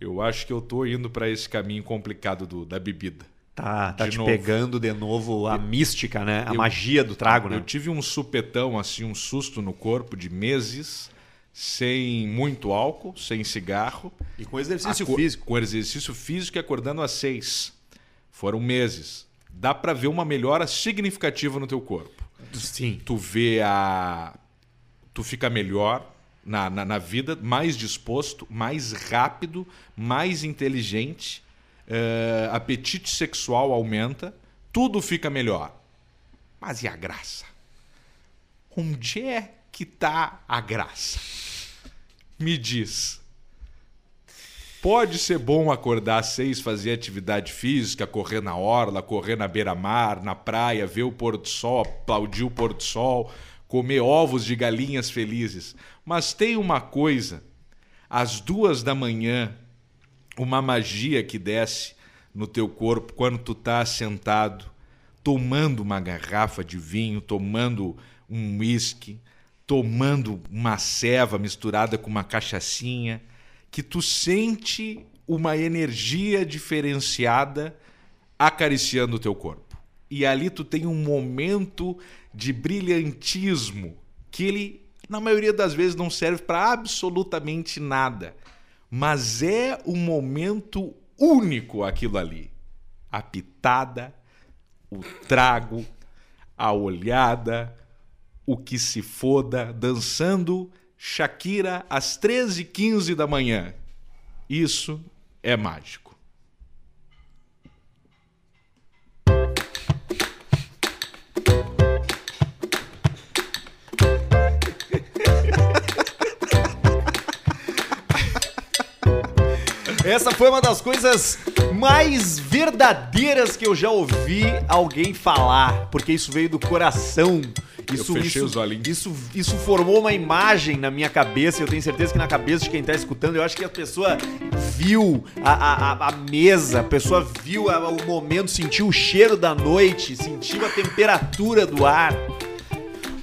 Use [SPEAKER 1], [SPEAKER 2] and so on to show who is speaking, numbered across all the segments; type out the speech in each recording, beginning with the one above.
[SPEAKER 1] Eu acho que eu tô indo para esse caminho complicado do, da bebida.
[SPEAKER 2] Tá, tá
[SPEAKER 1] De
[SPEAKER 2] te
[SPEAKER 1] novo.
[SPEAKER 2] pegando de novo a mística, né? A
[SPEAKER 1] eu-
[SPEAKER 2] magia do trago, né?
[SPEAKER 1] Eu tive um supetão, assim, um susto no corpo de meses, sem muito álcool, sem cigarro.
[SPEAKER 2] E com exercício
[SPEAKER 1] Aco-
[SPEAKER 2] físico.
[SPEAKER 1] Com exercício físico e acordando às seis. Foram meses. Dá pra ver uma melhora significativa no teu corpo.
[SPEAKER 2] Sim.
[SPEAKER 1] Tu vê a. Tu fica melhor na, na, na vida, mais disposto, mais rápido, mais inteligente. eh, apetite sexual aumenta. Tudo fica melhor. Mas e a graça? Onde é que tá a graça? Me diz. Pode ser bom acordar às seis, fazer atividade física, correr na orla, correr na beira-mar, na praia, ver o pôr do sol, aplaudir o pôr do sol, comer ovos de galinhas felizes. Mas tem uma coisa: às duas da manhã, uma magia que desce no teu corpo quando tu tá sentado, tomando uma garrafa de vinho, tomando um uísque, tomando uma ceva misturada com uma cachaçinha, que tu sente uma energia diferenciada acariciando o teu corpo. E ali tu tem um momento de brilhantismo que ele, na maioria das vezes, não serve para absolutamente nada. Mas é um momento único aquilo ali. A pitada, o trago, a olhada, o que se foda, dançando Shakira às 13h15 da manhã. Isso é mágico.
[SPEAKER 2] Essa foi uma das coisas mais verdadeiras que eu já ouvi alguém falar, porque isso veio do coração. Isso,
[SPEAKER 1] fechei
[SPEAKER 2] isso,
[SPEAKER 1] os olhinhos.
[SPEAKER 2] isso, isso formou uma imagem na minha cabeça. e Eu tenho certeza que na cabeça de quem tá escutando, eu acho que a pessoa viu a, a- a- a mesa, a pessoa viu a- o momento, sentiu o cheiro da noite, sentiu a temperatura do ar,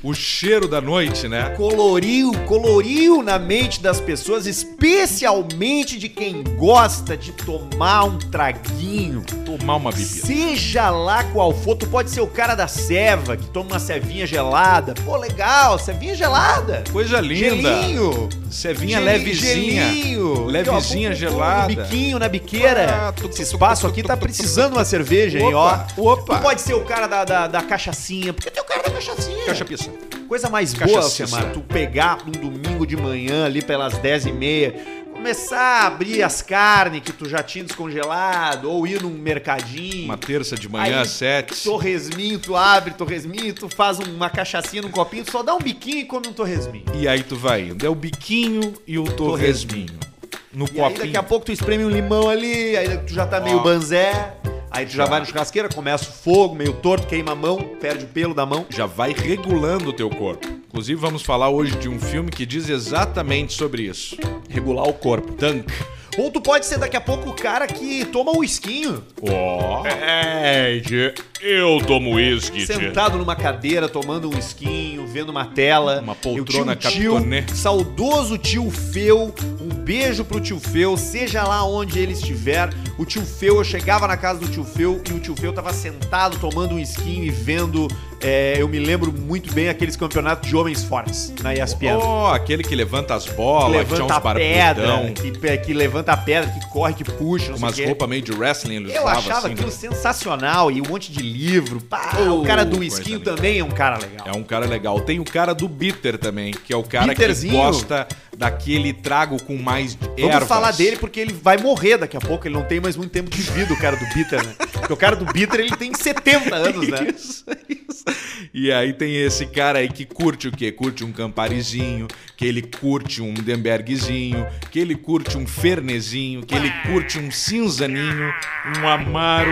[SPEAKER 1] O cheiro da noite, né?
[SPEAKER 2] coloriu, coloriu na mente das pessoas, especialmente de quem gosta de tomar um traguinho.
[SPEAKER 1] Tomar uma bebida.
[SPEAKER 2] Seja lá qual for, tu pode ser o cara da ceva que toma uma cevinha gelada. Pô, legal, cevinha gelada.
[SPEAKER 1] Coisa linda.
[SPEAKER 2] Gelinho.
[SPEAKER 1] Cevinha
[SPEAKER 2] Geli-
[SPEAKER 1] levezinha.
[SPEAKER 2] Gelinho.
[SPEAKER 1] Levezinha,
[SPEAKER 2] Aqui, ó,
[SPEAKER 1] gelada.
[SPEAKER 2] No biquinho, na biqueira.
[SPEAKER 1] Ah, tuc,
[SPEAKER 2] Esse
[SPEAKER 1] tuc,
[SPEAKER 2] espaço
[SPEAKER 1] tuc,
[SPEAKER 2] aqui
[SPEAKER 1] tuc,
[SPEAKER 2] tá
[SPEAKER 1] tuc,
[SPEAKER 2] precisando uma cerveja, hein, ó.
[SPEAKER 1] Opa, opa.
[SPEAKER 2] Tu pode ser o cara da, da, da cachaçinha. Porque tem o cara da cachaçinha.
[SPEAKER 1] Caixa pizza.
[SPEAKER 2] Coisa mais boa,
[SPEAKER 1] Cachaça.
[SPEAKER 2] Semar, tu pegar num domingo de manhã ali pelas 10 e meia, começar a abrir as carnes que tu já tinha descongelado, ou ir num mercadinho.
[SPEAKER 1] Uma terça de manhã,
[SPEAKER 2] Aí,
[SPEAKER 1] às sete.
[SPEAKER 2] Torresminho, tu abre torresminho, tu faz um, uma cachaçinha num copinho, tu só dá um biquinho e come um torresminho.
[SPEAKER 1] E aí tu vai indo. É o biquinho e o
[SPEAKER 2] Torresminho.
[SPEAKER 1] torresminho. No
[SPEAKER 2] E aí daqui
[SPEAKER 1] copinho.
[SPEAKER 2] a pouco tu espreme um limão ali, aí tu já tá meio
[SPEAKER 1] Ó.
[SPEAKER 2] banzé, aí tu já
[SPEAKER 1] Já.
[SPEAKER 2] vai na churrasqueira, começa o fogo, meio torto, queima a mão, perde o pelo da mão.
[SPEAKER 1] Já vai regulando o teu corpo. Inclusive, vamos falar hoje de um filme que diz exatamente sobre isso.
[SPEAKER 2] Regular o corpo.
[SPEAKER 1] Dunk.
[SPEAKER 2] Ou tu pode ser daqui a pouco o cara que toma um o esquinho.
[SPEAKER 1] Ó. É, eu tomo uísque,
[SPEAKER 2] Sentado numa cadeira, tomando um esquinho, vendo uma tela.
[SPEAKER 1] Uma
[SPEAKER 2] Eu
[SPEAKER 1] poltrona
[SPEAKER 2] tinha um
[SPEAKER 1] Capitoné.
[SPEAKER 2] tio, Saudoso tio Feu. Um beijo pro tio Feu, seja lá onde ele estiver. O tio Feu, eu chegava na casa do tio Feu e o tio Feu tava sentado tomando um esquinho e vendo. é, eu me lembro muito bem aqueles campeonatos de homens fortes na ESPN.
[SPEAKER 1] Ó, aquele que levanta as bolas, que tinha
[SPEAKER 2] levanta
[SPEAKER 1] uns
[SPEAKER 2] a pedra,
[SPEAKER 1] barbudão,
[SPEAKER 2] que, pe- que levanta a pedra, que corre, que puxa, não
[SPEAKER 1] umas
[SPEAKER 2] sei o quê.
[SPEAKER 1] roupas meio de wrestling, ele
[SPEAKER 2] Eu
[SPEAKER 1] usava
[SPEAKER 2] achava
[SPEAKER 1] assim, né?
[SPEAKER 2] aquilo sensacional e um monte de livro. Pá,
[SPEAKER 1] Oh,
[SPEAKER 2] o cara do
[SPEAKER 1] coisa
[SPEAKER 2] esquinho
[SPEAKER 1] linda.
[SPEAKER 2] também é um cara legal.
[SPEAKER 1] É um cara legal. Tem o cara do bitter também, que é o cara que
[SPEAKER 2] Bitterzinho?
[SPEAKER 1] gosta daquele trago com mais
[SPEAKER 2] Vamos
[SPEAKER 1] ervas.
[SPEAKER 2] falar dele porque ele vai morrer daqui a pouco, ele não tem mais muito tempo de vida, o cara do Bitter, né? Porque o cara do Bitter, ele tem 70 anos, né?
[SPEAKER 1] Isso, isso. E aí tem esse cara aí que curte o quê? Curte um Camparizinho, que ele curte um Dembergzinho, que ele curte um Fernezinho, que ele curte um Cinzaninho, um Amaro,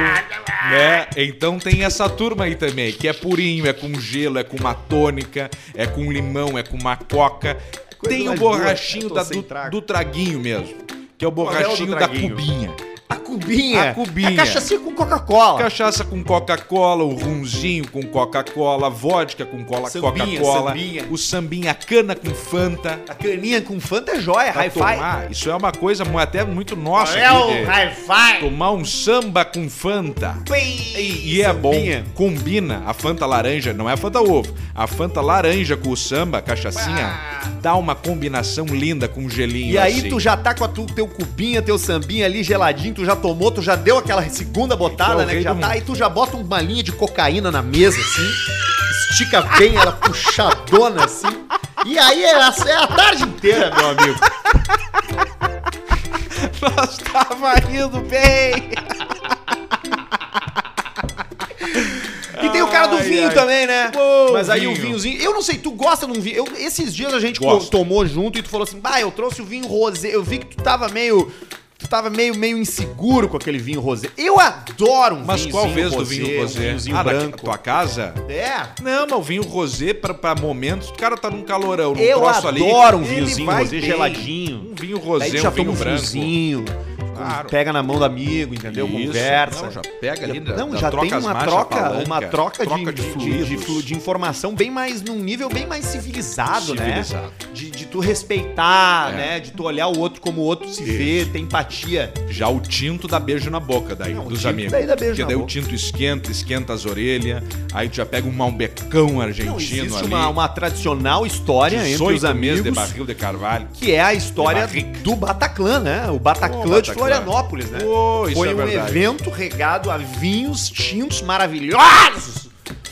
[SPEAKER 1] né? Então tem essa turma aí também, que é purinho, é com gelo, é com uma tônica, é com limão, é com uma coca.
[SPEAKER 2] Coisa
[SPEAKER 1] tem o
[SPEAKER 2] mais boa,
[SPEAKER 1] borrachinho
[SPEAKER 2] eu tô
[SPEAKER 1] da-
[SPEAKER 2] sem
[SPEAKER 1] do,
[SPEAKER 2] trago.
[SPEAKER 1] do traguinho mesmo, que é o
[SPEAKER 2] Qual é o do
[SPEAKER 1] borrachinho da
[SPEAKER 2] traguinho?
[SPEAKER 1] cubinha.
[SPEAKER 2] A cubinha.
[SPEAKER 1] A cubinha.
[SPEAKER 2] É cachaça com Coca-Cola.
[SPEAKER 1] Cachaça com Coca-Cola, o runzinho com Coca-Cola, vodka com cola-
[SPEAKER 2] Sambinha,
[SPEAKER 1] Coca-Cola,
[SPEAKER 2] sambinha.
[SPEAKER 1] o sambinha, a cana com Fanta.
[SPEAKER 2] A caninha com Fanta é joia,
[SPEAKER 1] Pra
[SPEAKER 2] hi-fi.
[SPEAKER 1] tomar, isso é uma coisa mu- até muito nossa.
[SPEAKER 2] É o
[SPEAKER 1] aqui de-
[SPEAKER 2] hi-fi.
[SPEAKER 1] tomar um samba com Fanta. E, e é bom,
[SPEAKER 2] Sambinha.
[SPEAKER 1] combina a Fanta laranja, não é a Fanta ovo, a Fanta laranja com o samba, a cachaçinha, dá uma combinação linda com um gelinho
[SPEAKER 2] E aí
[SPEAKER 1] assim.
[SPEAKER 2] tu já tá com a tu, teu cubinha, teu sambinha ali geladinho, tu já tomou, tu já deu aquela segunda
[SPEAKER 1] Tu é
[SPEAKER 2] botada,
[SPEAKER 1] o
[SPEAKER 2] né?
[SPEAKER 1] rei
[SPEAKER 2] que já
[SPEAKER 1] do
[SPEAKER 2] tá,
[SPEAKER 1] mundo.
[SPEAKER 2] aí tu já bota uma linha de cocaína na mesa, assim, estica bem ela puxadona, assim. E aí é a, é a tarde inteira, meu amigo.
[SPEAKER 1] Nós tava indo bem.
[SPEAKER 2] E tem o cara do
[SPEAKER 1] Ai,
[SPEAKER 2] vinho
[SPEAKER 1] ai.
[SPEAKER 2] também, né?
[SPEAKER 1] Pô,
[SPEAKER 2] Mas aí o
[SPEAKER 1] vinho.
[SPEAKER 2] vinhozinho. Eu não sei, tu gosta de um vinho. Eu- esses dias a gente
[SPEAKER 1] Gosto.
[SPEAKER 2] co- tomou junto e tu falou assim: bah, eu trouxe o vinho rosé. Eu vi que tu tava meio. Tu tava meio, meio inseguro com aquele vinho rosé. Eu adoro um
[SPEAKER 1] Mas qual vez do vinho
[SPEAKER 2] Um
[SPEAKER 1] rosé?
[SPEAKER 2] vinhozinho
[SPEAKER 1] Ah, na
[SPEAKER 2] branco.
[SPEAKER 1] tua casa?
[SPEAKER 2] É.
[SPEAKER 1] Não, mas o vinho rosé pra, pra momentos, o cara tá num calorão, num
[SPEAKER 2] Eu
[SPEAKER 1] troço ali.
[SPEAKER 2] adoro um
[SPEAKER 1] ele
[SPEAKER 2] vinhozinho
[SPEAKER 1] vai
[SPEAKER 2] rosé
[SPEAKER 1] bem.
[SPEAKER 2] geladinho.
[SPEAKER 1] Um vinho
[SPEAKER 2] Daí tu
[SPEAKER 1] rosé,
[SPEAKER 2] já
[SPEAKER 1] um vinho
[SPEAKER 2] toma um
[SPEAKER 1] branco.
[SPEAKER 2] vinhozinho.
[SPEAKER 1] Claro.
[SPEAKER 2] Pega na mão do amigo, entendeu?
[SPEAKER 1] Isso.
[SPEAKER 2] Conversa.
[SPEAKER 1] Não, já pega ali,
[SPEAKER 2] Não,
[SPEAKER 1] da-
[SPEAKER 2] já
[SPEAKER 1] troca
[SPEAKER 2] tem
[SPEAKER 1] as
[SPEAKER 2] uma
[SPEAKER 1] marchas,
[SPEAKER 2] troca,
[SPEAKER 1] palanca,
[SPEAKER 2] uma troca, de-
[SPEAKER 1] troca de
[SPEAKER 2] de, de,
[SPEAKER 1] fluidos.
[SPEAKER 2] de flu- de informação bem mais num nível bem mais civilizado,
[SPEAKER 1] Civilizado.
[SPEAKER 2] né? De, de tu respeitar,
[SPEAKER 1] É.
[SPEAKER 2] né? De tu olhar o outro como o outro se vê, ter empatia.
[SPEAKER 1] Já o tinto dá beijo na boca daí,
[SPEAKER 2] Não, o
[SPEAKER 1] dos
[SPEAKER 2] tinto
[SPEAKER 1] amigos.
[SPEAKER 2] daí dá beijo
[SPEAKER 1] Porque
[SPEAKER 2] na
[SPEAKER 1] daí o
[SPEAKER 2] boca.
[SPEAKER 1] tinto esquenta, esquenta as orelhas, aí tu já pega um malbecão
[SPEAKER 2] Não,
[SPEAKER 1] argentino
[SPEAKER 2] existe
[SPEAKER 1] ali.
[SPEAKER 2] uma, uma tradicional história entre
[SPEAKER 1] 18
[SPEAKER 2] os amigos.
[SPEAKER 1] meses de barril de carvalho.
[SPEAKER 2] Que é a história
[SPEAKER 1] De barrica.
[SPEAKER 2] do Bataclan, né? O Bataclan
[SPEAKER 1] Ô,
[SPEAKER 2] de
[SPEAKER 1] Bataclan.
[SPEAKER 2] Florianópolis, né?
[SPEAKER 1] Ô, isso
[SPEAKER 2] Foi
[SPEAKER 1] é
[SPEAKER 2] um
[SPEAKER 1] verdade.
[SPEAKER 2] evento regado a vinhos tintos maravilhosos.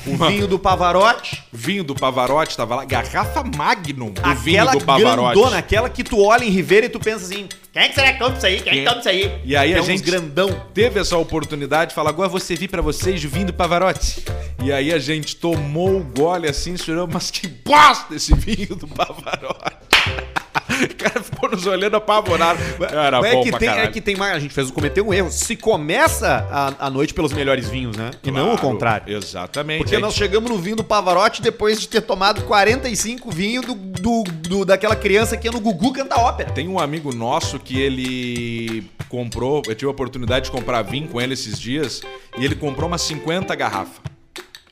[SPEAKER 2] O
[SPEAKER 1] Uma-
[SPEAKER 2] vinho do Pavarotti.
[SPEAKER 1] Vinho do Pavarotti tava lá, garrafa Magnum do vinho
[SPEAKER 2] Aquela
[SPEAKER 1] do Pavarotti.
[SPEAKER 2] grandona, aquela que tu olha em Ribeira e tu pensa assim, quem é que será que toma isso aí? Quem é que toma isso aí?
[SPEAKER 1] E aí a
[SPEAKER 2] Tem uns
[SPEAKER 1] gente-
[SPEAKER 2] grandão.
[SPEAKER 1] Teve essa oportunidade, fala, agora você vi pra vocês o vinho do Pavarotti. E aí a gente tomou o gole assim, senhor, mas que bosta esse vinho do Pavarotti. O cara ficou nos olhando apavorado. Era
[SPEAKER 2] Mas
[SPEAKER 1] bom
[SPEAKER 2] é, que
[SPEAKER 1] pra
[SPEAKER 2] tem,
[SPEAKER 1] caralho.
[SPEAKER 2] é que tem mais, a gente fez, cometeu um erro. Se começa a, a noite pelos melhores vinhos, né? E não o
[SPEAKER 1] Claro,
[SPEAKER 2] contrário.
[SPEAKER 1] Exatamente.
[SPEAKER 2] Porque
[SPEAKER 1] Aí
[SPEAKER 2] nós chegamos no vinho do Pavarotti depois de ter tomado 45 vinhos do, do, do- daquela criança que ia no Gugu cantar ópera.
[SPEAKER 1] Tem um amigo nosso que ele comprou, eu tive a oportunidade de comprar vinho com ele esses dias, e ele comprou umas 50 garrafas.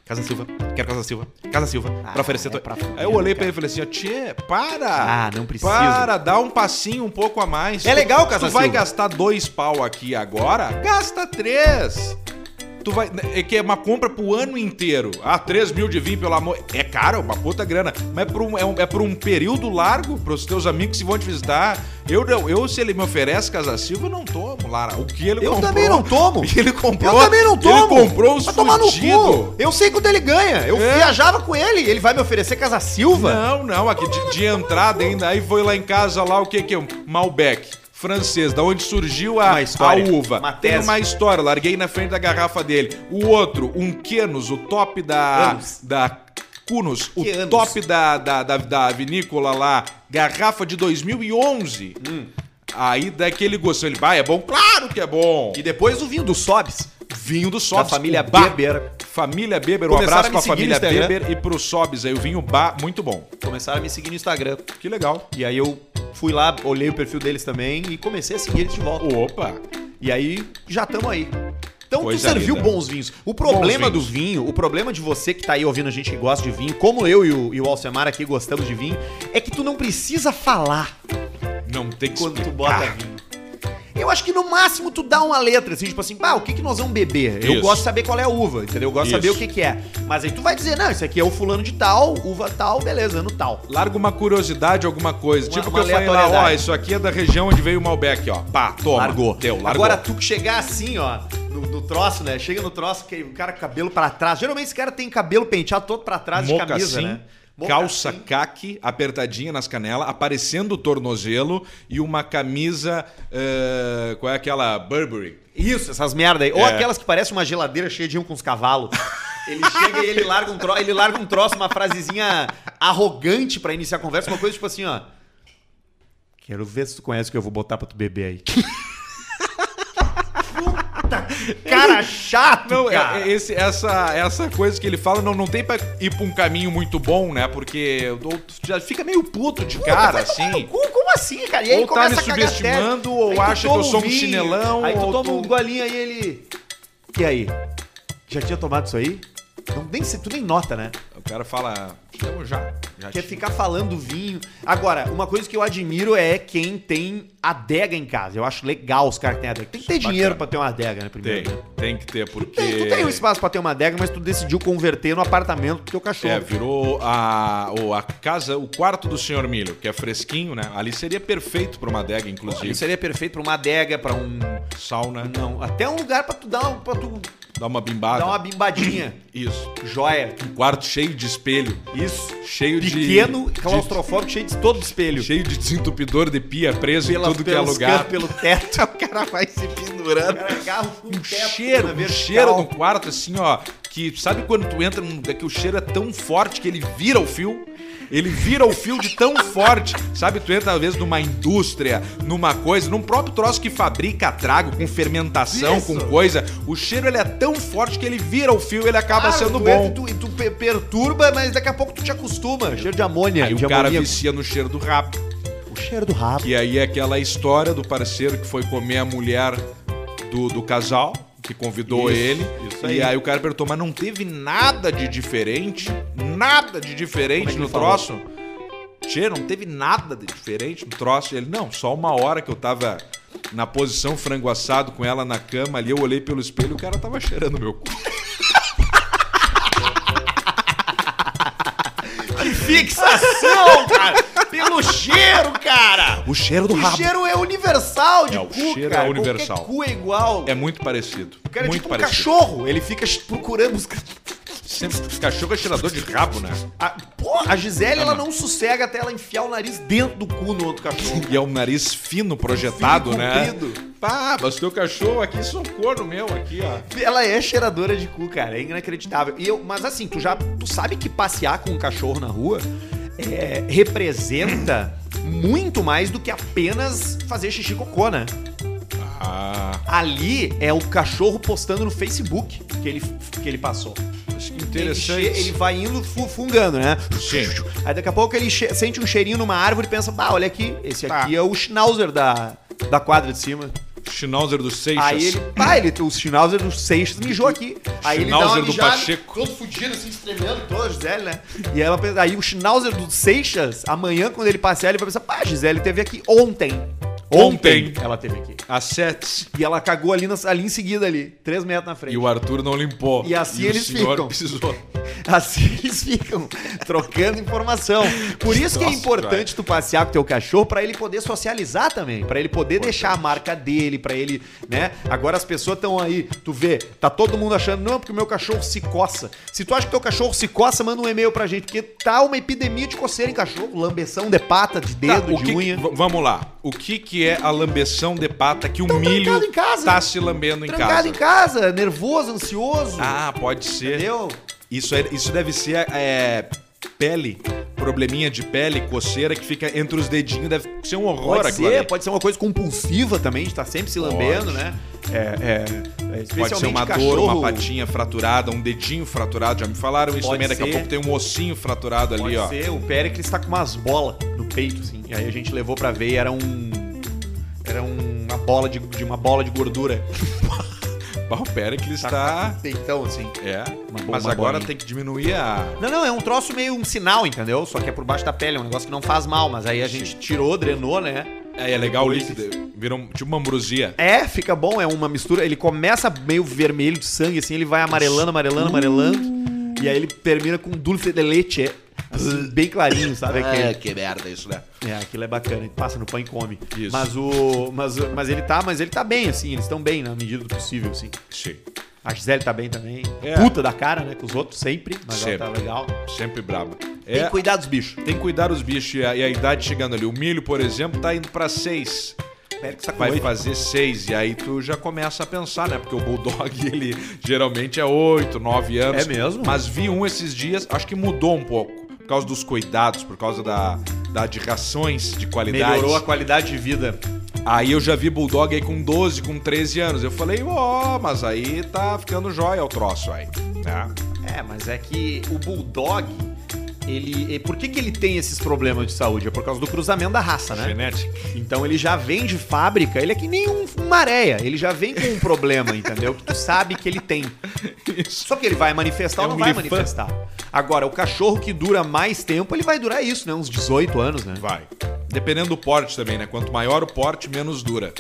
[SPEAKER 1] Casa Silva, quero Casa Silva, Casa Silva,
[SPEAKER 2] Ah,
[SPEAKER 1] pra oferecer.
[SPEAKER 2] é
[SPEAKER 1] to-
[SPEAKER 2] pra
[SPEAKER 1] Aí eu
[SPEAKER 2] fuder,
[SPEAKER 1] olhei
[SPEAKER 2] cara.
[SPEAKER 1] pra ele e falei assim: ó, Tchê, para!
[SPEAKER 2] Ah, não precisa.
[SPEAKER 1] Para, dá um passinho um pouco a mais.
[SPEAKER 2] É
[SPEAKER 1] Tu-
[SPEAKER 2] legal, Casa
[SPEAKER 1] Tu vai
[SPEAKER 2] Silva.
[SPEAKER 1] gastar dois pau aqui agora? Gasta três! Tu vai. É que é uma compra pro ano inteiro. Ah, 3 mil de vinho, pelo amor. É caro, é uma puta grana. Mas é por um, é um, é por um período largo pros teus amigos que vão te visitar. Eu, não- eu se ele me oferece Casa Silva, eu não tomo, Lara. O que ele
[SPEAKER 2] Eu
[SPEAKER 1] comprou.
[SPEAKER 2] também não tomo.
[SPEAKER 1] Ele comprou.
[SPEAKER 2] Eu também não tomo.
[SPEAKER 1] Ele comprou os
[SPEAKER 2] Vai tomar no cu.
[SPEAKER 1] fudido.
[SPEAKER 2] Eu sei quanto ele ganha. Eu
[SPEAKER 1] É.
[SPEAKER 2] viajava com ele. Ele vai me oferecer Casa Silva.
[SPEAKER 1] Não, não, aqui de, de entrada ainda. Aí foi lá em casa, lá o que que é? um Malbec. Francês, da onde surgiu a,
[SPEAKER 2] Uma história,
[SPEAKER 1] a uva.
[SPEAKER 2] uma
[SPEAKER 1] Tem
[SPEAKER 2] tese.
[SPEAKER 1] uma história, larguei na frente da garrafa dele. O outro, um Quenos, o top da.
[SPEAKER 2] Anos.
[SPEAKER 1] da Cunos, o
[SPEAKER 2] Quenos.
[SPEAKER 1] top da, da, da, da vinícola lá, garrafa de 2011.
[SPEAKER 2] Hum.
[SPEAKER 1] Aí daquele gostou, ele vai, é bom? Claro que é bom!
[SPEAKER 2] E depois o vinho do Sobs.
[SPEAKER 1] vinho do
[SPEAKER 2] Da
[SPEAKER 1] Sobs.
[SPEAKER 2] família
[SPEAKER 1] o Bá.
[SPEAKER 2] Beber.
[SPEAKER 1] Família Beber, um
[SPEAKER 2] Começaram a
[SPEAKER 1] abraço
[SPEAKER 2] me
[SPEAKER 1] pra
[SPEAKER 2] seguir no
[SPEAKER 1] família
[SPEAKER 2] Instagram.
[SPEAKER 1] Beber e pro Sobs aí, o vinho Bá, muito bom.
[SPEAKER 2] Começaram a me seguir no Instagram.
[SPEAKER 1] Que legal.
[SPEAKER 2] E aí eu fui lá, olhei o perfil deles também e comecei a seguir eles de volta.
[SPEAKER 1] Opa!
[SPEAKER 2] E aí já estamos aí. Então
[SPEAKER 1] Coisa
[SPEAKER 2] tu serviu
[SPEAKER 1] linda.
[SPEAKER 2] bons vinhos. O problema
[SPEAKER 1] Bons
[SPEAKER 2] do vinho, o problema de você que tá aí ouvindo a gente que gosta de vinho, como eu e o, e o Alcemar aqui gostamos de vinho, é que tu não precisa falar
[SPEAKER 1] Não tem que
[SPEAKER 2] quando tu
[SPEAKER 1] explicar.
[SPEAKER 2] bota vinho. Eu acho que no máximo tu dá uma letra, assim, tipo assim, pá, o que, que nós vamos beber? Eu
[SPEAKER 1] Isso.
[SPEAKER 2] gosto de saber qual é a uva, entendeu? Eu gosto de saber o
[SPEAKER 1] Isso.
[SPEAKER 2] que, que é. Mas aí tu vai dizer, não, isso aqui é o fulano de tal, uva tal, beleza, ano tal.
[SPEAKER 1] Larga uma curiosidade, alguma coisa.
[SPEAKER 2] Uma-
[SPEAKER 1] tipo
[SPEAKER 2] uma
[SPEAKER 1] que eu falei lá, ó,
[SPEAKER 2] aleatoriedade.
[SPEAKER 1] isso aqui é da região onde veio o Malbec, ó. Pá, toma.
[SPEAKER 2] largou.
[SPEAKER 1] Deu, largou.
[SPEAKER 2] Agora tu que chegar assim, ó, no, no troço, né? Chega no troço, que o cara com cabelo pra trás. Geralmente esse cara tem cabelo penteado todo pra trás de camisa,
[SPEAKER 1] mocassim,
[SPEAKER 2] né?
[SPEAKER 1] calça
[SPEAKER 2] Mocassim.
[SPEAKER 1] caque, apertadinha nas canelas, aparecendo o tornozelo e uma camisa, eh, qual é aquela? Burberry.
[SPEAKER 2] Isso, essas merda aí. Ou
[SPEAKER 1] É.
[SPEAKER 2] aquelas que parecem uma geladeira cheia de um com os cavalos. Ele chega e ele larga um troço, ele larga um troço, uma frasezinha arrogante pra iniciar a conversa, uma coisa tipo assim, ó. Quero ver se tu conhece o que eu vou botar pra tu beber aí. Puta cara chato,
[SPEAKER 1] Não, é-
[SPEAKER 2] Ah, cara.
[SPEAKER 1] é esse- essa, essa coisa que ele fala não, não tem pra ir pra um caminho muito bom, né? Porque ou tu já fica meio puto de cara,
[SPEAKER 2] Vai tomar
[SPEAKER 1] assim.
[SPEAKER 2] no cu, como assim, cara? E aí
[SPEAKER 1] Ou tá me
[SPEAKER 2] começa a cagar tese.
[SPEAKER 1] subestimando,
[SPEAKER 2] Aí
[SPEAKER 1] ou
[SPEAKER 2] tu
[SPEAKER 1] acha que
[SPEAKER 2] toma
[SPEAKER 1] eu sou um
[SPEAKER 2] vinho,
[SPEAKER 1] chinelão.
[SPEAKER 2] Aí tu
[SPEAKER 1] ou
[SPEAKER 2] toma um golinho e ele. E aí? Já tinha tomado isso aí? Não, nem, se- tu nem nota, né?
[SPEAKER 1] O cara fala, "Não, já. já
[SPEAKER 2] Quer
[SPEAKER 1] te-
[SPEAKER 2] ficar falando vinho. Agora, uma coisa que eu admiro é quem tem adega em casa. Eu acho legal os caras que têm adega. Tem que ter
[SPEAKER 1] Bacana.
[SPEAKER 2] dinheiro pra ter uma adega,
[SPEAKER 1] Tem,
[SPEAKER 2] né? Primeiro. né?
[SPEAKER 1] tem que ter,
[SPEAKER 2] Tu
[SPEAKER 1] porque...
[SPEAKER 2] tem, tu tem um espaço pra ter uma adega, mas tu decidiu converter no apartamento pro teu cachorro.
[SPEAKER 1] É, virou a, o- a casa, o quarto do senhor Milho, que é fresquinho, né? Ali seria perfeito pra uma adega,
[SPEAKER 2] Isso
[SPEAKER 1] inclusive.
[SPEAKER 2] seria perfeito pra uma adega, pra um.
[SPEAKER 1] Sauna,
[SPEAKER 2] Não, até um lugar pra tu dar um- pra tu
[SPEAKER 1] dá uma bimbada.
[SPEAKER 2] dar uma bimbadinha.
[SPEAKER 1] Isso.
[SPEAKER 2] Joia.
[SPEAKER 1] Um quarto cheio de espelho,
[SPEAKER 2] Isso.
[SPEAKER 1] cheio
[SPEAKER 2] Pequeno,
[SPEAKER 1] de...
[SPEAKER 2] claustrofóbico, cheio de todo de
[SPEAKER 1] de-
[SPEAKER 2] espelho.
[SPEAKER 1] Cheio de desentupidor de pia preso
[SPEAKER 2] Pelas-
[SPEAKER 1] em tudo que é
[SPEAKER 2] pelos
[SPEAKER 1] lugar.
[SPEAKER 2] cantos, pelo teto.
[SPEAKER 1] O cara vai se pendurando.
[SPEAKER 2] um
[SPEAKER 1] Um cheiro, um cheiro no quarto, assim, ó. Que sabe quando tu entra num lugar que o cheiro é tão forte que ele vira o fio? Ele vira o fio de tão forte. Sabe, tu entra, às vezes, numa indústria, numa coisa, num próprio troço que fabrica trago, com fermentação,
[SPEAKER 2] Isso.
[SPEAKER 1] com coisa. O cheiro, ele é tão forte que ele vira o fio, ele acaba sendo
[SPEAKER 2] Ah, tu entra
[SPEAKER 1] bom.
[SPEAKER 2] e tu, e tu pe- perturba, mas daqui a pouco tu te acostuma. Cheiro de amônia.
[SPEAKER 1] Aí
[SPEAKER 2] de
[SPEAKER 1] o cara
[SPEAKER 2] amoníaco.
[SPEAKER 1] vicia no cheiro do rabo.
[SPEAKER 2] O cheiro do rabo.
[SPEAKER 1] Que aí é aquela história do parceiro que foi comer a mulher do, do casal, que convidou
[SPEAKER 2] Isso,
[SPEAKER 1] ele.
[SPEAKER 2] isso aí.
[SPEAKER 1] e aí o cara perguntou, mas não teve nada de diferente? Nada de diferente
[SPEAKER 2] Como é que
[SPEAKER 1] no
[SPEAKER 2] ele falou?
[SPEAKER 1] troço? Tchê, não teve nada de diferente no troço. E ele, não, só uma hora que eu tava na posição frango assado com ela na cama ali, eu olhei pelo espelho e o cara tava cheirando meu cu.
[SPEAKER 2] Que fixação, cara! Pelo cheiro, cara!
[SPEAKER 1] O cheiro do
[SPEAKER 2] O cheiro é universal de
[SPEAKER 1] É, o
[SPEAKER 2] cu,
[SPEAKER 1] cheiro é
[SPEAKER 2] cara.
[SPEAKER 1] universal.
[SPEAKER 2] Qualquer cu é igual.
[SPEAKER 1] É muito parecido.
[SPEAKER 2] o cara é
[SPEAKER 1] muito
[SPEAKER 2] tipo um
[SPEAKER 1] parecido.
[SPEAKER 2] cachorro. Ele fica procurando os...
[SPEAKER 1] Sempre, cachorro é cheirador de rabo, né?
[SPEAKER 2] A, pô, a Gisele, ela
[SPEAKER 1] Ah, não.
[SPEAKER 2] não sossega até ela enfiar o nariz dentro do cu no outro cachorro.
[SPEAKER 1] E é um nariz fino projetado,
[SPEAKER 2] Fino,
[SPEAKER 1] né?
[SPEAKER 2] comprido.
[SPEAKER 1] Pá, mas teu cachorro aqui socou no meu aqui, ó.
[SPEAKER 2] Ela é cheiradora de cu, cara. É inacreditável. E eu, mas assim, tu já tu sabe que passear com um cachorro na rua é, representa muito mais do que apenas fazer xixi e cocô, né?
[SPEAKER 1] Ah,
[SPEAKER 2] Ali é o cachorro postando no Facebook que ele, que ele passou.
[SPEAKER 1] acho que
[SPEAKER 2] Ele, che- ele vai indo fu- fungando, né?
[SPEAKER 1] Sim.
[SPEAKER 2] Aí daqui a pouco ele che- sente um cheirinho numa árvore e pensa, ah, olha aqui, esse aqui é o schnauzer da, da quadra de cima.
[SPEAKER 1] Schnauzer do Seixas.
[SPEAKER 2] Aí ele, pá, ele, o Schnauzer do Seixas mijou aqui. Aí ele dá uma
[SPEAKER 1] Schnauzer do
[SPEAKER 2] mijada,
[SPEAKER 1] Pacheco.
[SPEAKER 2] Todo fudido, assim, estremendo, todo, a Gisele, né? E ela pensa, aí o Schnauzer do Seixas, amanhã, quando ele passear, ele vai pensar, pá, a Gisele teve aqui ontem.
[SPEAKER 1] Ontem.
[SPEAKER 2] Ela teve aqui.
[SPEAKER 1] A sete.
[SPEAKER 2] E ela cagou ali, na, ali em seguida, ali, três metros na frente.
[SPEAKER 1] E o Arthur não limpou.
[SPEAKER 2] E assim
[SPEAKER 1] o
[SPEAKER 2] eles
[SPEAKER 1] senhor
[SPEAKER 2] ficam.
[SPEAKER 1] precisou.
[SPEAKER 2] Assim eles ficam trocando informação. Por isso que é
[SPEAKER 1] Nossa,
[SPEAKER 2] importante tu passear com teu cachorro pra ele poder socializar também, Pra ele poder deixar a marca dele, pra ele, né? Agora as pessoas estão aí, tu vê, tá todo mundo achando não porque o meu cachorro se coça. Se tu acha que teu cachorro se coça, manda um e-mail pra gente, porque tá uma epidemia de coceira em cachorro, lambeção de pata, de dedo,
[SPEAKER 1] Tá, o que
[SPEAKER 2] de
[SPEAKER 1] que-
[SPEAKER 2] unha.
[SPEAKER 1] v- vamos lá. O que que é a lambeção de pata que o
[SPEAKER 2] trancado
[SPEAKER 1] milho
[SPEAKER 2] em casa.
[SPEAKER 1] tá se lambendo em
[SPEAKER 2] Trancado
[SPEAKER 1] casa?
[SPEAKER 2] em casa, nervoso, ansioso.
[SPEAKER 1] Ah, pode ser.
[SPEAKER 2] entendeu?
[SPEAKER 1] Isso, é, isso deve ser é, pele, probleminha de pele, coceira que fica entre os dedinhos, deve ser um horror
[SPEAKER 2] Pode
[SPEAKER 1] aquilo
[SPEAKER 2] ser,
[SPEAKER 1] ali.
[SPEAKER 2] pode ser uma coisa compulsiva também, de tá sempre se lambendo,
[SPEAKER 1] Pode.
[SPEAKER 2] né? É, é, é,
[SPEAKER 1] Pode ser
[SPEAKER 2] especialmente
[SPEAKER 1] uma dor,
[SPEAKER 2] cachorro,
[SPEAKER 1] uma patinha fraturada, um dedinho fraturado, já me falaram isso
[SPEAKER 2] Pode
[SPEAKER 1] também. Daqui
[SPEAKER 2] ser.
[SPEAKER 1] a pouco tem um ossinho fraturado ali,
[SPEAKER 2] Pode
[SPEAKER 1] ó.
[SPEAKER 2] ser, o Péricles tá com umas bolas no peito, assim. E aí a gente levou pra ver e era um... Era um- uma bola de, de uma bola de gordura.
[SPEAKER 1] Bah, O Pericles tá.
[SPEAKER 2] Então, assim.
[SPEAKER 1] É,
[SPEAKER 2] bomba
[SPEAKER 1] mas agora
[SPEAKER 2] bolinha.
[SPEAKER 1] tem que diminuir a.
[SPEAKER 2] Não, não, é um troço meio um sinal, entendeu? Só que é por baixo da pele, é um negócio que não faz mal, mas aí a gente tirou, drenou, né?
[SPEAKER 1] É, é legal o líquido. Virou tipo uma ambrosia.
[SPEAKER 2] É, fica bom, é uma mistura. Ele começa meio vermelho de sangue, assim, ele vai amarelando, amarelando, amarelando. E aí ele termina com dulce de leite. assim, bem clarinho, sabe?
[SPEAKER 1] É.
[SPEAKER 2] Aquele.
[SPEAKER 1] Ah, que merda isso, né?
[SPEAKER 2] É, aquilo é bacana, ele passa no pão e come.
[SPEAKER 1] Isso.
[SPEAKER 2] Mas o. Mas, mas ele tá, mas ele tá bem, assim, eles estão bem na medida do possível, assim.
[SPEAKER 1] Sim,
[SPEAKER 2] A Gisele tá bem também.
[SPEAKER 1] É.
[SPEAKER 2] Puta da cara, né? Com os outros, sempre, mas ela
[SPEAKER 1] Sempre.
[SPEAKER 2] tá legal.
[SPEAKER 1] sempre braba.
[SPEAKER 2] Tem
[SPEAKER 1] É,
[SPEAKER 2] que cuidar dos bichos.
[SPEAKER 1] tem que cuidar os bichos e a, e a idade chegando ali. O milho, por exemplo, tá indo pra seis.
[SPEAKER 2] Pera que tá com
[SPEAKER 1] vai
[SPEAKER 2] oito.
[SPEAKER 1] fazer seis e aí tu já começa a pensar, né? Porque o bulldog ele geralmente é oito, nove anos.
[SPEAKER 2] É mesmo?
[SPEAKER 1] Mas vi um esses dias, acho que mudou um pouco por causa dos cuidados, por causa da, da de rações de qualidade.
[SPEAKER 2] Melhorou a qualidade de vida.
[SPEAKER 1] Aí eu já vi Bulldog aí com 12, com 13 anos. Eu falei, ó, mas aí tá ficando jóia o troço aí. Né?
[SPEAKER 2] É, mas é que o Bulldog, ele. e Por que, que ele tem esses problemas de saúde? É por causa do cruzamento da raça, né?
[SPEAKER 1] Genética.
[SPEAKER 2] Então ele já vem de fábrica, ele é que nem um, uma areia, ele já vem com um problema, entendeu? Que tu sabe que ele tem. Só que ele vai manifestar
[SPEAKER 1] É
[SPEAKER 2] ou não
[SPEAKER 1] um
[SPEAKER 2] vai
[SPEAKER 1] grifão.
[SPEAKER 2] manifestar. Agora, o cachorro que dura mais tempo, ele vai durar isso, né? Uns 18 anos, né?
[SPEAKER 1] Vai. Dependendo do porte também, né? Quanto maior o porte, menos dura.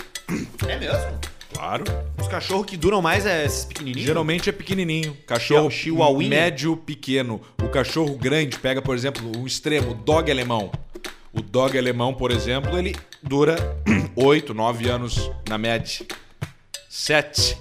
[SPEAKER 2] É mesmo?
[SPEAKER 1] Claro.
[SPEAKER 2] Os cachorros que duram mais é esses pequenininhos?
[SPEAKER 1] Geralmente é pequenininho. Cachorro
[SPEAKER 2] Chihuahuinha?
[SPEAKER 1] médio, pequeno. O cachorro grande pega, por exemplo, um extremo, o dog alemão. O dog alemão, por exemplo, ele dura 8, 9 anos na média. 7.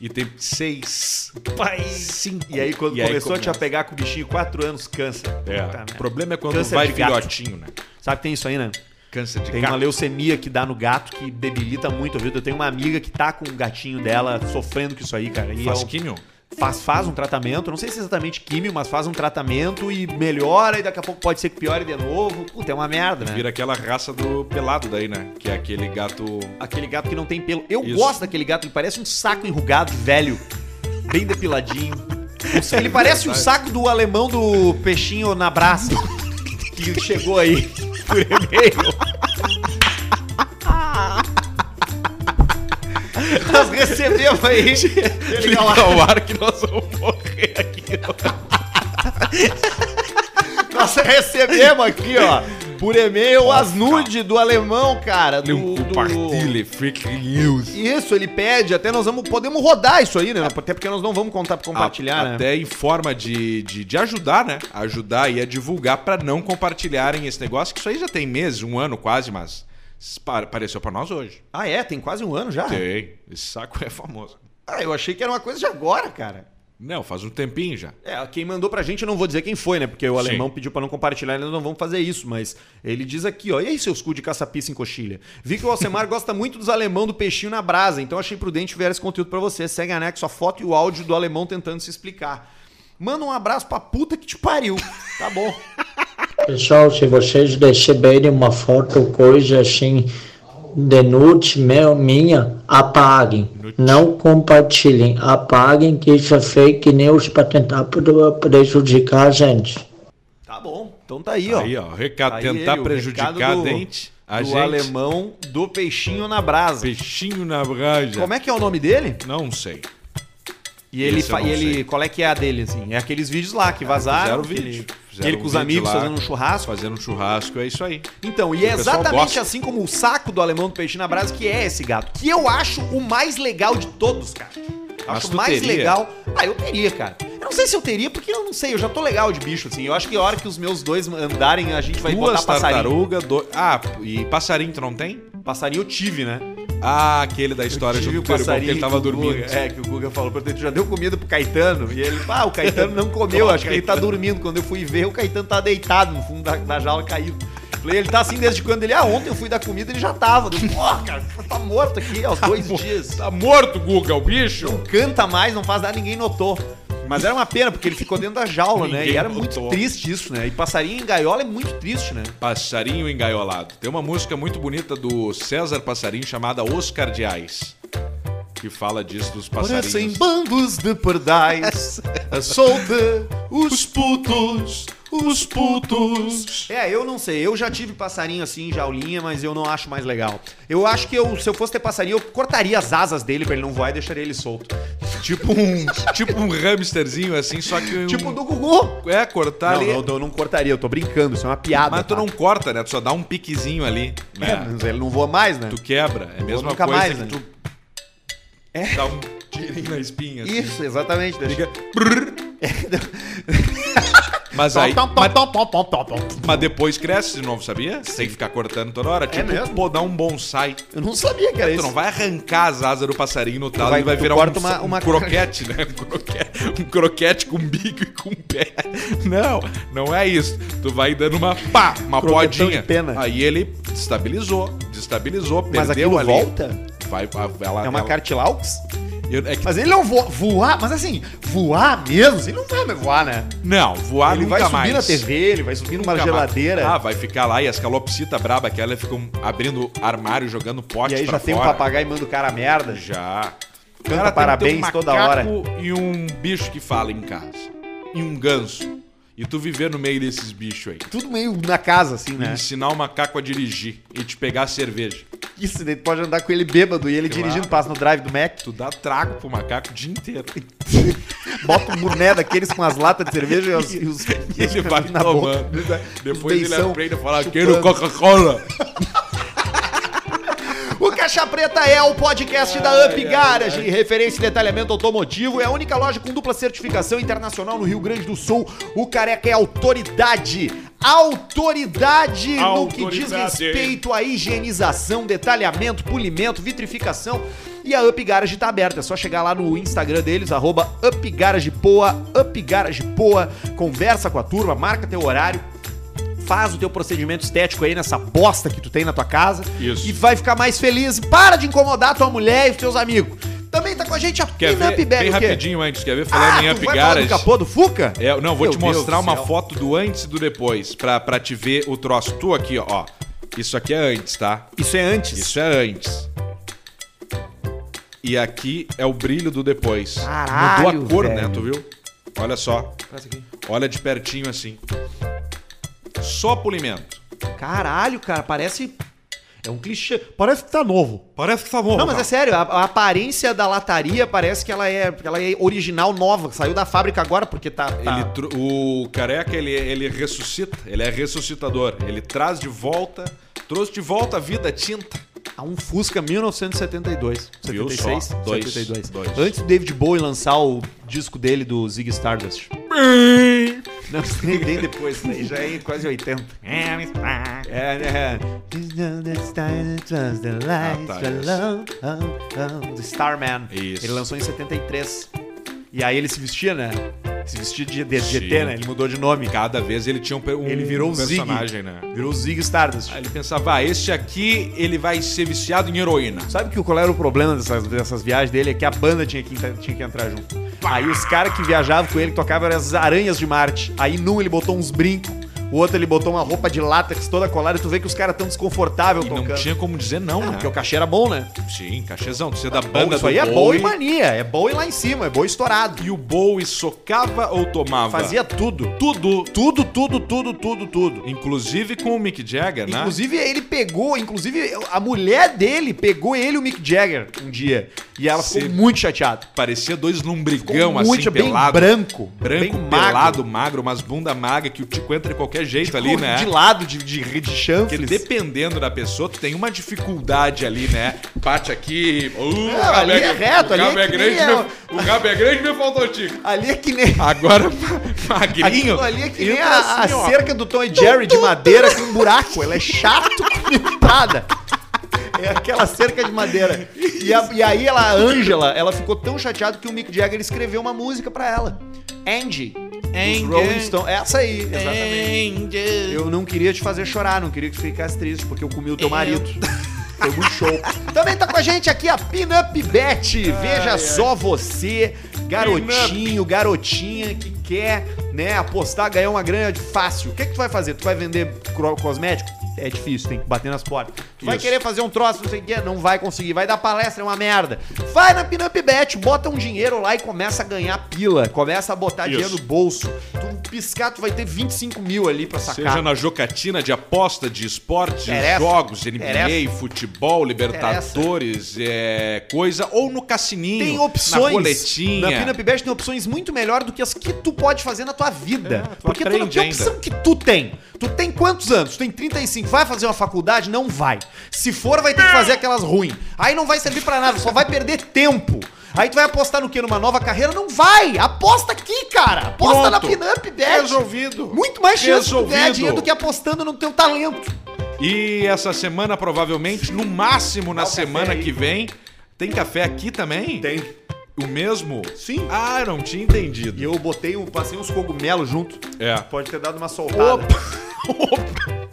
[SPEAKER 1] E tem 6.
[SPEAKER 2] Pai.
[SPEAKER 1] Cinco.
[SPEAKER 2] E aí, quando
[SPEAKER 1] E aí
[SPEAKER 2] começou a te
[SPEAKER 1] começa.
[SPEAKER 2] apegar com o bichinho, 4 anos, câncer.
[SPEAKER 1] É.
[SPEAKER 2] Puta merda.
[SPEAKER 1] O problema é quando
[SPEAKER 2] Câncer
[SPEAKER 1] vai
[SPEAKER 2] de gato.
[SPEAKER 1] filhotinho, né?
[SPEAKER 2] Sabe que tem isso aí, né?
[SPEAKER 1] Câncer de
[SPEAKER 2] Tem
[SPEAKER 1] gato.
[SPEAKER 2] uma leucemia que dá no gato que debilita muito a vida. Eu tenho uma amiga que tá com o gatinho dela sofrendo com isso aí, cara. E
[SPEAKER 1] Faz
[SPEAKER 2] é o-
[SPEAKER 1] químio?
[SPEAKER 2] faz, faz um tratamento, não sei se é exatamente químio, mas faz um tratamento e melhora, e daqui a pouco pode ser que piore de novo. Puta, é uma merda, né?
[SPEAKER 1] Vira aquela raça do pelado daí, né? Que é aquele gato
[SPEAKER 2] Aquele gato que não tem pelo. Eu
[SPEAKER 1] Isso.
[SPEAKER 2] gosto daquele gato, ele parece um saco enrugado, velho, bem depiladinho. Ele parece o saco do alemão do peixinho na brasa. Que chegou aí por e-mail. Nós recebemos aí. Liga lá.
[SPEAKER 1] ao ar que nós vamos morrer aqui. né?
[SPEAKER 2] Nós recebemos aqui, ó, por e-mail as nudes do alemão, cara. Do, do...
[SPEAKER 1] um Compartilhe, fake news.
[SPEAKER 2] Isso, ele pede, até nós vamos, podemos rodar isso aí, né? Até porque nós não vamos contar pra compartilhar, né?
[SPEAKER 1] Até em forma de, de, de ajudar, né? Ajudar e a divulgar pra não compartilharem esse negócio, que isso aí já tem meses, um ano quase, mas pa- apareceu pra nós hoje.
[SPEAKER 2] Ah, é? Tem quase um ano já?
[SPEAKER 1] Tem. Esse saco é famoso.
[SPEAKER 2] Ah, eu achei que era uma coisa de agora, cara.
[SPEAKER 1] Não, faz um tempinho já.
[SPEAKER 2] É, quem mandou pra gente, eu não vou dizer quem foi, né? Porque o
[SPEAKER 1] Sim.
[SPEAKER 2] alemão pediu pra não compartilhar, nós não vamos fazer isso. Mas ele diz aqui, ó. E aí, seus cu de caçapiça em coxilha? Vi que o Alcemar gosta muito dos alemão do peixinho na brasa, então achei prudente enviar esse conteúdo pra você. Segue anexo a foto e o áudio do alemão tentando se explicar. Manda um abraço pra puta que te pariu. Tá bom.
[SPEAKER 3] Pessoal, se vocês receberem uma foto, coisa assim, de nude meu, minha, apaguem. Não compartilhem. Apaguem, que isso é fake news para tentar pre- prejudicar a gente.
[SPEAKER 2] Tá bom. Então tá aí, ó.
[SPEAKER 1] Aí, ó, recado,
[SPEAKER 2] Aí
[SPEAKER 1] tentar
[SPEAKER 2] ele, o
[SPEAKER 1] prejudicar
[SPEAKER 2] recado do-
[SPEAKER 1] a dente, a
[SPEAKER 2] do
[SPEAKER 1] gente.
[SPEAKER 2] alemão do peixinho na brasa.
[SPEAKER 1] Peixinho na brasa.
[SPEAKER 2] Como é que é o nome dele?
[SPEAKER 1] Não sei.
[SPEAKER 2] E ele,
[SPEAKER 1] Esse eu
[SPEAKER 2] fa-
[SPEAKER 1] não
[SPEAKER 2] e ele
[SPEAKER 1] sei. Ah,
[SPEAKER 2] qual é que é a dele, assim? É aqueles vídeos lá que
[SPEAKER 1] fizeram
[SPEAKER 2] vazaram. que
[SPEAKER 1] vídeo.
[SPEAKER 2] ele-
[SPEAKER 1] Fizeram
[SPEAKER 2] ele
[SPEAKER 1] um
[SPEAKER 2] com os
[SPEAKER 1] vídeo
[SPEAKER 2] amigos
[SPEAKER 1] lá.
[SPEAKER 2] fazendo um churrasco.
[SPEAKER 1] Fazendo um churrasco, é isso aí.
[SPEAKER 2] Então, e é
[SPEAKER 1] O pessoal
[SPEAKER 2] exatamente
[SPEAKER 1] gosta.
[SPEAKER 2] assim como o saco do alemão do peixe na brasa, que é esse gato. Que eu acho o mais legal de todos, cara. Eu
[SPEAKER 1] Mas
[SPEAKER 2] acho
[SPEAKER 1] tu
[SPEAKER 2] mais
[SPEAKER 1] teria?
[SPEAKER 2] legal. Ah, eu teria, cara. Eu não sei se eu teria, porque eu não sei, eu já tô legal de bicho, assim. Eu acho que a hora que os meus dois andarem, a gente vai
[SPEAKER 1] Duas
[SPEAKER 2] botar passarinho.
[SPEAKER 1] tartarugas, dois. Ah, e passarinho tu não tem?
[SPEAKER 2] Passarinho eu tive, né?
[SPEAKER 1] Ah, aquele da história
[SPEAKER 2] Tive
[SPEAKER 1] junto
[SPEAKER 2] o
[SPEAKER 1] com o irmão,
[SPEAKER 2] passarinho
[SPEAKER 1] que ele tava
[SPEAKER 2] que o
[SPEAKER 1] dormindo.
[SPEAKER 2] Guga- é, que o Guga falou pra ele, tu já deu comida pro Caetano? E ele, ah, o Caetano não comeu, acho que ele tá dormindo. Quando eu fui ver, o Caetano tá deitado no fundo da, da jaula, caído. Falei, ele tá assim desde quando? Ele, ah, ontem eu fui dar comida, ele já tava. Eu, Porra, cara, tá morto aqui há dois dias.
[SPEAKER 1] Tá morto, Guga, o bicho?
[SPEAKER 2] Não canta mais, não faz nada, ninguém notou. Mas era uma pena, porque ele ficou dentro da jaula, né? E
[SPEAKER 1] Ninguém
[SPEAKER 2] era
[SPEAKER 1] notou.
[SPEAKER 2] muito triste isso, né? E passarinho em gaiola é muito triste, né?
[SPEAKER 1] Passarinho engaiolado. Tem uma música muito bonita do César Passarinho chamada Os Cardeais. Que fala disso dos
[SPEAKER 2] Parecem
[SPEAKER 1] passarinhos.
[SPEAKER 2] bandos de pardais, solta os
[SPEAKER 1] putos, os putos.
[SPEAKER 2] É, eu não sei. Eu já tive passarinho assim em jaulinha, mas eu não acho mais legal. Eu acho que eu, se eu fosse ter passarinho, eu cortaria as asas dele pra ele não voar e deixaria ele solto.
[SPEAKER 1] Tipo um, tipo um hamsterzinho assim, só que. um-
[SPEAKER 2] Tipo o do Gugu.
[SPEAKER 1] É, cortar
[SPEAKER 2] Não,
[SPEAKER 1] ali.
[SPEAKER 2] não, eu não cortaria, eu tô brincando, isso é uma piada.
[SPEAKER 1] mas tu não corta, né? Tu só dá um piquezinho ali.
[SPEAKER 2] É,
[SPEAKER 1] Né?
[SPEAKER 2] mas ele não voa mais, né?
[SPEAKER 1] Tu quebra. É a mesma
[SPEAKER 2] nunca
[SPEAKER 1] coisa
[SPEAKER 2] mais,
[SPEAKER 1] que
[SPEAKER 2] né?
[SPEAKER 1] tu. Dá um tirinho na espinha. assim.
[SPEAKER 2] Isso, exatamente. Deixa...
[SPEAKER 1] Mas aí.
[SPEAKER 2] um Tom, tom, tom, tom, tom, tom, tom.
[SPEAKER 1] Mas depois cresce de novo, sabia? Você tem que ficar cortando toda hora. Tipo,
[SPEAKER 2] É mesmo?
[SPEAKER 1] pô, dá um bonsai.
[SPEAKER 2] Eu não sabia que era
[SPEAKER 1] É, Tu
[SPEAKER 2] isso.
[SPEAKER 1] não vai arrancar as asas do passarinho no talo
[SPEAKER 2] vai-
[SPEAKER 1] e vai
[SPEAKER 2] tu
[SPEAKER 1] virar
[SPEAKER 2] corta
[SPEAKER 1] um,
[SPEAKER 2] uma-
[SPEAKER 1] um
[SPEAKER 2] uma-
[SPEAKER 1] croquete, né? Um croquete, um croquete com bico e com pé. Não, não é isso. Tu vai dando uma pá, uma
[SPEAKER 2] Croquetão
[SPEAKER 1] podinha.
[SPEAKER 2] de pena.
[SPEAKER 1] Aí ele destabilizou, destabilizou,
[SPEAKER 2] Mas
[SPEAKER 1] perdeu
[SPEAKER 2] aquilo
[SPEAKER 1] ali.
[SPEAKER 2] volta?
[SPEAKER 1] Vai, a- ela,
[SPEAKER 2] É uma
[SPEAKER 1] ela-
[SPEAKER 2] cartilaux?
[SPEAKER 1] Eu- é que-
[SPEAKER 2] Mas ele não voa, voar, mas assim, voar mesmo, assim, ele não vai mais voar, né?
[SPEAKER 1] não, voar
[SPEAKER 2] ele
[SPEAKER 1] Ah, nunca
[SPEAKER 2] vai subir
[SPEAKER 1] mais.
[SPEAKER 2] na TV, ele vai subir numa
[SPEAKER 1] Nunca mais.
[SPEAKER 2] geladeira.
[SPEAKER 1] Ah, vai ficar lá e as calopsitas braba que ela ficam abrindo armário, jogando pote
[SPEAKER 2] e aí
[SPEAKER 1] pra
[SPEAKER 2] já tem um
[SPEAKER 1] fora.
[SPEAKER 2] papagaio e manda o cara a merda.
[SPEAKER 1] Já.
[SPEAKER 2] Canta
[SPEAKER 1] Cara, tem que ter
[SPEAKER 2] parabéns
[SPEAKER 1] um
[SPEAKER 2] toda hora.
[SPEAKER 1] macaco E um bicho que fala em casa. E um ganso. E tu viver no meio desses bichos aí.
[SPEAKER 2] Tudo meio na casa, assim,
[SPEAKER 1] E
[SPEAKER 2] né?
[SPEAKER 1] ensinar o macaco a dirigir e te pegar a cerveja.
[SPEAKER 2] Isso, daí tu pode andar com ele bêbado e ele
[SPEAKER 1] Claro.
[SPEAKER 2] dirigindo, passa no drive do Mac.
[SPEAKER 1] Tu dá trago pro macaco o dia inteiro.
[SPEAKER 2] Bota um boné daqueles com as latas de cerveja e os. E os-
[SPEAKER 1] E ele vai
[SPEAKER 2] na boca.
[SPEAKER 1] tomando. Depois ele
[SPEAKER 2] beição,
[SPEAKER 1] aprende a falar,
[SPEAKER 2] chupando.
[SPEAKER 1] quero Coca-Cola.
[SPEAKER 2] O Caixa Preta é o podcast da Up Garage, referência e detalhamento automotivo. É a única loja com dupla certificação internacional no Rio Grande do Sul. O Careca é autoridade. Autoridade no que diz
[SPEAKER 1] Autoridade.
[SPEAKER 2] respeito à higienização, detalhamento, polimento, vitrificação. E a Up Garage tá aberta, é só chegar lá no Instagram deles, arroba Up Garage Poa, Up Garage Poa. Conversa com a turma, marca teu horário, faz o teu procedimento estético aí nessa bosta que tu tem na tua casa
[SPEAKER 1] Isso.
[SPEAKER 2] e vai ficar mais feliz. Para de incomodar tua mulher e os teus amigos. Também tá com a gente a
[SPEAKER 1] Quer ver?
[SPEAKER 2] Pinup
[SPEAKER 1] Bem
[SPEAKER 2] Bag, o quê?
[SPEAKER 1] rapidinho antes. Quer ver? Falando
[SPEAKER 2] Ah,
[SPEAKER 1] em
[SPEAKER 2] tu
[SPEAKER 1] Up
[SPEAKER 2] vai falar do
[SPEAKER 1] Garage.
[SPEAKER 2] capô do Fuca?
[SPEAKER 1] É, não, vou
[SPEAKER 2] Meu
[SPEAKER 1] te
[SPEAKER 2] Deus
[SPEAKER 1] mostrar
[SPEAKER 2] do
[SPEAKER 1] uma
[SPEAKER 2] céu.
[SPEAKER 1] foto do antes e do depois, pra, pra te ver o troço. Tu aqui, ó, ó. Isso aqui é antes, tá?
[SPEAKER 2] Isso é antes.
[SPEAKER 1] Isso é antes. E aqui é o brilho do depois.
[SPEAKER 2] Caralho,
[SPEAKER 1] Mudou a cor,
[SPEAKER 2] velho.
[SPEAKER 1] né? Tu viu? Olha só. Olha de pertinho assim. Só polimento.
[SPEAKER 2] Caralho, cara, parece... É um clichê. Parece que tá novo.
[SPEAKER 1] Parece que tá bom.
[SPEAKER 2] Não, mas é sério, a, a aparência da lataria parece que ela é, ela é original, nova, saiu da fábrica agora porque tá... tá-
[SPEAKER 1] Ele tro- o careca, ele, ele ressuscita, ele é ressuscitador. Ele traz de volta, trouxe de volta a vida a tinta.
[SPEAKER 2] Há um Fusca 1972.
[SPEAKER 1] Viu
[SPEAKER 2] 76?
[SPEAKER 1] só? Dois, dois.
[SPEAKER 2] Antes do David Bowie lançar o disco dele do Zig Stardust. Não, nem, nem depois, isso aí já é quase 80. É, né?
[SPEAKER 1] Ah, tá,
[SPEAKER 2] Do Starman.
[SPEAKER 1] Isso.
[SPEAKER 2] Ele lançou em 73. E aí ele se vestia, né? Se vestia de, de, de
[SPEAKER 1] Sim.
[SPEAKER 2] ET, né? Ele mudou de nome.
[SPEAKER 1] Cada vez ele tinha um, pe- um
[SPEAKER 2] Ele virou o Zig.
[SPEAKER 1] personagem, né?
[SPEAKER 2] Virou Zig Stardust.
[SPEAKER 1] Aí ele pensava, ah, esse aqui ele vai ser viciado em heroína.
[SPEAKER 2] Sabe que o- qual era o problema dessas, dessas viagens dele? É que a banda tinha que, entra- tinha que entrar junto. Aí os caras que viajavam com ele, que tocavam eram as aranhas de Marte. Aí num ele botou uns brincos, o outro ele botou uma roupa de látex toda colada, e tu vê que os caras tão desconfortáveis
[SPEAKER 1] E não
[SPEAKER 2] tocando.
[SPEAKER 1] tinha como dizer não,
[SPEAKER 2] Ah,
[SPEAKER 1] né?
[SPEAKER 2] porque o cachê era bom, né?
[SPEAKER 1] Sim, cachezão. Você é da
[SPEAKER 2] Bom,
[SPEAKER 1] banda
[SPEAKER 2] isso aí
[SPEAKER 1] do
[SPEAKER 2] é bom
[SPEAKER 1] Bowie.
[SPEAKER 2] e mania, é bom e lá em cima, é bom estourado.
[SPEAKER 1] E o Bowie socava ou tomava?
[SPEAKER 2] Fazia tudo.
[SPEAKER 1] tudo.
[SPEAKER 2] Tudo, tudo, tudo, tudo, tudo.
[SPEAKER 1] Inclusive com o Mick Jagger, né?
[SPEAKER 2] Inclusive, ele pegou, inclusive, a mulher dele pegou ele e o Mick Jagger um dia. E ela
[SPEAKER 1] Sim.
[SPEAKER 2] ficou muito chateada.
[SPEAKER 1] Parecia dois
[SPEAKER 2] Ficou
[SPEAKER 1] lombrigão
[SPEAKER 2] muito
[SPEAKER 1] assim,
[SPEAKER 2] bem
[SPEAKER 1] pelado.
[SPEAKER 2] branco.
[SPEAKER 1] Branco,
[SPEAKER 2] bem magro.
[SPEAKER 1] pelado, magro, umas bunda magra que o tico entra de qualquer jeito ali, né?
[SPEAKER 2] De lado, de, de, de
[SPEAKER 1] Porque
[SPEAKER 2] chanfles.
[SPEAKER 1] dependendo da pessoa, tu tem uma dificuldade ali, né? Bate aqui. Uh, o
[SPEAKER 2] Não, ali é reto,
[SPEAKER 1] o
[SPEAKER 2] ali é
[SPEAKER 1] cabo é
[SPEAKER 2] que
[SPEAKER 1] grande,
[SPEAKER 2] nem é-
[SPEAKER 1] meu- o cabo é grande, me faltou tico.
[SPEAKER 2] Ali é que nem...
[SPEAKER 1] Agora, magrinho.
[SPEAKER 2] Aquilo ali é que nem
[SPEAKER 1] entra
[SPEAKER 2] a,
[SPEAKER 1] assim,
[SPEAKER 2] a
[SPEAKER 1] ó.
[SPEAKER 2] cerca do Tom e Jerry de madeira com um buraco. Ela é chato com entrada. É aquela cerca de madeira. E, a- e aí ela, a Angela, ela ficou tão chateada que o Mick Jagger escreveu uma música pra ela. Angie. Angie.
[SPEAKER 1] Angie.
[SPEAKER 2] Rolling Stone. Essa aí, exatamente. Eu não queria te fazer chorar, não queria que tu ficasse triste, porque eu comi o teu marido. Foi muito show. Também tá com a gente aqui a Pinup Bet. Veja só você, garotinho, garotinha que quer, né, apostar, ganhar uma grana fácil. O que é que tu vai fazer? Tu vai vender cro- cosmético? É difícil, tem que bater nas portas. Tu vai
[SPEAKER 1] Isso.
[SPEAKER 2] querer fazer um troço, não sei o que, não vai conseguir. Vai dar palestra, é uma merda. Vai na Pinup Bet, bota um dinheiro lá e começa a ganhar pila. Começa a botar
[SPEAKER 1] Isso.
[SPEAKER 2] dinheiro no bolso. Tu piscar, tu vai ter 25 mil ali pra sacar.
[SPEAKER 1] Seja na jocatina de aposta de esportes,
[SPEAKER 2] Interessa.
[SPEAKER 1] jogos, NBA,
[SPEAKER 2] Interessa.
[SPEAKER 1] futebol, Libertadores, é, coisa, ou no cassininho,
[SPEAKER 2] tem
[SPEAKER 1] na
[SPEAKER 2] opções.
[SPEAKER 1] boletinha.
[SPEAKER 2] Na Pinup Bet tem opções muito melhor do que as que tu pode fazer na tua vida.
[SPEAKER 1] tu
[SPEAKER 2] Porque É, tu não
[SPEAKER 1] aprende
[SPEAKER 2] tem a opção que tu tem. Tu tem quantos anos? Tu tem 35. Vai fazer uma faculdade? Não vai. Se for, vai ter que fazer aquelas ruins. Aí não vai servir pra nada, só vai perder tempo. Aí tu vai apostar no quê? Numa nova carreira? Não vai! Aposta aqui, cara!
[SPEAKER 1] Pronto.
[SPEAKER 2] Aposta na Pinup Bet!
[SPEAKER 1] Resolvido.
[SPEAKER 2] Muito mais chance de tu ganhar
[SPEAKER 1] Resolvido.
[SPEAKER 2] dinheiro do que apostando no teu talento.
[SPEAKER 1] E essa semana, provavelmente, no máximo na
[SPEAKER 2] Dá o café
[SPEAKER 1] semana
[SPEAKER 2] aí.
[SPEAKER 1] que vem. Tem café aqui também?
[SPEAKER 2] Tem.
[SPEAKER 1] O mesmo?
[SPEAKER 2] Sim.
[SPEAKER 1] Ah, não tinha entendido.
[SPEAKER 2] E eu botei, um, passei uns cogumelos junto.
[SPEAKER 1] É.
[SPEAKER 2] Pode ter dado uma soltada.
[SPEAKER 1] Opa! Opa!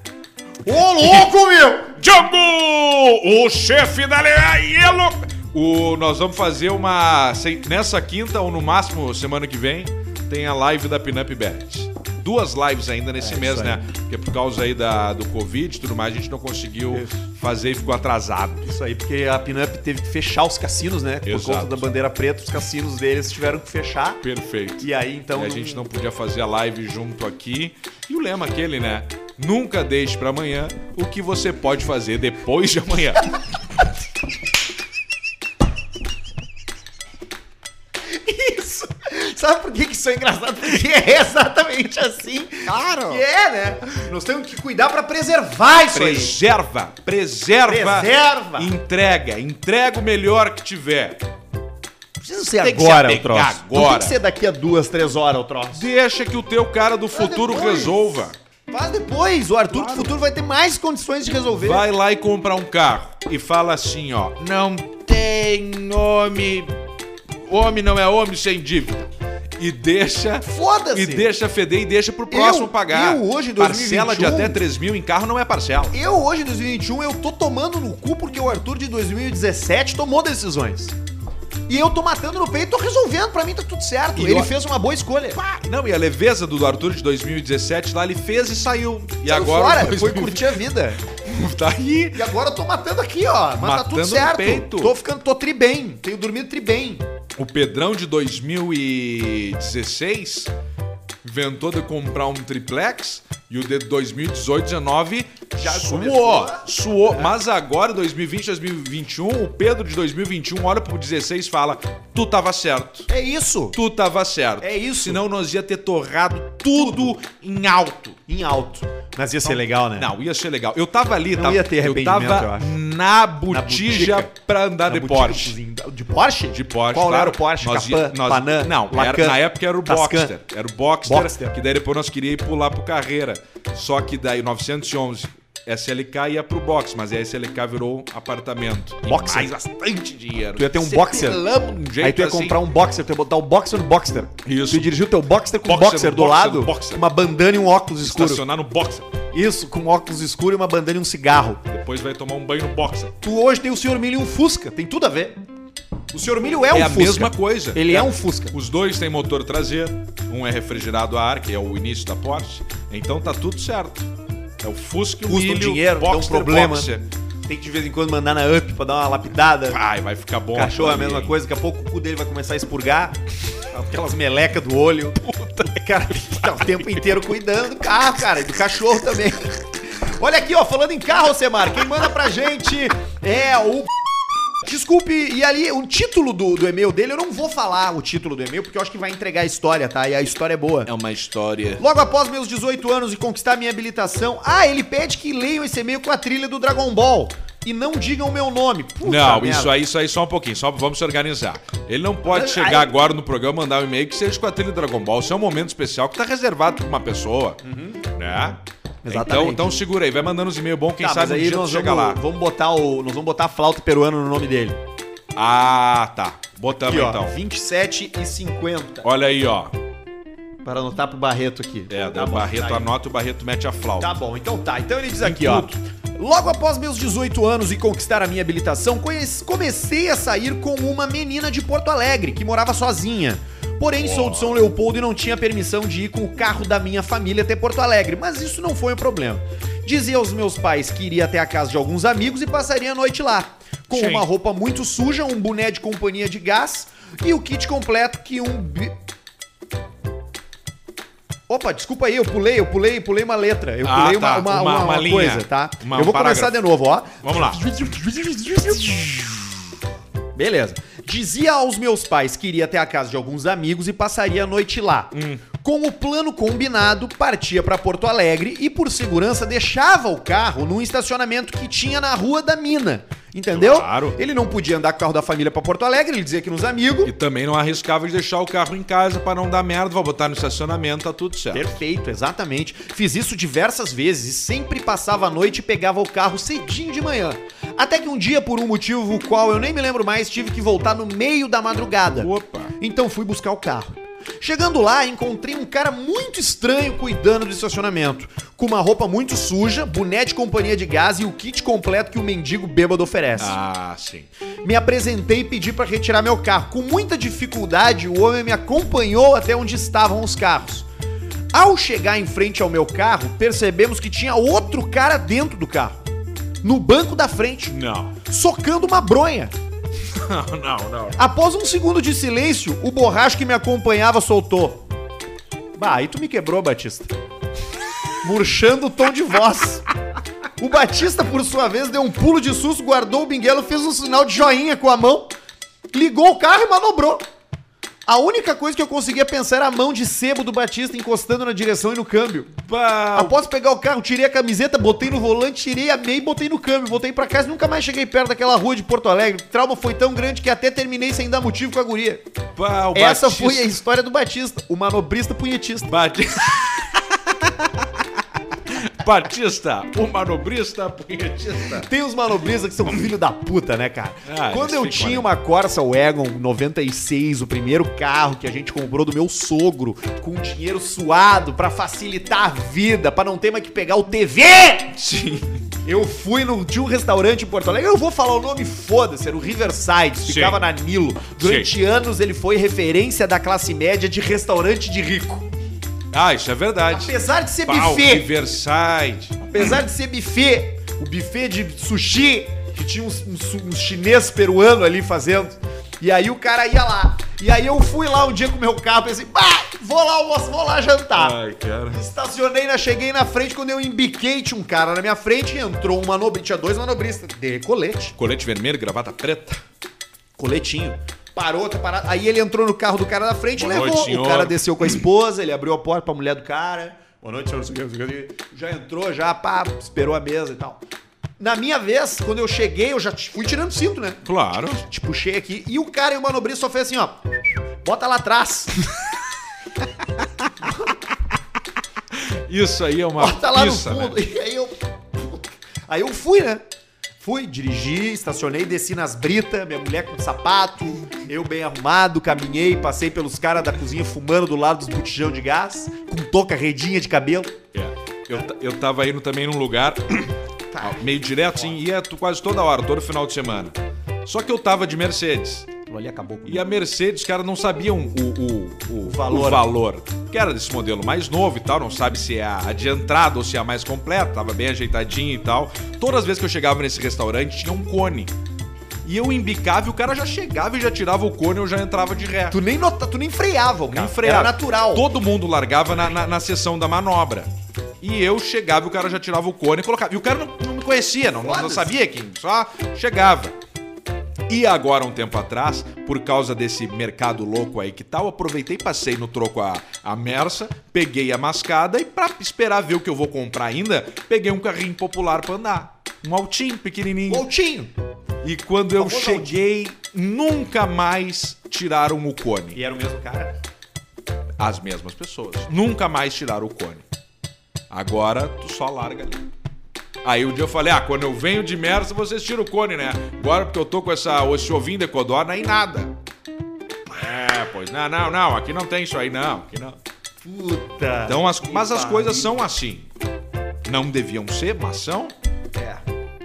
[SPEAKER 2] Ô, louco, meu!
[SPEAKER 1] Django! O chefe da Leia Yellow O, nós vamos fazer uma. sem- Nessa quinta ou no máximo semana que vem, tem a live da Pinup Bet. Duas lives ainda
[SPEAKER 2] É
[SPEAKER 1] nesse mês, né? Porque por causa aí da, do Covid e tudo mais, a gente não conseguiu
[SPEAKER 2] Isso.
[SPEAKER 1] fazer e ficou atrasado.
[SPEAKER 2] Isso aí, porque a Pinup teve que fechar os cassinos, né? Por
[SPEAKER 1] Exato.
[SPEAKER 2] conta da bandeira preta, os cassinos deles tiveram que fechar.
[SPEAKER 1] Perfeito.
[SPEAKER 2] E aí, então.
[SPEAKER 1] E a gente não podia fazer a live junto aqui. E o lema aquele, né? Nunca deixe pra amanhã o que você pode fazer depois de amanhã.
[SPEAKER 2] Isso! Sabe por que que isso é engraçado? Porque é exatamente assim.
[SPEAKER 4] Claro.
[SPEAKER 2] Que é, né? Nós temos que cuidar pra preservar isso aí.
[SPEAKER 1] preserva, preserva,
[SPEAKER 2] Preserva.
[SPEAKER 1] entrega, entrega o melhor que tiver.
[SPEAKER 2] Precisa ser
[SPEAKER 1] Tem que
[SPEAKER 2] agora
[SPEAKER 1] ser
[SPEAKER 2] o troço.
[SPEAKER 1] agora.
[SPEAKER 2] Não tem que ser daqui a duas, três horas o troço.
[SPEAKER 1] Deixa que o teu cara do futuro
[SPEAKER 2] depois.
[SPEAKER 1] resolva.
[SPEAKER 2] Faz depois. O Arthur do futuro vai ter mais condições de resolver.
[SPEAKER 1] Vai lá e compra um carro e fala assim, ó, não tem homem, homem não é homem sem dívida. E deixa
[SPEAKER 2] Foda-se.
[SPEAKER 1] E deixa feder e deixa pro próximo
[SPEAKER 2] Eu-
[SPEAKER 1] pagar.
[SPEAKER 2] eu hoje, em
[SPEAKER 1] Parcela de
[SPEAKER 2] 2021,
[SPEAKER 1] até 3 mil em carro não é parcela.
[SPEAKER 2] Eu hoje, em 2021, eu tô tomando no cu porque o Arthur de 2017 tomou decisões. E eu tô matando no peito, tô resolvendo, pra mim tá tudo certo.
[SPEAKER 1] E
[SPEAKER 2] Ele
[SPEAKER 1] eu-
[SPEAKER 2] fez uma boa escolha.
[SPEAKER 1] Pá! Não, e a leveza do Arthur de 2017 lá, ele fez e saiu. E um?
[SPEAKER 2] Saiu
[SPEAKER 1] agora.
[SPEAKER 2] fora,
[SPEAKER 1] dois
[SPEAKER 2] foi
[SPEAKER 1] mil-
[SPEAKER 2] curtir a vida.
[SPEAKER 1] Tá aí.
[SPEAKER 2] E agora eu tô matando aqui, ó. Mas tá
[SPEAKER 1] Matando
[SPEAKER 2] tudo
[SPEAKER 1] no
[SPEAKER 2] certo.
[SPEAKER 1] peito.
[SPEAKER 2] Tô ficando, tô tri bem. Tenho dormido tri bem.
[SPEAKER 1] O Pedrão de 2016 inventou de comprar um triplex e o de 2018, 19 já suou, suou. Mas agora, 2020, 2021, o Pedro de 2021 olha pro 16 e fala: Tu tava certo.
[SPEAKER 2] É isso.
[SPEAKER 1] Tu tava certo.
[SPEAKER 2] É isso.
[SPEAKER 1] Senão nós ia ter torrado tudo, em alto.
[SPEAKER 2] Em alto. Mas ia ser legal, né?
[SPEAKER 1] Não, ia ser legal. Eu tava ali,
[SPEAKER 2] Não
[SPEAKER 1] tava,
[SPEAKER 2] ia ter
[SPEAKER 1] eu
[SPEAKER 2] arrependimento, eu
[SPEAKER 1] tava
[SPEAKER 2] acho.
[SPEAKER 1] na botija
[SPEAKER 2] Na botica.
[SPEAKER 1] pra andar de
[SPEAKER 2] Na boutique
[SPEAKER 1] Porsche.
[SPEAKER 2] cozinha. De Porsche?
[SPEAKER 1] De Porsche,
[SPEAKER 2] Qual
[SPEAKER 1] claro.
[SPEAKER 2] era o Porsche?
[SPEAKER 1] Nós
[SPEAKER 2] Capan,
[SPEAKER 1] ia- nós-
[SPEAKER 2] Panam,
[SPEAKER 1] Não, era-
[SPEAKER 2] Lacan,
[SPEAKER 1] na época era o
[SPEAKER 2] Tascan.
[SPEAKER 1] Boxster. Era o Boxster,
[SPEAKER 2] Boxster.
[SPEAKER 1] que daí depois nós queríamos pular pro Carreira. Só que daí 911 SLK ia pro box, mas aí a SLK virou apartamento. E
[SPEAKER 2] Boxer.
[SPEAKER 1] mais bastante dinheiro.
[SPEAKER 2] Tu ia ter um
[SPEAKER 1] Se
[SPEAKER 2] boxer.
[SPEAKER 1] pelamos de um jeito
[SPEAKER 2] Aí tu ia
[SPEAKER 1] assim.
[SPEAKER 2] comprar um boxer, tu ia botar o boxer no boxer.
[SPEAKER 1] Isso.
[SPEAKER 2] Tu dirigiu teu boxer com o
[SPEAKER 1] Boxer, um
[SPEAKER 2] boxer, do
[SPEAKER 1] boxer,
[SPEAKER 2] lado,
[SPEAKER 1] boxer.
[SPEAKER 2] uma bandana e um óculos escuro.
[SPEAKER 1] Estacionar no boxer.
[SPEAKER 2] Isso, com óculos escuro e uma bandana e um cigarro.
[SPEAKER 1] Depois vai tomar um banho no boxer.
[SPEAKER 2] Tu hoje tem o Sr. Milho e um Fusca, tem tudo a ver. O Sr. Milho é um
[SPEAKER 1] É a
[SPEAKER 2] Fusca.
[SPEAKER 1] mesma coisa.
[SPEAKER 2] Ele é um Fusca.
[SPEAKER 1] Os dois têm motor traseiro, um é refrigerado a ar, que é o início da Porsche. Então tá tudo certo. É o Fusca e o
[SPEAKER 2] Custa um
[SPEAKER 1] milho,
[SPEAKER 2] dinheiro, dá um
[SPEAKER 1] Boxster,
[SPEAKER 2] problema.
[SPEAKER 1] Boxer.
[SPEAKER 2] Tem que de vez em quando mandar na up pra dar uma lapidada.
[SPEAKER 1] Ai, vai ficar bom.
[SPEAKER 2] O cachorro é a
[SPEAKER 1] aquilo
[SPEAKER 2] mesma
[SPEAKER 1] ali.
[SPEAKER 2] coisa, daqui a pouco o cu dele vai começar a expurgar. Aquelas melecas do olho. O cara tem que ficar o tempo inteiro cuidando do carro, cara, e do cachorro também. Olha aqui, ó, falando em carro, Semar, quem manda pra gente é o. Desculpe, e ali, o título do, do e-mail dele, eu não vou falar o título do e-mail, porque eu acho que vai entregar a história, tá? E a história é boa.
[SPEAKER 1] É uma história.
[SPEAKER 2] Logo após meus 18 anos e conquistar minha habilitação, ah, ele pede que leiam esse e-mail com a trilha do Dragon Ball. E não digam o meu nome. Puta
[SPEAKER 1] não,
[SPEAKER 2] merda.
[SPEAKER 1] isso aí, isso aí só um pouquinho, só vamos se organizar. Ele não pode
[SPEAKER 2] Ai.
[SPEAKER 1] chegar agora no programa e mandar um e-mail que seja com a trilha do Dragon Ball. Isso é um momento especial que tá reservado pra uma pessoa. Né?
[SPEAKER 2] Uhum. Exatamente.
[SPEAKER 1] Então, então segura aí, vai mandando os e-mails bons, quem
[SPEAKER 2] Tá,
[SPEAKER 1] sabe
[SPEAKER 2] mas
[SPEAKER 1] um
[SPEAKER 2] aí
[SPEAKER 1] dia tu
[SPEAKER 2] nós
[SPEAKER 1] chega
[SPEAKER 2] vamos,
[SPEAKER 1] lá.
[SPEAKER 2] vamos botar o. Nós vamos botar a flauta peruana no nome dele.
[SPEAKER 1] Ah, tá. Botamos
[SPEAKER 2] Aqui, ó,
[SPEAKER 1] então.
[SPEAKER 2] 27 e 50.
[SPEAKER 1] Olha aí, ó.
[SPEAKER 2] Para anotar pro Barreto aqui.
[SPEAKER 1] É,
[SPEAKER 2] Tá
[SPEAKER 1] o
[SPEAKER 2] bom,
[SPEAKER 1] Barreto
[SPEAKER 2] tá aí.
[SPEAKER 1] anota, o Barreto mete a flauta.
[SPEAKER 2] Tá bom, então tá. Então ele diz aqui,
[SPEAKER 1] Em
[SPEAKER 2] ó.
[SPEAKER 1] tudo.
[SPEAKER 2] Logo após meus 18 anos e conquistar a minha habilitação, conheci- comecei a sair com uma menina de Porto Alegre que morava sozinha. Porém, sou de São Leopoldo e não tinha permissão de ir com o carro da minha família até Porto Alegre, mas isso não foi um problema. Dizia aos meus pais que iria até a casa de alguns amigos e passaria a noite lá. Com
[SPEAKER 1] Sim.
[SPEAKER 2] uma roupa muito suja, um boné de companhia de gás e o kit completo que um bi- Opa, desculpa aí, eu pulei, eu pulei, pulei uma letra. Eu
[SPEAKER 1] Ah,
[SPEAKER 2] pulei
[SPEAKER 1] tá,
[SPEAKER 2] uma, uma,
[SPEAKER 1] uma-
[SPEAKER 2] uma-
[SPEAKER 1] uma
[SPEAKER 2] uma
[SPEAKER 1] linha.
[SPEAKER 2] coisa, tá?
[SPEAKER 1] Uma-
[SPEAKER 2] eu vou
[SPEAKER 1] um
[SPEAKER 2] começar
[SPEAKER 1] parágrafo.
[SPEAKER 2] de novo, ó.
[SPEAKER 1] Vamos lá.
[SPEAKER 2] Beleza. Dizia aos meus pais que iria até a casa de alguns amigos e passaria a noite lá.
[SPEAKER 1] Hum.
[SPEAKER 2] Com o plano combinado, partia pra Porto Alegre e, por segurança, deixava o carro num estacionamento que tinha na rua da mina. Entendeu?
[SPEAKER 1] Claro.
[SPEAKER 2] Ele não podia andar com o carro da família pra Porto Alegre, ele dizia que nos amigos.
[SPEAKER 1] E também não arriscava de deixar o carro em casa pra não dar merda, vou botar no estacionamento, tá tudo certo.
[SPEAKER 2] Perfeito, exatamente. Fiz isso diversas vezes e sempre passava a noite e pegava o carro cedinho de manhã. Até que um dia, por um motivo o qual eu nem me lembro mais, tive que voltar no meio da madrugada.
[SPEAKER 1] Opa.
[SPEAKER 2] Então fui buscar o carro. Chegando lá, encontrei um cara muito estranho cuidando do estacionamento, com uma roupa muito suja, boné de companhia de gás e o kit completo que o mendigo bêbado oferece.
[SPEAKER 1] Ah, sim.
[SPEAKER 2] Me apresentei e pedi para retirar meu carro. Com muita dificuldade, o homem me acompanhou até onde estavam os carros. Ao chegar em frente ao meu carro, percebemos que tinha outro cara dentro do carro, no banco da frente,
[SPEAKER 1] Não.
[SPEAKER 2] socando uma bronha.
[SPEAKER 1] Não, não, não.
[SPEAKER 2] Após um segundo de silêncio, o borracho que me acompanhava soltou. Bah, aí tu me quebrou, Batista. Murchando o tom de voz. O Batista, por sua vez, deu um pulo de susto, guardou o binguelo, fez um sinal de joinha com a mão, ligou o carro e manobrou. A única coisa que eu conseguia pensar era a mão de sebo do Batista encostando na direção e no câmbio.
[SPEAKER 1] Bah,
[SPEAKER 2] Após Ah, pegar o carro, tirei a camiseta, botei no volante, tirei a meia e botei no câmbio. Voltei pra casa e nunca mais cheguei perto daquela rua de Porto Alegre. O trauma foi tão grande que até terminei sem dar motivo com a guria.
[SPEAKER 1] bah, o
[SPEAKER 2] Essa
[SPEAKER 1] Batista-
[SPEAKER 2] foi a história do Batista, o manobrista punhetista.
[SPEAKER 1] Batista. Batista, o manobrista, punhetista.
[SPEAKER 2] Tem os manobristas que são filho da puta, né, cara?
[SPEAKER 1] Ah,
[SPEAKER 2] Quando
[SPEAKER 1] eles ficam
[SPEAKER 2] eu
[SPEAKER 1] ali.
[SPEAKER 2] tinha uma Corsa Wagon 96, o primeiro carro que a gente comprou do meu sogro, com dinheiro suado pra facilitar a vida, pra não ter mais que pegar o TV!
[SPEAKER 1] Sim.
[SPEAKER 2] Eu fui no, de um restaurante em Porto Alegre, eu vou falar o nome, foda-se, era o Riverside,
[SPEAKER 1] Sim.
[SPEAKER 2] ficava na Nilo. Durante anos ele foi referência da classe média de restaurante de rico.
[SPEAKER 1] Ah, isso é verdade.
[SPEAKER 2] Apesar de ser
[SPEAKER 1] Pau,
[SPEAKER 2] buffet,
[SPEAKER 1] Riverside.
[SPEAKER 2] apesar de ser buffet, o buffet de sushi, que tinha uns, uns, uns chinês peruano ali fazendo, e aí o cara ia lá. E aí eu fui lá um dia com o meu carro, pensei, bah, vou lá almoço, vou lá jantar.
[SPEAKER 1] Ai, cara.
[SPEAKER 2] Estacionei, né? cheguei na frente, quando eu embiquei, tinha um cara na minha frente e entrou um manobrista, tinha dois manobristas, de colete,
[SPEAKER 1] Colete vermelho, gravata preta.
[SPEAKER 2] coletinho. Parou, tá parado. Aí ele entrou no carro do cara da frente e
[SPEAKER 1] Boa
[SPEAKER 2] levou.
[SPEAKER 1] noite, senhor.
[SPEAKER 2] o cara desceu com a esposa, ele abriu a porta pra mulher do cara. Boa noite, senhor. não sei o que, não sei o que. Já entrou, já, pá, esperou a mesa e tal. Na minha vez, quando eu cheguei, eu já t- fui tirando o cinto, né?
[SPEAKER 1] Claro.
[SPEAKER 2] Te puxei aqui. E o cara e o manobrista só fez assim, ó. Bota lá atrás.
[SPEAKER 1] Isso aí é uma
[SPEAKER 2] Bota lá
[SPEAKER 1] pista,
[SPEAKER 2] no fundo.
[SPEAKER 1] né?
[SPEAKER 2] E aí eu. Aí eu fui, né? Fui, dirigi, estacionei, desci nas britas, minha mulher com sapato, eu bem arrumado, caminhei, passei pelos caras da cozinha fumando do lado dos botijão de gás, com touca, redinha de cabelo.
[SPEAKER 1] É. Eu, ta- eu tava indo também num lugar
[SPEAKER 2] Tá.
[SPEAKER 1] meio direto, assim, ia tu- quase toda hora, todo final de semana. Só que eu tava de Mercedes.
[SPEAKER 2] Aquilo ali acabou comigo.
[SPEAKER 1] E a Mercedes, cara, não sabiam o, o, o,
[SPEAKER 2] valor.
[SPEAKER 1] o valor. Que era desse modelo mais novo e tal, não sabe se é a de entrada ou se é a mais completa, tava bem ajeitadinha e tal. Todas as vezes que eu chegava nesse restaurante, tinha um cone. E eu embicava e o cara já chegava e já tirava o cone, eu já entrava de ré.
[SPEAKER 2] Tu nem nota, tu nem freava, o cara.
[SPEAKER 1] Nem freava.
[SPEAKER 2] Era natural.
[SPEAKER 1] Todo mundo largava na, na, na sessão da manobra. E eu chegava e o cara já tirava o cone e colocava. E o cara não, não me conhecia, não, não
[SPEAKER 2] Foda-se.
[SPEAKER 1] sabia quem, só chegava. E agora, um tempo atrás, por causa desse mercado louco aí que tal, eu aproveitei, passei no troco a, a Mersa, peguei a mascada e pra esperar ver o que eu vou comprar ainda, peguei um carrinho popular pra andar. Um altinho pequenininho.
[SPEAKER 2] Goltinho.
[SPEAKER 1] E quando eu
[SPEAKER 2] Um Famoso
[SPEAKER 1] cheguei, nunca mais tiraram o cone
[SPEAKER 2] E era o mesmo cara.
[SPEAKER 1] as mesmas pessoas. Nunca mais tiraram o cone. Agora tu só larga ali. Aí um dia eu falei, ah, quando eu venho de Mersa, vocês tiram o cone, né? Agora porque eu tô com essa, esse ovinho de codorna e nada. É, pois não, não, não, aqui não tem isso aí, não. Aqui não.
[SPEAKER 2] Puta.
[SPEAKER 1] Então, as,
[SPEAKER 2] que
[SPEAKER 1] mas as coisas
[SPEAKER 2] pariu.
[SPEAKER 1] são assim. Não deviam ser, mas são.
[SPEAKER 2] É.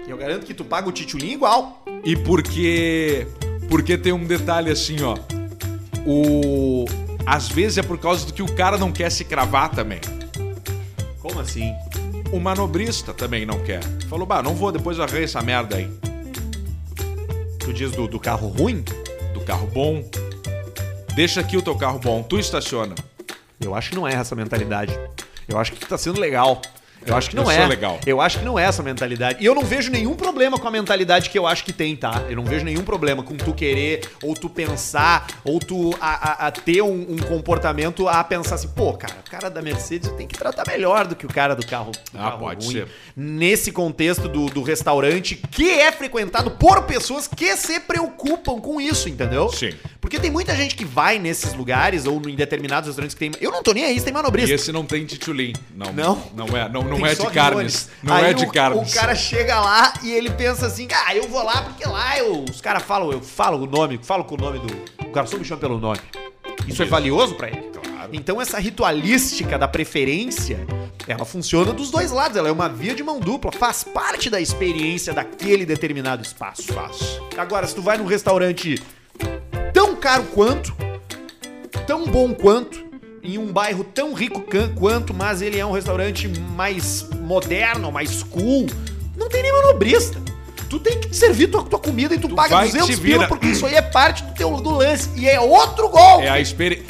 [SPEAKER 2] Eu garanto que tu paga o titulinho igual.
[SPEAKER 1] E porque. Porque tem um detalhe assim, ó. O. Às vezes é por causa do que o cara não quer se cravar também.
[SPEAKER 2] Como assim?
[SPEAKER 1] O manobrista também não quer. Falou, bah, não vou, depois eu arranho essa merda aí.
[SPEAKER 2] Tu diz do, do carro ruim?
[SPEAKER 1] Do carro bom. Deixa aqui o teu carro bom, tu estaciona.
[SPEAKER 2] Eu acho que não é essa mentalidade. Eu acho que tu tá sendo legal. Eu acho que não
[SPEAKER 1] Eu
[SPEAKER 2] é.
[SPEAKER 1] sou legal.
[SPEAKER 2] Eu acho que não é essa mentalidade. E eu não vejo nenhum problema com a mentalidade que eu acho que tem, tá? Eu não vejo nenhum problema com tu querer, ou tu pensar, ou tu a, a- a ter um, um comportamento a pensar assim, pô, cara, o cara da Mercedes eu tenho que tratar melhor do que o cara do carro. do
[SPEAKER 1] Ah,
[SPEAKER 2] carro
[SPEAKER 1] pode ser.
[SPEAKER 2] Nesse contexto do, do restaurante que é frequentado por pessoas que se preocupam com isso, entendeu?
[SPEAKER 1] Sim.
[SPEAKER 2] Porque tem muita gente que vai nesses lugares ou em determinados restaurantes que tem. Eu não tô nem aí, se tem
[SPEAKER 1] E
[SPEAKER 2] manobrista.
[SPEAKER 1] esse não tem titulim. Não.
[SPEAKER 2] Não?
[SPEAKER 1] Não é, não, não
[SPEAKER 2] Tem
[SPEAKER 1] é
[SPEAKER 2] só
[SPEAKER 1] de carnes.
[SPEAKER 2] ribones.
[SPEAKER 1] Não
[SPEAKER 2] Aí
[SPEAKER 1] é de
[SPEAKER 2] o,
[SPEAKER 1] carnes.
[SPEAKER 2] O cara chega lá e ele pensa assim: ah, eu vou lá porque lá eu- os caras falam, eu falo o nome, falo com o nome do. O garçom me chama pelo nome. Isso, é valioso pra ele. Então essa ritualística da preferência, ela funciona dos dois lados, ela é uma via de mão dupla, faz parte da experiência daquele determinado espaço.
[SPEAKER 1] Faz.
[SPEAKER 2] Agora, se tu vai num restaurante tão caro quanto, tão bom quanto, em um bairro tão rico can- quanto, mas ele é um restaurante mais moderno, mais cool, não tem nenhuma nobrista. Tu tem que te servir tua, tua comida e tu,
[SPEAKER 1] Tu
[SPEAKER 2] paga
[SPEAKER 1] vai e te
[SPEAKER 2] 200 pila
[SPEAKER 1] vira.
[SPEAKER 2] porque isso aí é parte do teu do lance. E é outro gol.
[SPEAKER 1] É a experiência.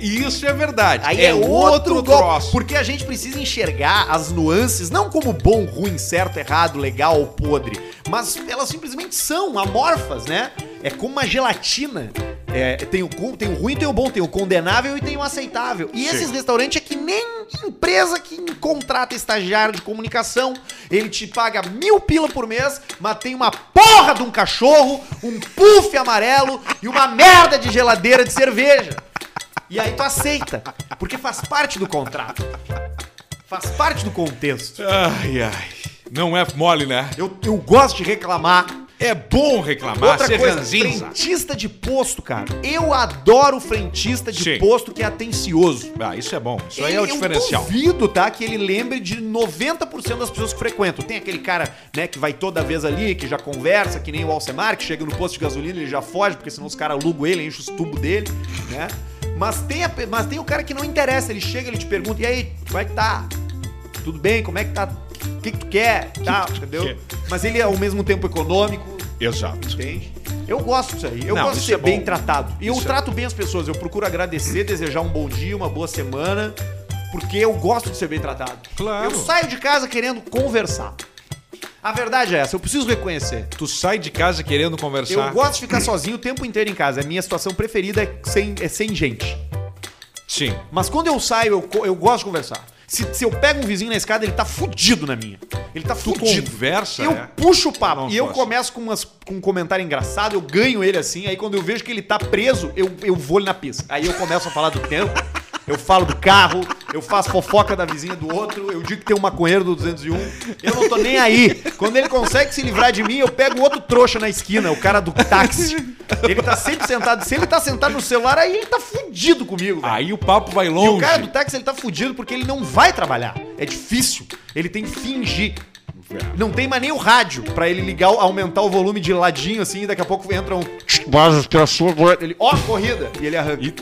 [SPEAKER 1] Isso é verdade.
[SPEAKER 2] Aí é, outro, gol, porque a gente precisa enxergar as nuances não como bom, ruim, certo, errado, legal ou podre, mas elas simplesmente são amorfas, né? É como uma gelatina. É, tem, o, cu- tem o ruim, tem o bom, tem o condenável e tem o aceitável. E esses restaurantes é que nem empresa que contrata estagiário de comunicação. Ele te paga mil pila por mês, mas tem uma porra de um cachorro, um puff amarelo e uma merda de geladeira de cerveja. E aí tu aceita, porque faz parte do contrato. Faz parte do contexto.
[SPEAKER 1] Ai, ai. Não é mole, né?
[SPEAKER 2] Eu, eu gosto de reclamar.
[SPEAKER 1] É bom reclamar,
[SPEAKER 2] Outra
[SPEAKER 1] ser
[SPEAKER 2] coisa,
[SPEAKER 1] é ranzinza.
[SPEAKER 2] frentista de posto, cara. Eu adoro frentista de
[SPEAKER 1] Sim.
[SPEAKER 2] posto que é atencioso.
[SPEAKER 1] Ah, isso é bom. Isso aí é o
[SPEAKER 2] Ele-
[SPEAKER 1] diferencial.
[SPEAKER 2] Eu duvido, tá? Que ele lembre de 90% das pessoas que frequentam. Tem aquele cara, né, que vai toda vez ali, que já conversa, que nem o Alcemar, que chega no posto de gasolina, ele já foge, porque senão os caras alugam ele, enchem os tubos dele, né? Mas tem, a pe- mas tem o cara que não interessa, ele chega, ele te pergunta, e aí, como é que tá? Tudo bem? Como é que tá? O que, que tu quer? Tá, entendeu?
[SPEAKER 1] quer?
[SPEAKER 2] Mas ele é ao mesmo tempo econômico,
[SPEAKER 1] Exato.
[SPEAKER 2] Entende? Eu gosto disso aí. Eu
[SPEAKER 1] Não,
[SPEAKER 2] gosto de
[SPEAKER 1] isso
[SPEAKER 2] ser
[SPEAKER 1] é bom.
[SPEAKER 2] bem tratado. E eu
[SPEAKER 1] Isso é
[SPEAKER 2] trato bem as pessoas. Eu procuro agradecer, desejar um bom dia, uma boa semana. Porque eu gosto de ser bem tratado.
[SPEAKER 1] Claro.
[SPEAKER 2] Eu saio de casa querendo conversar. A verdade é essa, eu preciso reconhecer.
[SPEAKER 1] Tu sai de casa querendo
[SPEAKER 2] Eu
[SPEAKER 1] conversar.
[SPEAKER 2] gosto de ficar sozinho o tempo inteiro em casa. A minha situação preferida é sem, é sem gente.
[SPEAKER 1] Sim.
[SPEAKER 2] Mas quando eu saio, eu, co- eu gosto de conversar. Se, se eu pego um vizinho na escada, ele tá fudido na minha. Ele tá
[SPEAKER 1] Tu
[SPEAKER 2] fudido.
[SPEAKER 1] conversa,
[SPEAKER 2] Eu
[SPEAKER 1] é?
[SPEAKER 2] puxo o papo
[SPEAKER 1] Não
[SPEAKER 2] e eu
[SPEAKER 1] posso.
[SPEAKER 2] começo com, umas- com um comentário engraçado, eu ganho ele assim, aí quando eu vejo que ele tá preso, eu, eu vou ele na pista. Aí eu começo a falar do tempo, eu falo do carro, eu faço fofoca da vizinha do outro, eu digo que tem um maconheiro do 201, eu não tô nem aí. Quando ele consegue se livrar de mim, eu pego outro trouxa na esquina, o cara do táxi. Ele tá sempre sentado, se ele tá sentado no celular, aí ele tá fudido comigo, velho.
[SPEAKER 1] Aí o papo vai
[SPEAKER 2] E
[SPEAKER 1] longe.
[SPEAKER 2] o cara do táxi, ele tá fudido porque ele não vai trabalhar. É difícil. Ele tem que fingir.
[SPEAKER 1] É.
[SPEAKER 2] Não tem mais nem o rádio pra ele ligar, o- aumentar o volume de ladinho assim, e daqui a pouco entra um. Ele, ó, corrida! E ele arranca.
[SPEAKER 1] E-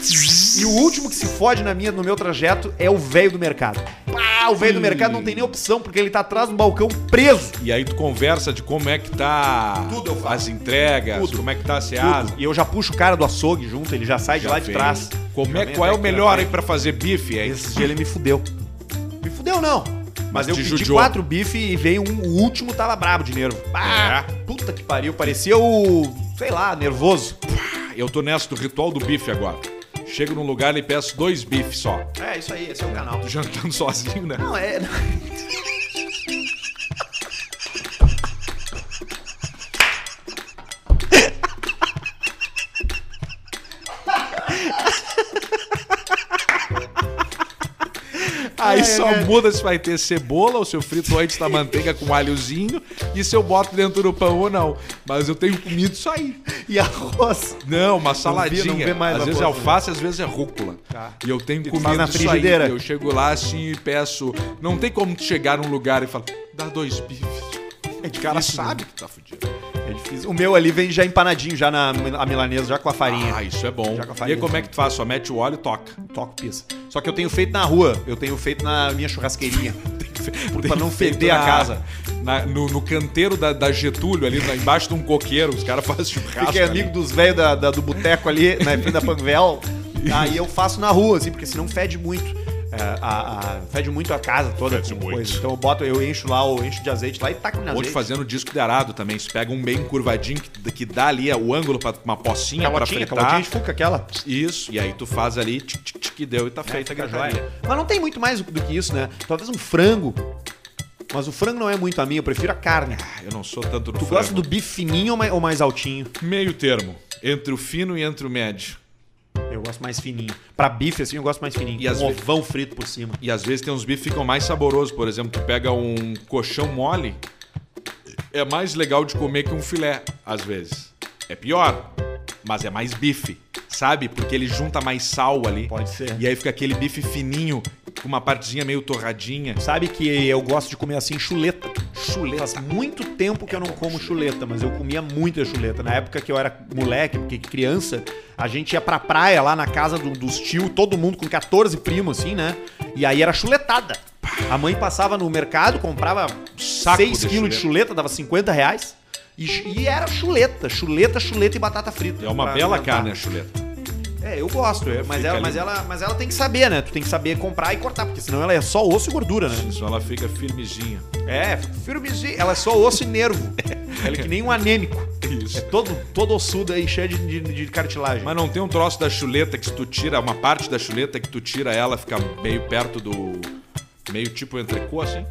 [SPEAKER 2] E, o último que se fode na minha, no meu trajeto é o velho do mercado. Pá, o velho do mercado não tem nem opção porque ele tá atrás do balcão preso.
[SPEAKER 1] E aí tu conversa de como é que tá
[SPEAKER 2] Tudo eu falo.
[SPEAKER 1] as entregas,
[SPEAKER 2] Tudo.
[SPEAKER 1] como é que tá a
[SPEAKER 2] Tudo.
[SPEAKER 1] seasa.
[SPEAKER 2] E eu já puxo o cara do açougue junto, ele já sai de
[SPEAKER 1] Já
[SPEAKER 2] lá de
[SPEAKER 1] vem.
[SPEAKER 2] trás.
[SPEAKER 1] Como
[SPEAKER 2] Já
[SPEAKER 1] é,
[SPEAKER 2] vem
[SPEAKER 1] qual é
[SPEAKER 2] até
[SPEAKER 1] o
[SPEAKER 2] aqui na
[SPEAKER 1] melhor
[SPEAKER 2] frente.
[SPEAKER 1] aí pra fazer bife? É
[SPEAKER 2] Esse dia ele me fudeu. Me fudeu não. Mas,
[SPEAKER 1] Mas
[SPEAKER 2] eu
[SPEAKER 1] te
[SPEAKER 2] pedi
[SPEAKER 1] judiou.
[SPEAKER 2] quatro bife e veio um, o último tava brabo de nervo.
[SPEAKER 1] É.
[SPEAKER 2] Ah, Puta que pariu, parecia o, sei lá, nervoso.
[SPEAKER 1] Eu tô nessa do ritual do bife agora. Chego num lugar e peço dois bifes só.
[SPEAKER 2] É, isso aí, esse é o canal.
[SPEAKER 1] Tô jantando sozinho, né?
[SPEAKER 2] Não, é...
[SPEAKER 1] Aí só muda se vai ter cebola ou se eu frito antes da manteiga com alhozinho e se eu boto dentro do pão ou não. Mas eu tenho comido isso aí.
[SPEAKER 2] E arroz.
[SPEAKER 1] Não, uma
[SPEAKER 2] vi-
[SPEAKER 1] saladinha.
[SPEAKER 2] não vi mais
[SPEAKER 1] às
[SPEAKER 2] a
[SPEAKER 1] vezes é
[SPEAKER 2] foto.
[SPEAKER 1] alface, às vezes é rúcula.
[SPEAKER 2] Tá.
[SPEAKER 1] E eu tenho
[SPEAKER 2] tu
[SPEAKER 1] comido
[SPEAKER 2] faz na
[SPEAKER 1] isso
[SPEAKER 2] frigideira?
[SPEAKER 1] aí. Eu chego lá assim e peço. Não tem como tu chegar num lugar e falar, dá dois bifes. O cara
[SPEAKER 2] difícil, né?
[SPEAKER 1] sabe que tá fudido.
[SPEAKER 2] É difícil. O meu ali vem já empanadinho, já na a milanesa, já com a farinha.
[SPEAKER 1] Ah, isso é bom.
[SPEAKER 2] Joga
[SPEAKER 1] E
[SPEAKER 2] farinha.
[SPEAKER 1] aí como é que tu faz? Só mete o óleo e toca.
[SPEAKER 2] Toco pizza. Só que eu tenho feito na rua, eu tenho feito na minha churrasqueirinha.
[SPEAKER 1] Porque
[SPEAKER 2] pra não feder a casa.
[SPEAKER 1] Na- no, no canteiro da, da Getúlio, ali na- embaixo de um coqueiro, os caras fazem churrasco.
[SPEAKER 2] Fiquei amigo dos velhos da- da- do boteco ali, na fim da Panvel. Aí eu faço na rua, assim, porque senão fede muito. É, a- a- fede muito a casa toda.
[SPEAKER 1] Fede
[SPEAKER 2] com
[SPEAKER 1] muito.
[SPEAKER 2] coisa. Então eu boto, eu encho lá, eu encho de azeite lá e taco na
[SPEAKER 1] Hoje
[SPEAKER 2] azeite.
[SPEAKER 1] fazendo disco de arado também. Você pega um bem curvadinho que, que dá ali é o ângulo pra uma pocinha pra
[SPEAKER 2] Calotinha,
[SPEAKER 1] fritar.
[SPEAKER 2] calotinha de fuca, aquela.
[SPEAKER 1] Isso, e aí tu faz ali, tic, tic, tic, que deu e tá feita a
[SPEAKER 2] Fica
[SPEAKER 1] gritaria.
[SPEAKER 2] joia. Mas não tem muito mais do que isso, né? Talvez um frango. Mas o frango não é muito a minha, eu prefiro a carne.
[SPEAKER 1] Ah, Eu não sou tanto do
[SPEAKER 2] Tu gosta do bife fininho ou mai- ou mais altinho?
[SPEAKER 1] meio termo, entre o fino e entre o médio.
[SPEAKER 2] Eu gosto mais fininho. Pra bife, assim, eu gosto mais fininho.
[SPEAKER 1] E às
[SPEAKER 2] um
[SPEAKER 1] vezes-
[SPEAKER 2] ovão frito por cima.
[SPEAKER 1] E às vezes tem uns bifes que ficam mais saborosos. Por exemplo, tu pega um colchão mole, é mais legal de comer que um filé, às vezes. É pior, mas é mais bife. sabe? Porque ele junta mais sal ali.
[SPEAKER 2] Pode ser.
[SPEAKER 1] E aí fica aquele bife fininho, com uma partezinha meio torradinha.
[SPEAKER 2] Sabe que eu gosto de comer assim chuleta.
[SPEAKER 1] Chuleta.
[SPEAKER 2] Faz muito tempo que eu não como chuleta, mas eu comia muita chuleta. Na época que eu era moleque, porque criança, a gente ia pra praia lá na casa do- dos tios, todo mundo com 14 primos, assim, né? E aí era chuletada. A mãe passava no mercado, comprava
[SPEAKER 1] Saco
[SPEAKER 2] 6
[SPEAKER 1] de
[SPEAKER 2] quilos
[SPEAKER 1] chuleta.
[SPEAKER 2] de chuleta, dava 50 reais. E, chu- e era chuleta, chuleta, chuleta e batata frita.
[SPEAKER 1] É uma
[SPEAKER 2] pra
[SPEAKER 1] bela
[SPEAKER 2] alimentar.
[SPEAKER 1] carne a chuleta.
[SPEAKER 2] É, eu gosto, é, mas,
[SPEAKER 1] Fica
[SPEAKER 2] ela,
[SPEAKER 1] ali.
[SPEAKER 2] mas, ela, mas ela tem que saber, né? Tu tem que saber comprar e cortar, porque senão ela é só osso e gordura, né?
[SPEAKER 1] Só ela fica firmezinha.
[SPEAKER 2] É, firmezinha. Ela é só osso e nervo. Ela é que nem um anêmico.
[SPEAKER 1] Isso.
[SPEAKER 2] É todo, todo ossudo aí, cheio de, de, de cartilagem.
[SPEAKER 1] Mas não tem um troço da chuleta que se tu tira, uma parte da chuleta que tu tira ela, fica meio perto do. meio tipo entrecô, assim?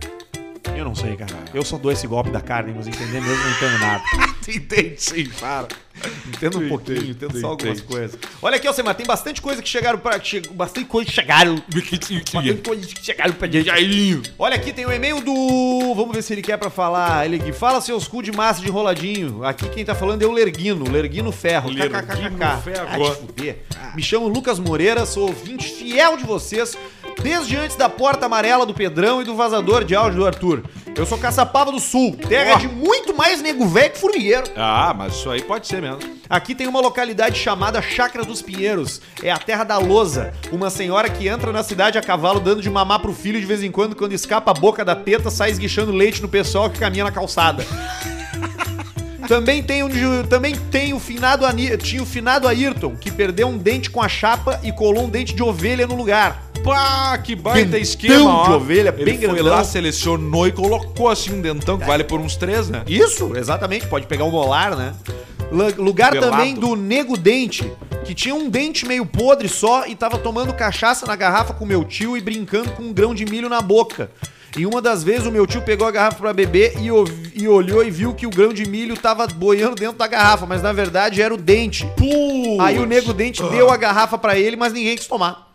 [SPEAKER 2] eu não sei, cara. Eu só dou esse golpe da carne, mas entender mesmo não entendo nada.
[SPEAKER 1] Entendi, sim, para.
[SPEAKER 2] Entendo um
[SPEAKER 1] Tu
[SPEAKER 2] pouquinho,
[SPEAKER 1] entende,
[SPEAKER 2] entendo
[SPEAKER 1] tu
[SPEAKER 2] só algumas
[SPEAKER 1] entende.
[SPEAKER 2] coisas. Olha aqui, Alcemar, tem bastante coisa que chegaram pra... que che- Bastante coisa que chegaram... Bastante coisa que chegaram pra gente.
[SPEAKER 1] Jairinho!
[SPEAKER 2] Olha aqui, tem o e-mail do. Vamos ver se ele quer pra falar. Ele aqui. Fala seus cu de massa de enroladinho. Aqui quem tá falando é o Lerguino, Lerguino Ferro.
[SPEAKER 1] Lerguino
[SPEAKER 2] KKKK.
[SPEAKER 1] Ferro.
[SPEAKER 2] Ah, te fuder. Me chamo Lucas Moreira, sou ouvinte fiel de vocês desde antes da porta amarela do Pedrão e do vazador de áudio do Arthur. Eu sou Caçapava do Sul, terra
[SPEAKER 1] Ó.
[SPEAKER 2] de muito mais nego velho que formigueiro.
[SPEAKER 1] Ah, mas isso aí pode ser mesmo.
[SPEAKER 2] Aqui tem uma localidade chamada Chácara dos Pinheiros. É a terra da lousa. Uma senhora que entra na cidade a cavalo dando de mamar pro filho de vez em quando, quando escapa a boca da teta, sai esguichando leite no pessoal que caminha na calçada. Também tem, o Ju- também tem o finado Ani- tinha o finado Ayrton, que perdeu um dente com a chapa e colou um dente de ovelha no lugar.
[SPEAKER 1] Pá, que baita
[SPEAKER 2] Dentão
[SPEAKER 1] esquema, ó.
[SPEAKER 2] de ovelha,
[SPEAKER 1] Ele
[SPEAKER 2] bem
[SPEAKER 1] foi
[SPEAKER 2] grandão.
[SPEAKER 1] lá, selecionou e colocou assim um dentão que vale por uns três, né?
[SPEAKER 2] Isso, exatamente, pode pegar o molar, né? Lu- Lugar
[SPEAKER 1] Pelado.
[SPEAKER 2] também do Nego Dente, que tinha um dente meio podre só e tava tomando cachaça na garrafa com meu tio e brincando com um grão de milho na boca. E uma das vezes o meu tio pegou a garrafa pra beber e, ouvi- e olhou e viu que o grão de milho tava boiando dentro da garrafa, mas na verdade era o dente.
[SPEAKER 1] Putz.
[SPEAKER 2] Aí o Nego Dente deu a garrafa pra ele, mas ninguém quis tomar.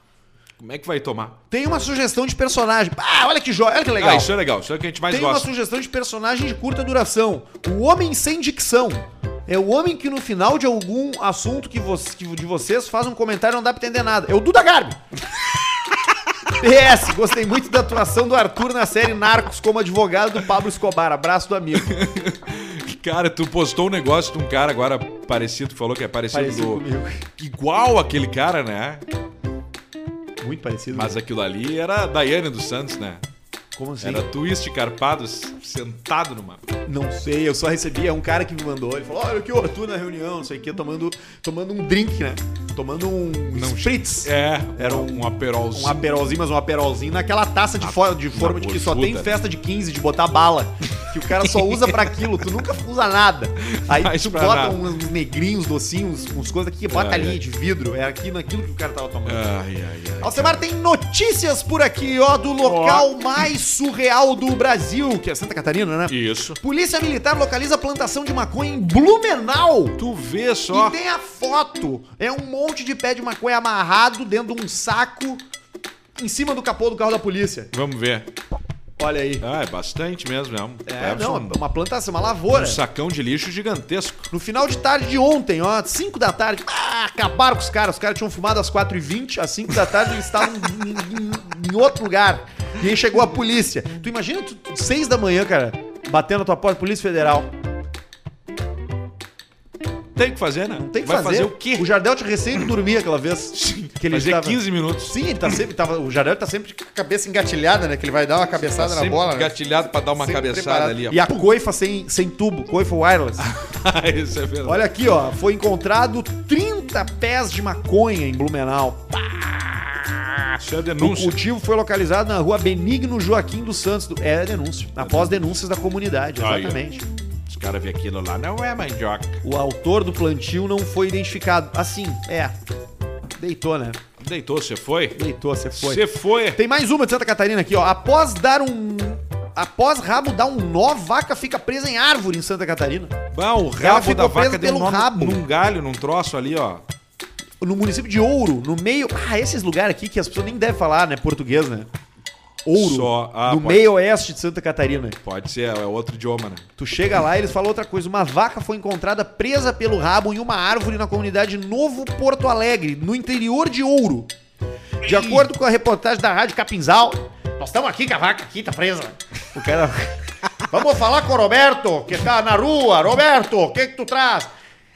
[SPEAKER 1] Como é que vai tomar?
[SPEAKER 2] Tem uma sugestão de personagem. Ah, olha que joia, olha que legal.
[SPEAKER 1] Ah, isso é legal, isso é o que a gente mais
[SPEAKER 2] Tem uma
[SPEAKER 1] gosta.
[SPEAKER 2] sugestão de personagem de curta duração. O homem sem dicção. É o homem que no final de algum assunto que, vo- que de vocês faz um comentário e não dá pra entender nada. É o Duda Garbi. PS, gostei muito da atuação do Arthur na série Narcos como advogado do Pablo Escobar. Abraço do amigo.
[SPEAKER 1] Cara, tu postou um negócio de um cara agora parecido, tu falou que é parecido,
[SPEAKER 2] Parecido
[SPEAKER 1] do...
[SPEAKER 2] comigo.
[SPEAKER 1] Igual aquele cara, né?
[SPEAKER 2] Muito parecido.
[SPEAKER 1] Mas aquilo ali era a Daiane dos Santos, né?
[SPEAKER 2] como assim?
[SPEAKER 1] Era twist carpado s- sentado numa.
[SPEAKER 2] Não sei, eu só recebi, é um cara que me mandou. Ele falou: olha aqui o Arthur na reunião, não sei o que, tomando, tomando um drink, né? Tomando um
[SPEAKER 1] Não-
[SPEAKER 2] spritz.
[SPEAKER 1] É,
[SPEAKER 2] Era
[SPEAKER 1] era
[SPEAKER 2] um-
[SPEAKER 1] um aperolzinho.
[SPEAKER 2] Um aperolzinho, mas um aperolzinho naquela taça de, fo- de forma de que só
[SPEAKER 1] gorduda,
[SPEAKER 2] tem
[SPEAKER 1] né?
[SPEAKER 2] festa de 15, de botar bala. Que o cara só usa pra aquilo, tu nunca usa nada. Aí
[SPEAKER 1] Faz
[SPEAKER 2] tu
[SPEAKER 1] pra
[SPEAKER 2] bota
[SPEAKER 1] nada.
[SPEAKER 2] uns uns negrinhos, docinhos, uns coisas aqui, bota
[SPEAKER 1] Ai,
[SPEAKER 2] linha
[SPEAKER 1] ai.
[SPEAKER 2] de vidro. É aqui naquilo que o cara tava tomando.
[SPEAKER 1] Ai, ai, ai.
[SPEAKER 2] Alcemar tem notícias por aqui, ó, do local mais surreal do Brasil, que é Santa Catarina, né?
[SPEAKER 1] Isso.
[SPEAKER 2] Polícia Militar localiza a plantação de maconha em Blumenau.
[SPEAKER 1] Tu vê só.
[SPEAKER 2] E tem a foto. É um monte de pé de maconha amarrado dentro de um saco em cima do capô do carro da polícia.
[SPEAKER 1] Vamos ver.
[SPEAKER 2] Olha aí.
[SPEAKER 1] Ah, é bastante mesmo, né?
[SPEAKER 2] É,
[SPEAKER 1] Deve ser
[SPEAKER 2] não,
[SPEAKER 1] um,
[SPEAKER 2] uma plantação, uma lavoura.
[SPEAKER 1] um sacão de lixo gigantesco.
[SPEAKER 2] No final de tarde de ontem, ó, 5 da tarde, ah, acabaram com os caras. Os caras tinham fumado às 4h20, às 5 da tarde eles estavam em, em- em outro lugar. E aí chegou a polícia. Tu imagina 6 da manhã, cara, batendo na tua porta, Polícia Federal.
[SPEAKER 1] Tem que fazer, né?
[SPEAKER 2] Não tem que
[SPEAKER 1] Vai
[SPEAKER 2] fazer.
[SPEAKER 1] fazer o quê?
[SPEAKER 2] O Jardel tinha recém dormia aquela vez. Sim, que ele
[SPEAKER 1] fazer
[SPEAKER 2] tava-
[SPEAKER 1] 15 minutos.
[SPEAKER 2] Sim, ele tá sempre. Tava, o Jardel tá sempre com a cabeça engatilhada, né? Que ele vai dar uma cabeçada na
[SPEAKER 1] Sempre
[SPEAKER 2] bola. né?
[SPEAKER 1] gatilhado pra dar uma
[SPEAKER 2] Sempre
[SPEAKER 1] cabeçada
[SPEAKER 2] preparado.
[SPEAKER 1] ali, ó.
[SPEAKER 2] E a coifa sem, sem tubo, coifa wireless.
[SPEAKER 1] Isso é verdade.
[SPEAKER 2] Olha aqui, ó. Foi encontrado 30 pés de maconha em Blumenau.
[SPEAKER 1] Isso é
[SPEAKER 2] O
[SPEAKER 1] denúncia.
[SPEAKER 2] cultivo foi localizado na rua Benigno Joaquim dos Santos. Do... É denúncia. Após denúncias da comunidade,
[SPEAKER 1] Aí, ó.
[SPEAKER 2] exatamente.
[SPEAKER 1] Os caras vê aquilo lá, não é mandioca.
[SPEAKER 2] O autor do plantio não foi identificado. Assim, é. Deitou, né?
[SPEAKER 1] Deitou, você foi?
[SPEAKER 2] Deitou, você foi.
[SPEAKER 1] Você foi.
[SPEAKER 2] Tem mais uma de Santa Catarina aqui, ó. Após dar um. Após rabo dar um nó, vaca fica presa em árvore em Santa Catarina.
[SPEAKER 1] Bah, o
[SPEAKER 2] Ela
[SPEAKER 1] rabo
[SPEAKER 2] ficou
[SPEAKER 1] da
[SPEAKER 2] presa
[SPEAKER 1] vaca deu
[SPEAKER 2] pelo
[SPEAKER 1] um nó
[SPEAKER 2] rabo.
[SPEAKER 1] num galho, num troço ali, ó.
[SPEAKER 2] No município de Ouro, no meio. Ah, esses lugares aqui que as pessoas nem devem falar, né? Português, né? Ouro.
[SPEAKER 1] Só- ah,
[SPEAKER 2] no
[SPEAKER 1] pode-
[SPEAKER 2] meio oeste de Santa Catarina.
[SPEAKER 1] Pode ser, é outro idioma, né?
[SPEAKER 2] Tu chega lá e eles falam outra coisa. Uma vaca foi encontrada presa pelo rabo em uma árvore na comunidade Novo Porto Alegre, no interior de Ouro. De acordo com a reportagem da Rádio Capinzal,
[SPEAKER 4] Nós estamos aqui com a vaca aqui, tá presa.
[SPEAKER 2] o cara.
[SPEAKER 4] Vamos falar com o Roberto, que tá na rua. Roberto, o que que tu traz?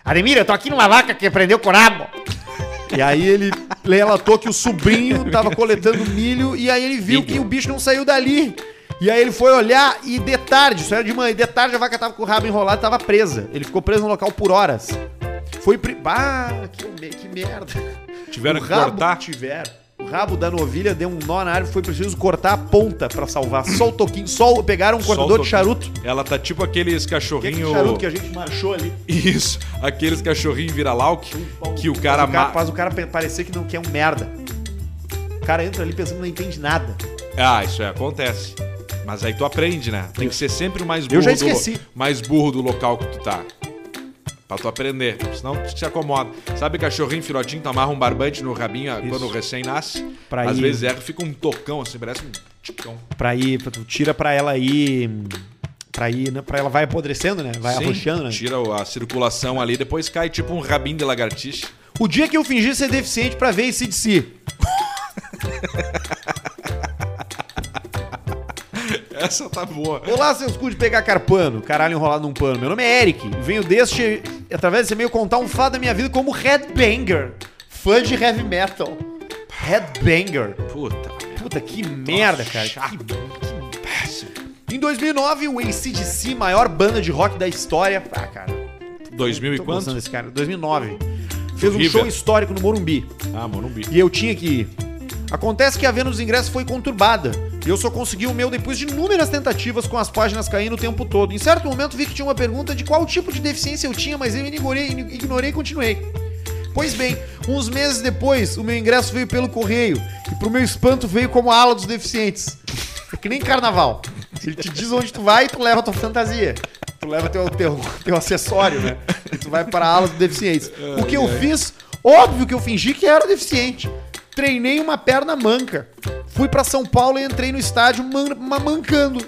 [SPEAKER 4] Ademir, eu tô aqui numa vaca que prendeu com o rabo.
[SPEAKER 2] E aí ele relatou que o sobrinho tava coletando milho e aí ele
[SPEAKER 1] Milho.
[SPEAKER 2] viu que o bicho não saiu dali. E aí ele foi olhar e de tarde, isso era de manhã, e de tarde a vaca tava com o rabo enrolado e tava presa. Ele ficou preso no local por horas. Foi. Pri... Ah, que, me- que merda.
[SPEAKER 1] Tiveram
[SPEAKER 2] o
[SPEAKER 1] que
[SPEAKER 2] rabo
[SPEAKER 1] cortar.
[SPEAKER 2] que tiver. O rabo da novilha deu um nó na árvore, foi preciso cortar a ponta pra salvar. Só o toquinho, só o- pegaram um
[SPEAKER 1] Só o
[SPEAKER 2] cortador de
[SPEAKER 1] toquinho.
[SPEAKER 2] charuto.
[SPEAKER 1] Ela tá tipo aqueles
[SPEAKER 2] Que é que
[SPEAKER 1] cachorrinho.
[SPEAKER 2] charuto que a gente marchou ali.
[SPEAKER 1] Isso, aqueles cachorrinho vira-lauk
[SPEAKER 2] Um
[SPEAKER 1] que o cara,
[SPEAKER 2] Faz o cara,
[SPEAKER 1] ma...
[SPEAKER 2] faz o cara pe- parecer que não quer um merda. O cara entra ali pensando que não entende nada.
[SPEAKER 1] Ah, isso aí acontece. Mas aí tu aprende, né? Tem que ser sempre o mais burro,
[SPEAKER 2] Eu já
[SPEAKER 1] do lo-
[SPEAKER 2] esqueci.
[SPEAKER 1] mais burro do local que tu tá. Pra tu aprender. Senão tu se acomoda. Sabe cachorrinho filhotinho que tu amarra um barbante no rabinho ah, quando recém-nasce?
[SPEAKER 2] Pra
[SPEAKER 1] Às
[SPEAKER 2] ir.
[SPEAKER 1] vezes erra, fica um tocão assim, parece um ticão.
[SPEAKER 2] Pra ir, pra- tu tira pra ela ir. Pra ir, né? Pra ela vai apodrecendo, né? Vai
[SPEAKER 1] Sim,
[SPEAKER 2] arrochando, né?
[SPEAKER 1] Tira o- a circulação ali, depois cai tipo um rabinho de lagartixa.
[SPEAKER 2] O dia que eu fingi ser deficiente pra ver esse de si.
[SPEAKER 1] Essa tá boa.
[SPEAKER 2] Olá, seus cu de pegar carpano, caralho enrolado num pano. Meu nome é Eric, venho deste, através desse e-mail, contar um fato da minha vida como headbanger, fã de heavy metal. Headbanger.
[SPEAKER 1] Puta.
[SPEAKER 2] Puta, que merda, cara.
[SPEAKER 1] Chato. Péssimo.
[SPEAKER 2] Em 2009, o ACDC, maior banda de rock da história. Ah, cara.
[SPEAKER 1] 2000 e
[SPEAKER 2] tô
[SPEAKER 1] quanto?
[SPEAKER 2] gostando desse cara. 2009. Fez um
[SPEAKER 1] River.
[SPEAKER 2] show histórico no Morumbi.
[SPEAKER 1] Ah, mano, um bicho.
[SPEAKER 2] E eu tinha que ir. Acontece que a venda dos ingressos foi conturbada. E eu só consegui o meu depois de inúmeras tentativas com as páginas caindo o tempo todo. Em certo momento vi que tinha uma pergunta de qual tipo de deficiência eu tinha, mas eu ignorei, ignorei e continuei. Pois bem, uns meses depois, o meu ingresso veio pelo correio. E pro meu espanto veio como a ala dos deficientes. É que nem carnaval. Ele te diz onde tu vai e tu leva a tua fantasia. Tu leva teu, teu, teu acessório, né? E tu vai para a ala dos deficientes. O que eu fiz? Óbvio que eu fingi que era deficiente. Treinei uma perna manca. Fui pra São Paulo e entrei no estádio man- ma- mancando.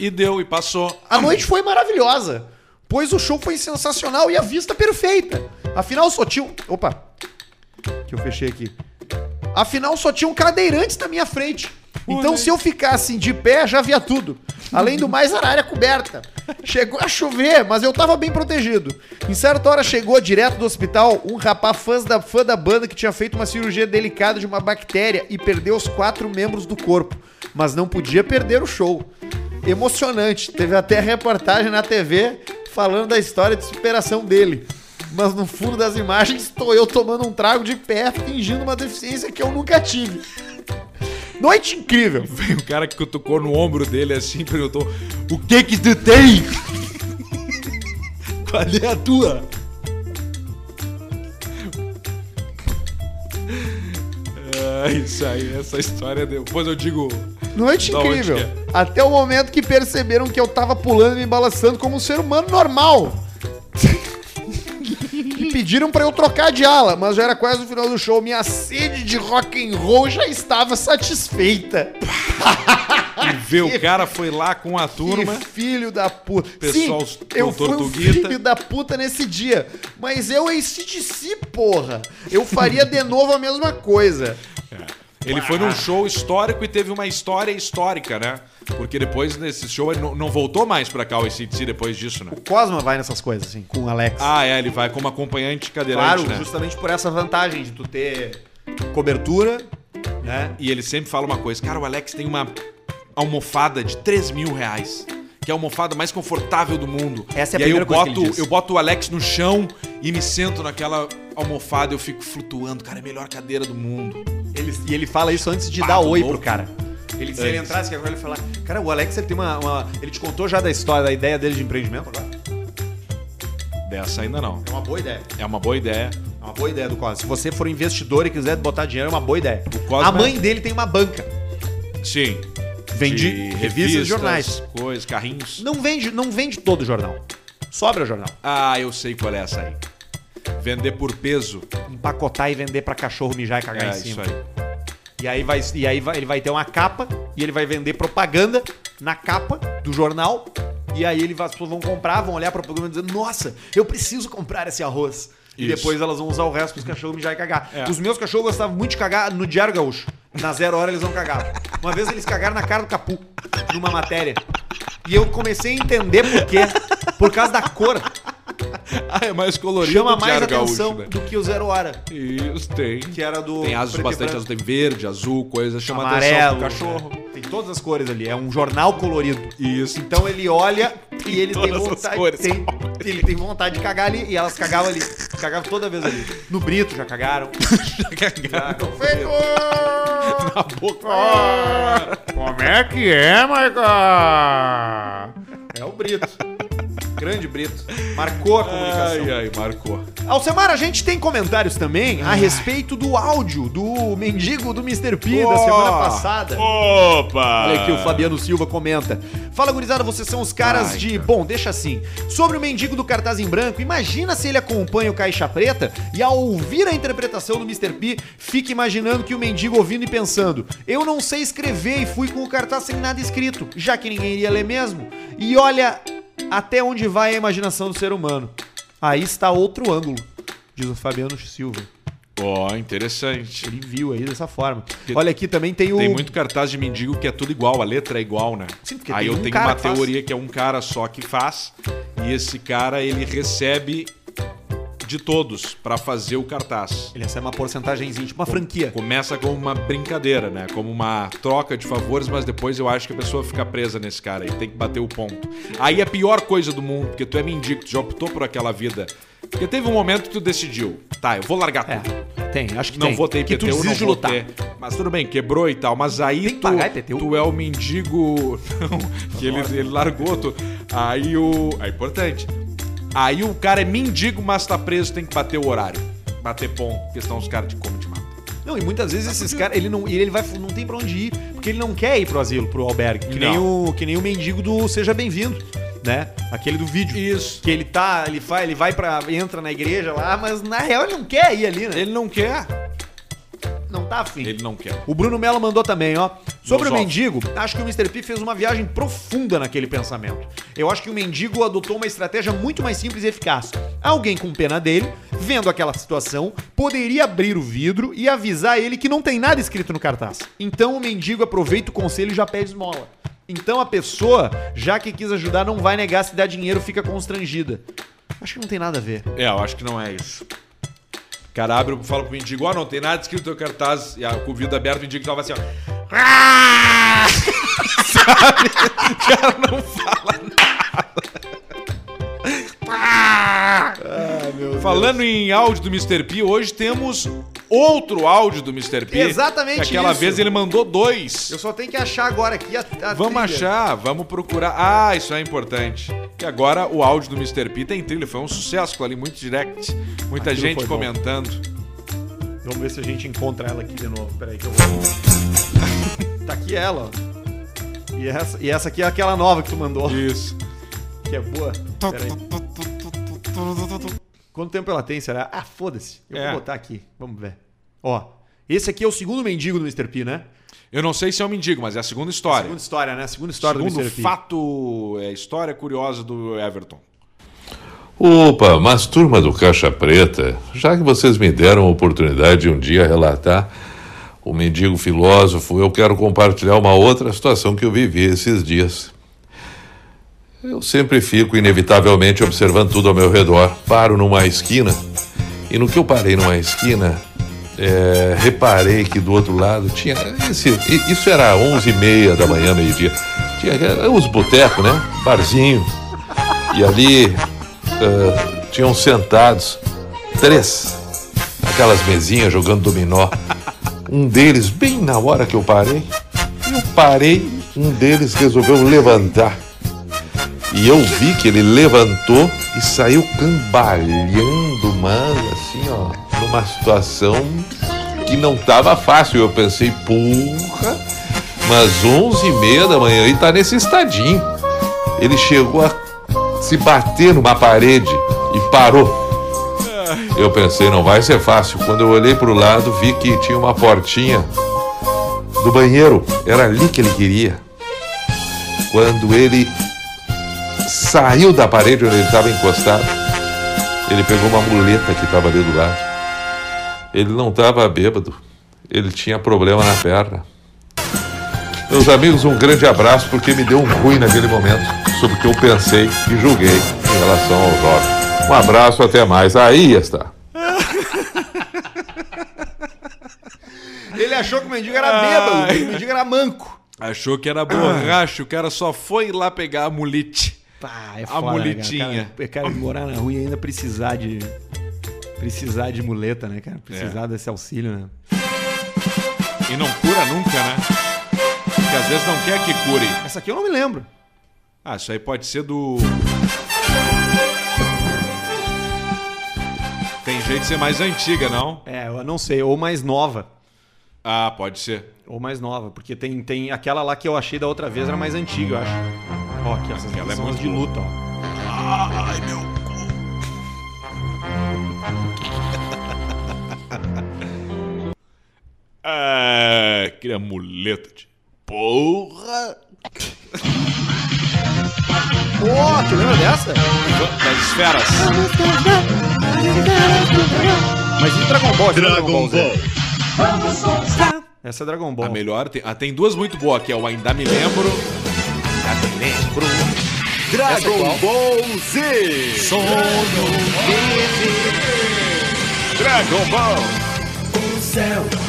[SPEAKER 1] E deu, e passou.
[SPEAKER 2] A noite foi maravilhosa, pois o show foi sensacional e a vista perfeita. Afinal, só tinha. um- Opa! Que eu fechei aqui. Afinal, só tinham cadeirantes na minha frente. Então, se eu ficasse de pé, já via tudo. Além do mais, era área coberta. Chegou a chover, mas eu tava bem protegido. Em certa hora, chegou direto do hospital um rapaz fã da, fã da banda que tinha feito uma cirurgia delicada de uma bactéria e perdeu os quatro membros do corpo. Mas não podia perder o show. Emocionante. Teve até reportagem na TV falando da história de superação dele. Mas no fundo das imagens estou eu tomando um trago de pé, fingindo uma deficiência que eu nunca tive. Noite incrível.
[SPEAKER 1] Veio o cara que cutucou no ombro dele assim e perguntou: O que que tu tem? Qual é a tua? É isso aí, essa história deu. Depois eu digo.
[SPEAKER 2] Noite
[SPEAKER 1] Da onde
[SPEAKER 2] incrível.
[SPEAKER 1] que é?
[SPEAKER 2] Até o momento que perceberam que eu tava pulando e me balançando como um ser humano normal. E pediram pra eu trocar de ala, mas já era quase o final do show. Minha sede de rock and roll já estava satisfeita.
[SPEAKER 1] E vê, o cara foi lá com a turma.
[SPEAKER 2] Ah, Que filho da puta.
[SPEAKER 1] Pessoal
[SPEAKER 2] Sim,
[SPEAKER 1] com
[SPEAKER 2] eu fui um
[SPEAKER 1] tortuguita.
[SPEAKER 2] filho da puta nesse dia. Mas eu em si, porra. Eu faria de novo a mesma coisa.
[SPEAKER 1] Ele foi num show histórico e teve uma história histórica, né? Porque depois nesse show ele não, não voltou mais pra cá o ACDC depois disso, né?
[SPEAKER 2] Cosma vai nessas coisas, assim, com o Alex.
[SPEAKER 1] Ah, é, ele vai como acompanhante
[SPEAKER 2] claro,
[SPEAKER 1] cadeirante, né?
[SPEAKER 2] justamente por essa vantagem de tu ter cobertura, né?
[SPEAKER 1] E ele sempre fala uma coisa, cara, o Alex tem uma almofada de 3 mil reais. Que é a almofada mais confortável do mundo.
[SPEAKER 2] Essa é a
[SPEAKER 1] e aí
[SPEAKER 2] primeira
[SPEAKER 1] eu
[SPEAKER 2] coisa
[SPEAKER 1] boto,
[SPEAKER 2] que ele diz.
[SPEAKER 1] eu boto o Alex no chão e me sento naquela almofada, eu fico flutuando, cara, é a melhor cadeira do mundo.
[SPEAKER 2] Ele- e ele fala isso antes de dar
[SPEAKER 1] Pato
[SPEAKER 2] oi
[SPEAKER 1] Ah, louco.
[SPEAKER 2] pro cara. Ele, se ele
[SPEAKER 1] Antes.
[SPEAKER 2] entrasse aqui agora, ele falar, cara, o Alex ele tem uma, uma- Ele te contou já da história, da ideia dele de empreendimento agora?
[SPEAKER 1] Dessa ainda não.
[SPEAKER 2] É uma boa ideia.
[SPEAKER 1] É uma boa ideia.
[SPEAKER 2] É uma boa ideia do Cosma. Se você for investidor e quiser botar dinheiro, é uma boa ideia.
[SPEAKER 1] O Cosma-
[SPEAKER 2] A mãe dele tem uma banca.
[SPEAKER 1] Sim.
[SPEAKER 2] Vende revistas, jornais.
[SPEAKER 1] Coisas, carrinhos.
[SPEAKER 2] Não vende, não vende todo o jornal. Sobra jornal.
[SPEAKER 1] Ah, eu sei qual é essa aí. Vender por peso.
[SPEAKER 2] Empacotar e vender pra cachorro mijar e cagar
[SPEAKER 1] É
[SPEAKER 2] em
[SPEAKER 1] isso
[SPEAKER 2] cima.
[SPEAKER 1] aí.
[SPEAKER 2] E aí, vai, e aí vai- ele vai ter uma capa e ele vai vender propaganda na capa do jornal. E aí ele, vai- as pessoas vão comprar, vão olhar para propaganda e dizer, nossa, eu preciso comprar esse arroz. E
[SPEAKER 1] Isso.
[SPEAKER 2] depois elas vão usar o resto dos cachorros mijar e cagar.
[SPEAKER 1] É.
[SPEAKER 2] Os meus cachorros gostavam muito de cagar no Diário Gaúcho. Na zero hora eles não cagavam. Uma vez eles cagaram na cara do Capu, numa matéria. E eu comecei a entender por quê. Por causa da cor.
[SPEAKER 1] Ah, é mais colorido
[SPEAKER 2] Chama
[SPEAKER 1] que
[SPEAKER 2] mais
[SPEAKER 1] Diário
[SPEAKER 2] atenção
[SPEAKER 1] Gaúcho, né?
[SPEAKER 2] do que o Zero Hora,
[SPEAKER 1] Isso, tem.
[SPEAKER 2] que era do.
[SPEAKER 1] Tem azul,
[SPEAKER 2] preto e
[SPEAKER 1] bastante
[SPEAKER 2] branco.
[SPEAKER 1] azul, tem verde, azul, coisa, chama
[SPEAKER 2] amarelo, né?
[SPEAKER 1] atenção pro cachorro.
[SPEAKER 2] Tem todas as cores ali. É um jornal colorido.
[SPEAKER 1] Isso.
[SPEAKER 2] Então ele olha e ele tem
[SPEAKER 1] todas as
[SPEAKER 2] vontade.
[SPEAKER 1] cores.
[SPEAKER 2] Tem, ele tem vontade de cagar ali e elas cagavam ali. Cagavam toda vez ali. No Brito já cagaram.
[SPEAKER 1] Cagaram
[SPEAKER 4] Feito!
[SPEAKER 1] na boca.
[SPEAKER 4] Como é que é, Maica?
[SPEAKER 2] É o Brito. Grande Brito. Marcou a comunicação.
[SPEAKER 1] Ai, ai, marcou.
[SPEAKER 2] Alcemar, a gente tem comentários também a respeito do áudio do mendigo do Mr. P da
[SPEAKER 1] Oh.
[SPEAKER 2] semana passada.
[SPEAKER 1] Opa!
[SPEAKER 2] Olha aqui, o Fabiano Silva comenta. Fala, gurizada, vocês são os caras
[SPEAKER 1] Ah. Ai,
[SPEAKER 2] de. Bom, deixa assim. Sobre o mendigo do cartaz em branco, imagina se ele acompanha o Caixa Preta e, ao ouvir a interpretação do Mr. P, fica imaginando que o mendigo ouvindo e pensando: eu não sei escrever e fui com o cartaz sem nada escrito, já que ninguém iria ler mesmo. E olha até onde vai a imaginação do ser humano. Aí está outro ângulo, diz o Fabiano Silva.
[SPEAKER 1] Ó, interessante.
[SPEAKER 2] Ele viu aí dessa forma. Olha aqui também tem o.
[SPEAKER 1] Tem muito cartaz de mendigo que é tudo igual, a letra é igual, né?
[SPEAKER 2] Sim, porque
[SPEAKER 1] Aí
[SPEAKER 2] tem
[SPEAKER 1] eu
[SPEAKER 2] um
[SPEAKER 1] tenho
[SPEAKER 2] cara
[SPEAKER 1] uma
[SPEAKER 2] que faz.
[SPEAKER 1] teoria que é um cara só que faz, e esse cara ele recebe de todos pra fazer o cartaz.
[SPEAKER 2] Ele recebe uma porcentagemzinha, tipo uma franquia.
[SPEAKER 1] Começa como uma brincadeira, né? Como uma troca de favores, mas depois eu acho que a pessoa fica presa nesse cara e tem que bater o ponto. Aí é a pior coisa do mundo, porque tu é mendigo, tu já optou por aquela vida. Porque teve um momento que tu decidiu, tá, eu vou largar tudo.
[SPEAKER 2] É, tem, acho que
[SPEAKER 1] não
[SPEAKER 2] tem.
[SPEAKER 1] vou ter
[SPEAKER 2] que
[SPEAKER 1] IPTU,
[SPEAKER 2] tu desiste
[SPEAKER 1] não
[SPEAKER 2] de
[SPEAKER 1] vou
[SPEAKER 2] lutar.
[SPEAKER 1] ter. Mas tudo bem, quebrou e tal. Mas aí
[SPEAKER 2] Tem que
[SPEAKER 1] tu,
[SPEAKER 2] pagar IPTU?
[SPEAKER 1] tu é o mendigo. Não, que ele, ele largou. Tu, aí o. É importante. Aí o cara é mendigo, mas tá preso, tem que bater o horário. Bater ponto, porque senão os caras te comem de mata.
[SPEAKER 2] Não, e muitas vezes esses caras, ele não, ele vai, não tem pra onde ir, porque ele não quer ir pro asilo, pro albergue, que nem o que nem o mendigo do seja bem-vindo, né? Aquele do vídeo.
[SPEAKER 1] Isso.
[SPEAKER 2] Que ele tá, ele vai, ele vai para entra na igreja lá, mas na real ele não quer ir ali, né? Ele
[SPEAKER 1] Ele não quer.
[SPEAKER 2] não tá afim.
[SPEAKER 1] Ele não quer.
[SPEAKER 2] O Bruno Mello mandou também, ó. Sobre
[SPEAKER 1] Nos
[SPEAKER 2] o mendigo, acho que o Mr. P fez uma viagem profunda naquele pensamento. Eu acho que o mendigo adotou uma estratégia muito mais simples e eficaz. Alguém com pena dele, vendo aquela situação, poderia abrir o vidro e avisar ele que não tem nada escrito no cartaz. Então o mendigo aproveita o conselho e já pede esmola. Então a pessoa, já que quis ajudar, não vai negar se dá dinheiro, fica constrangida. Acho que não tem nada a ver.
[SPEAKER 1] É, eu acho que não é isso. O cara abre, fala pro mendigo, ó, não tem nada escrito no teu cartaz. E a, com o vidro aberto, o mendigo tava assim, ó.
[SPEAKER 4] Ah!
[SPEAKER 1] Falando em áudio do Mr. P, hoje temos outro áudio do Mr. P.
[SPEAKER 2] Exatamente
[SPEAKER 1] Que Aquela
[SPEAKER 2] isso.
[SPEAKER 1] vez ele mandou dois.
[SPEAKER 2] Eu só tenho que achar agora aqui a, a
[SPEAKER 1] Vamos
[SPEAKER 2] trilha.
[SPEAKER 1] achar, vamos procurar. Ah, isso é importante. Que agora o áudio do Mr. P tem trilha, foi um sucesso ali, muito direct. Muita
[SPEAKER 2] Aquilo foi
[SPEAKER 1] gente
[SPEAKER 2] bom.
[SPEAKER 1] comentando.
[SPEAKER 2] Vamos ver se a gente encontra ela aqui de novo. Peraí que eu vou. tá aqui ela, ó. E essa, e essa aqui é aquela nova que tu mandou,
[SPEAKER 1] Isso.
[SPEAKER 2] que é boa. Peraí. Quanto tempo ela tem, será? Ah, foda-se. Eu
[SPEAKER 1] É.
[SPEAKER 2] vou botar aqui. Vamos ver. Ó, esse aqui é o segundo mendigo do Mr. P, né?
[SPEAKER 1] Eu não sei se é um mendigo, mas é a segunda história.
[SPEAKER 2] Segunda história, né? Segunda história do
[SPEAKER 1] Segundo
[SPEAKER 2] Mr. P.
[SPEAKER 1] fato, é história curiosa do Everton.
[SPEAKER 5] Opa, mas turma do Caixa Preta, já que vocês me deram a oportunidade de um dia relatar o mendigo filósofo, eu quero compartilhar uma outra situação que eu vivi esses dias. Eu sempre fico, inevitavelmente, observando tudo ao meu redor. Paro numa esquina e no que eu parei numa esquina, é, reparei que do outro lado tinha. esse- i- isso era 11h30 da manhã, meio-dia. Tinha é, os botecos, né? Barzinho. E ali eh, tinham sentados três, aquelas mesinhas jogando dominó. Um deles, bem na hora que eu parei, eu parei, um deles resolveu levantar. E eu vi que ele levantou e saiu cambalhando, mano, assim, ó, numa situação que não tava fácil. Eu pensei, porra, mas 11 e meia da manhã e tá nesse estadinho. Ele chegou a se bater numa parede e parou. Eu pensei, não vai ser fácil. Quando eu olhei para o lado, vi que tinha uma portinha do banheiro. Era ali que ele queria. Quando ele saiu da parede onde ele estava encostado, ele pegou uma muleta que estava ali do lado. Ele não estava bêbado, ele tinha problema na perna. Meus amigos, um grande abraço porque me deu um ruim naquele momento sobre o que eu pensei e julguei em relação ao jovem. Um abraço, até mais. Aí está.
[SPEAKER 2] Ele achou que o mendigo era bêbado, que o mendigo era manco.
[SPEAKER 1] Ah, Achou que era borracha, o cara só foi lá pegar a mulite.
[SPEAKER 2] Pá, é
[SPEAKER 1] A muletinha.
[SPEAKER 2] Né, cara? Eu quero morar na rua e ainda precisar de. Precisar de muleta, né, cara?
[SPEAKER 1] É.
[SPEAKER 2] Precisar desse auxílio, né?
[SPEAKER 1] E não cura nunca, né? Porque às vezes não quer que cure.
[SPEAKER 2] Essa aqui eu não me lembro.
[SPEAKER 1] Ah, isso aí pode ser do. Tem jeito de ser mais antiga, não?
[SPEAKER 2] É, eu não sei. Ou mais nova.
[SPEAKER 1] Ah, pode ser.
[SPEAKER 2] Ou mais nova. Porque tem, tem aquela lá que eu achei da outra vez, era mais antiga, eu acho. Ó, aqui, ó, essas
[SPEAKER 1] Aquela
[SPEAKER 2] aqui
[SPEAKER 1] é
[SPEAKER 2] são
[SPEAKER 1] muito
[SPEAKER 2] as de
[SPEAKER 1] boa.
[SPEAKER 2] luta, ó.
[SPEAKER 1] Ah, queria muleta de. Porra!
[SPEAKER 2] Pô, tu lembra dessa?
[SPEAKER 1] Das esferas.
[SPEAKER 2] Mas e Dragon Ball? Dragon Ball. Essa é Dragon Ball.
[SPEAKER 1] A melhor. Tem, ah, tem duas muito boas, que é o Ainda Me Lembro.
[SPEAKER 2] Dragon Ball.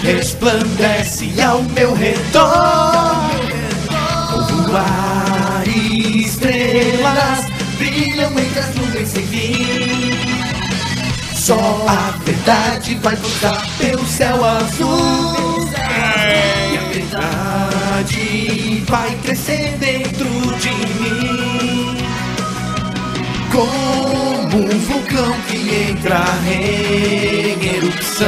[SPEAKER 6] resplandece ao meu redor. Como voar estrelas brilham entre as nuvens sem fim. Só a verdade vai voltar pelo céu azul. E a verdade vai crescer dentro de mim. Como um vulcão que entra em erupção.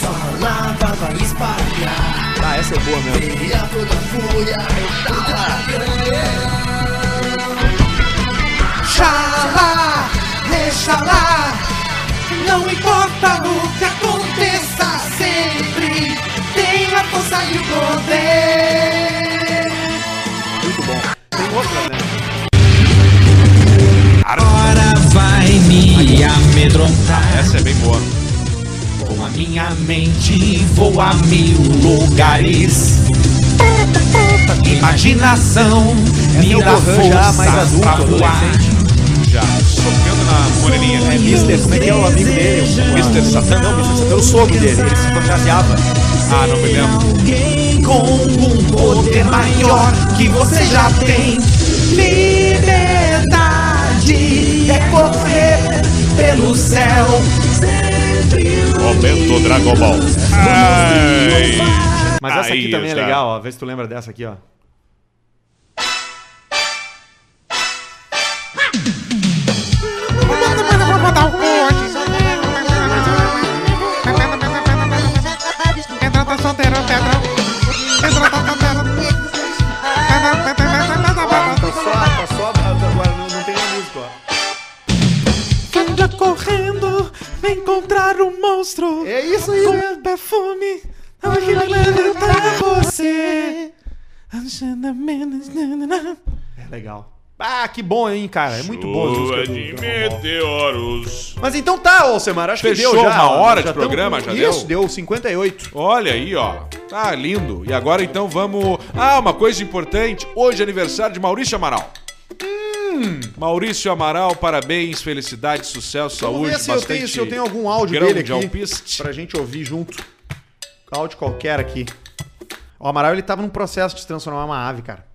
[SPEAKER 6] Só lava vai espalhar
[SPEAKER 2] Ah, essa é boa mesmo.
[SPEAKER 6] E a toda fúria Xalá, deixa lá Não importa o que aconteça Sempre tem a força e o poder
[SPEAKER 2] Muito bom. Tem outra, né?
[SPEAKER 6] Agora vai me amedrontar
[SPEAKER 1] Essa é bem boa.
[SPEAKER 6] Com a minha mente vou a mil lugares. Imaginação me
[SPEAKER 2] é o
[SPEAKER 6] dá
[SPEAKER 2] Gohan já mais
[SPEAKER 6] forças
[SPEAKER 2] adulto,
[SPEAKER 6] pra voar.
[SPEAKER 1] Já. Socando na moreninha.
[SPEAKER 2] É Mister, como é que é o amigo dele? O Mister Satã? Não, Mister Satã é o sogro dele. Ele se fantasiava.
[SPEAKER 1] Ah, não me lembro.
[SPEAKER 6] Alguém com um poder maior que você já tem. Liberdade é correr pelo céu.
[SPEAKER 7] Momento Dragon Ball.
[SPEAKER 2] Mas essa aqui
[SPEAKER 7] Aí
[SPEAKER 2] também
[SPEAKER 7] está.
[SPEAKER 2] é legal, ó. Vê se tu lembra dessa aqui, ó. só, agora não, tem a música, ó.
[SPEAKER 6] Anda correndo, vem encontrar um monstro. um
[SPEAKER 2] É isso aí, né?
[SPEAKER 6] perfume que vai levantar você.
[SPEAKER 2] É legal. Ah, que bom, hein, cara. É muito bom. as músicas do
[SPEAKER 7] de
[SPEAKER 2] Dragon Ball.
[SPEAKER 7] meteoros.
[SPEAKER 2] Mas então tá, ô Semar, acho
[SPEAKER 1] Fechou
[SPEAKER 2] que deu já.
[SPEAKER 1] uma hora de
[SPEAKER 2] tamo
[SPEAKER 1] programa,
[SPEAKER 2] com-
[SPEAKER 1] já
[SPEAKER 2] Isso, deu 58.
[SPEAKER 1] Olha aí, ó. Tá lindo. E agora então vamos. Ah, uma coisa importante. Hoje é aniversário de Maurício Amaral. Hum, Maurício Amaral, parabéns, felicidade, sucesso,
[SPEAKER 2] Vamos
[SPEAKER 1] saúde,
[SPEAKER 2] ver se eu,
[SPEAKER 1] bastante.
[SPEAKER 2] tenho, se eu tenho algum áudio
[SPEAKER 1] grão
[SPEAKER 2] dele
[SPEAKER 1] de
[SPEAKER 2] aqui
[SPEAKER 1] alpiste.
[SPEAKER 2] pra gente ouvir junto. Áudio qualquer aqui. O Amaral, ele tava num processo de se transformar uma ave, cara.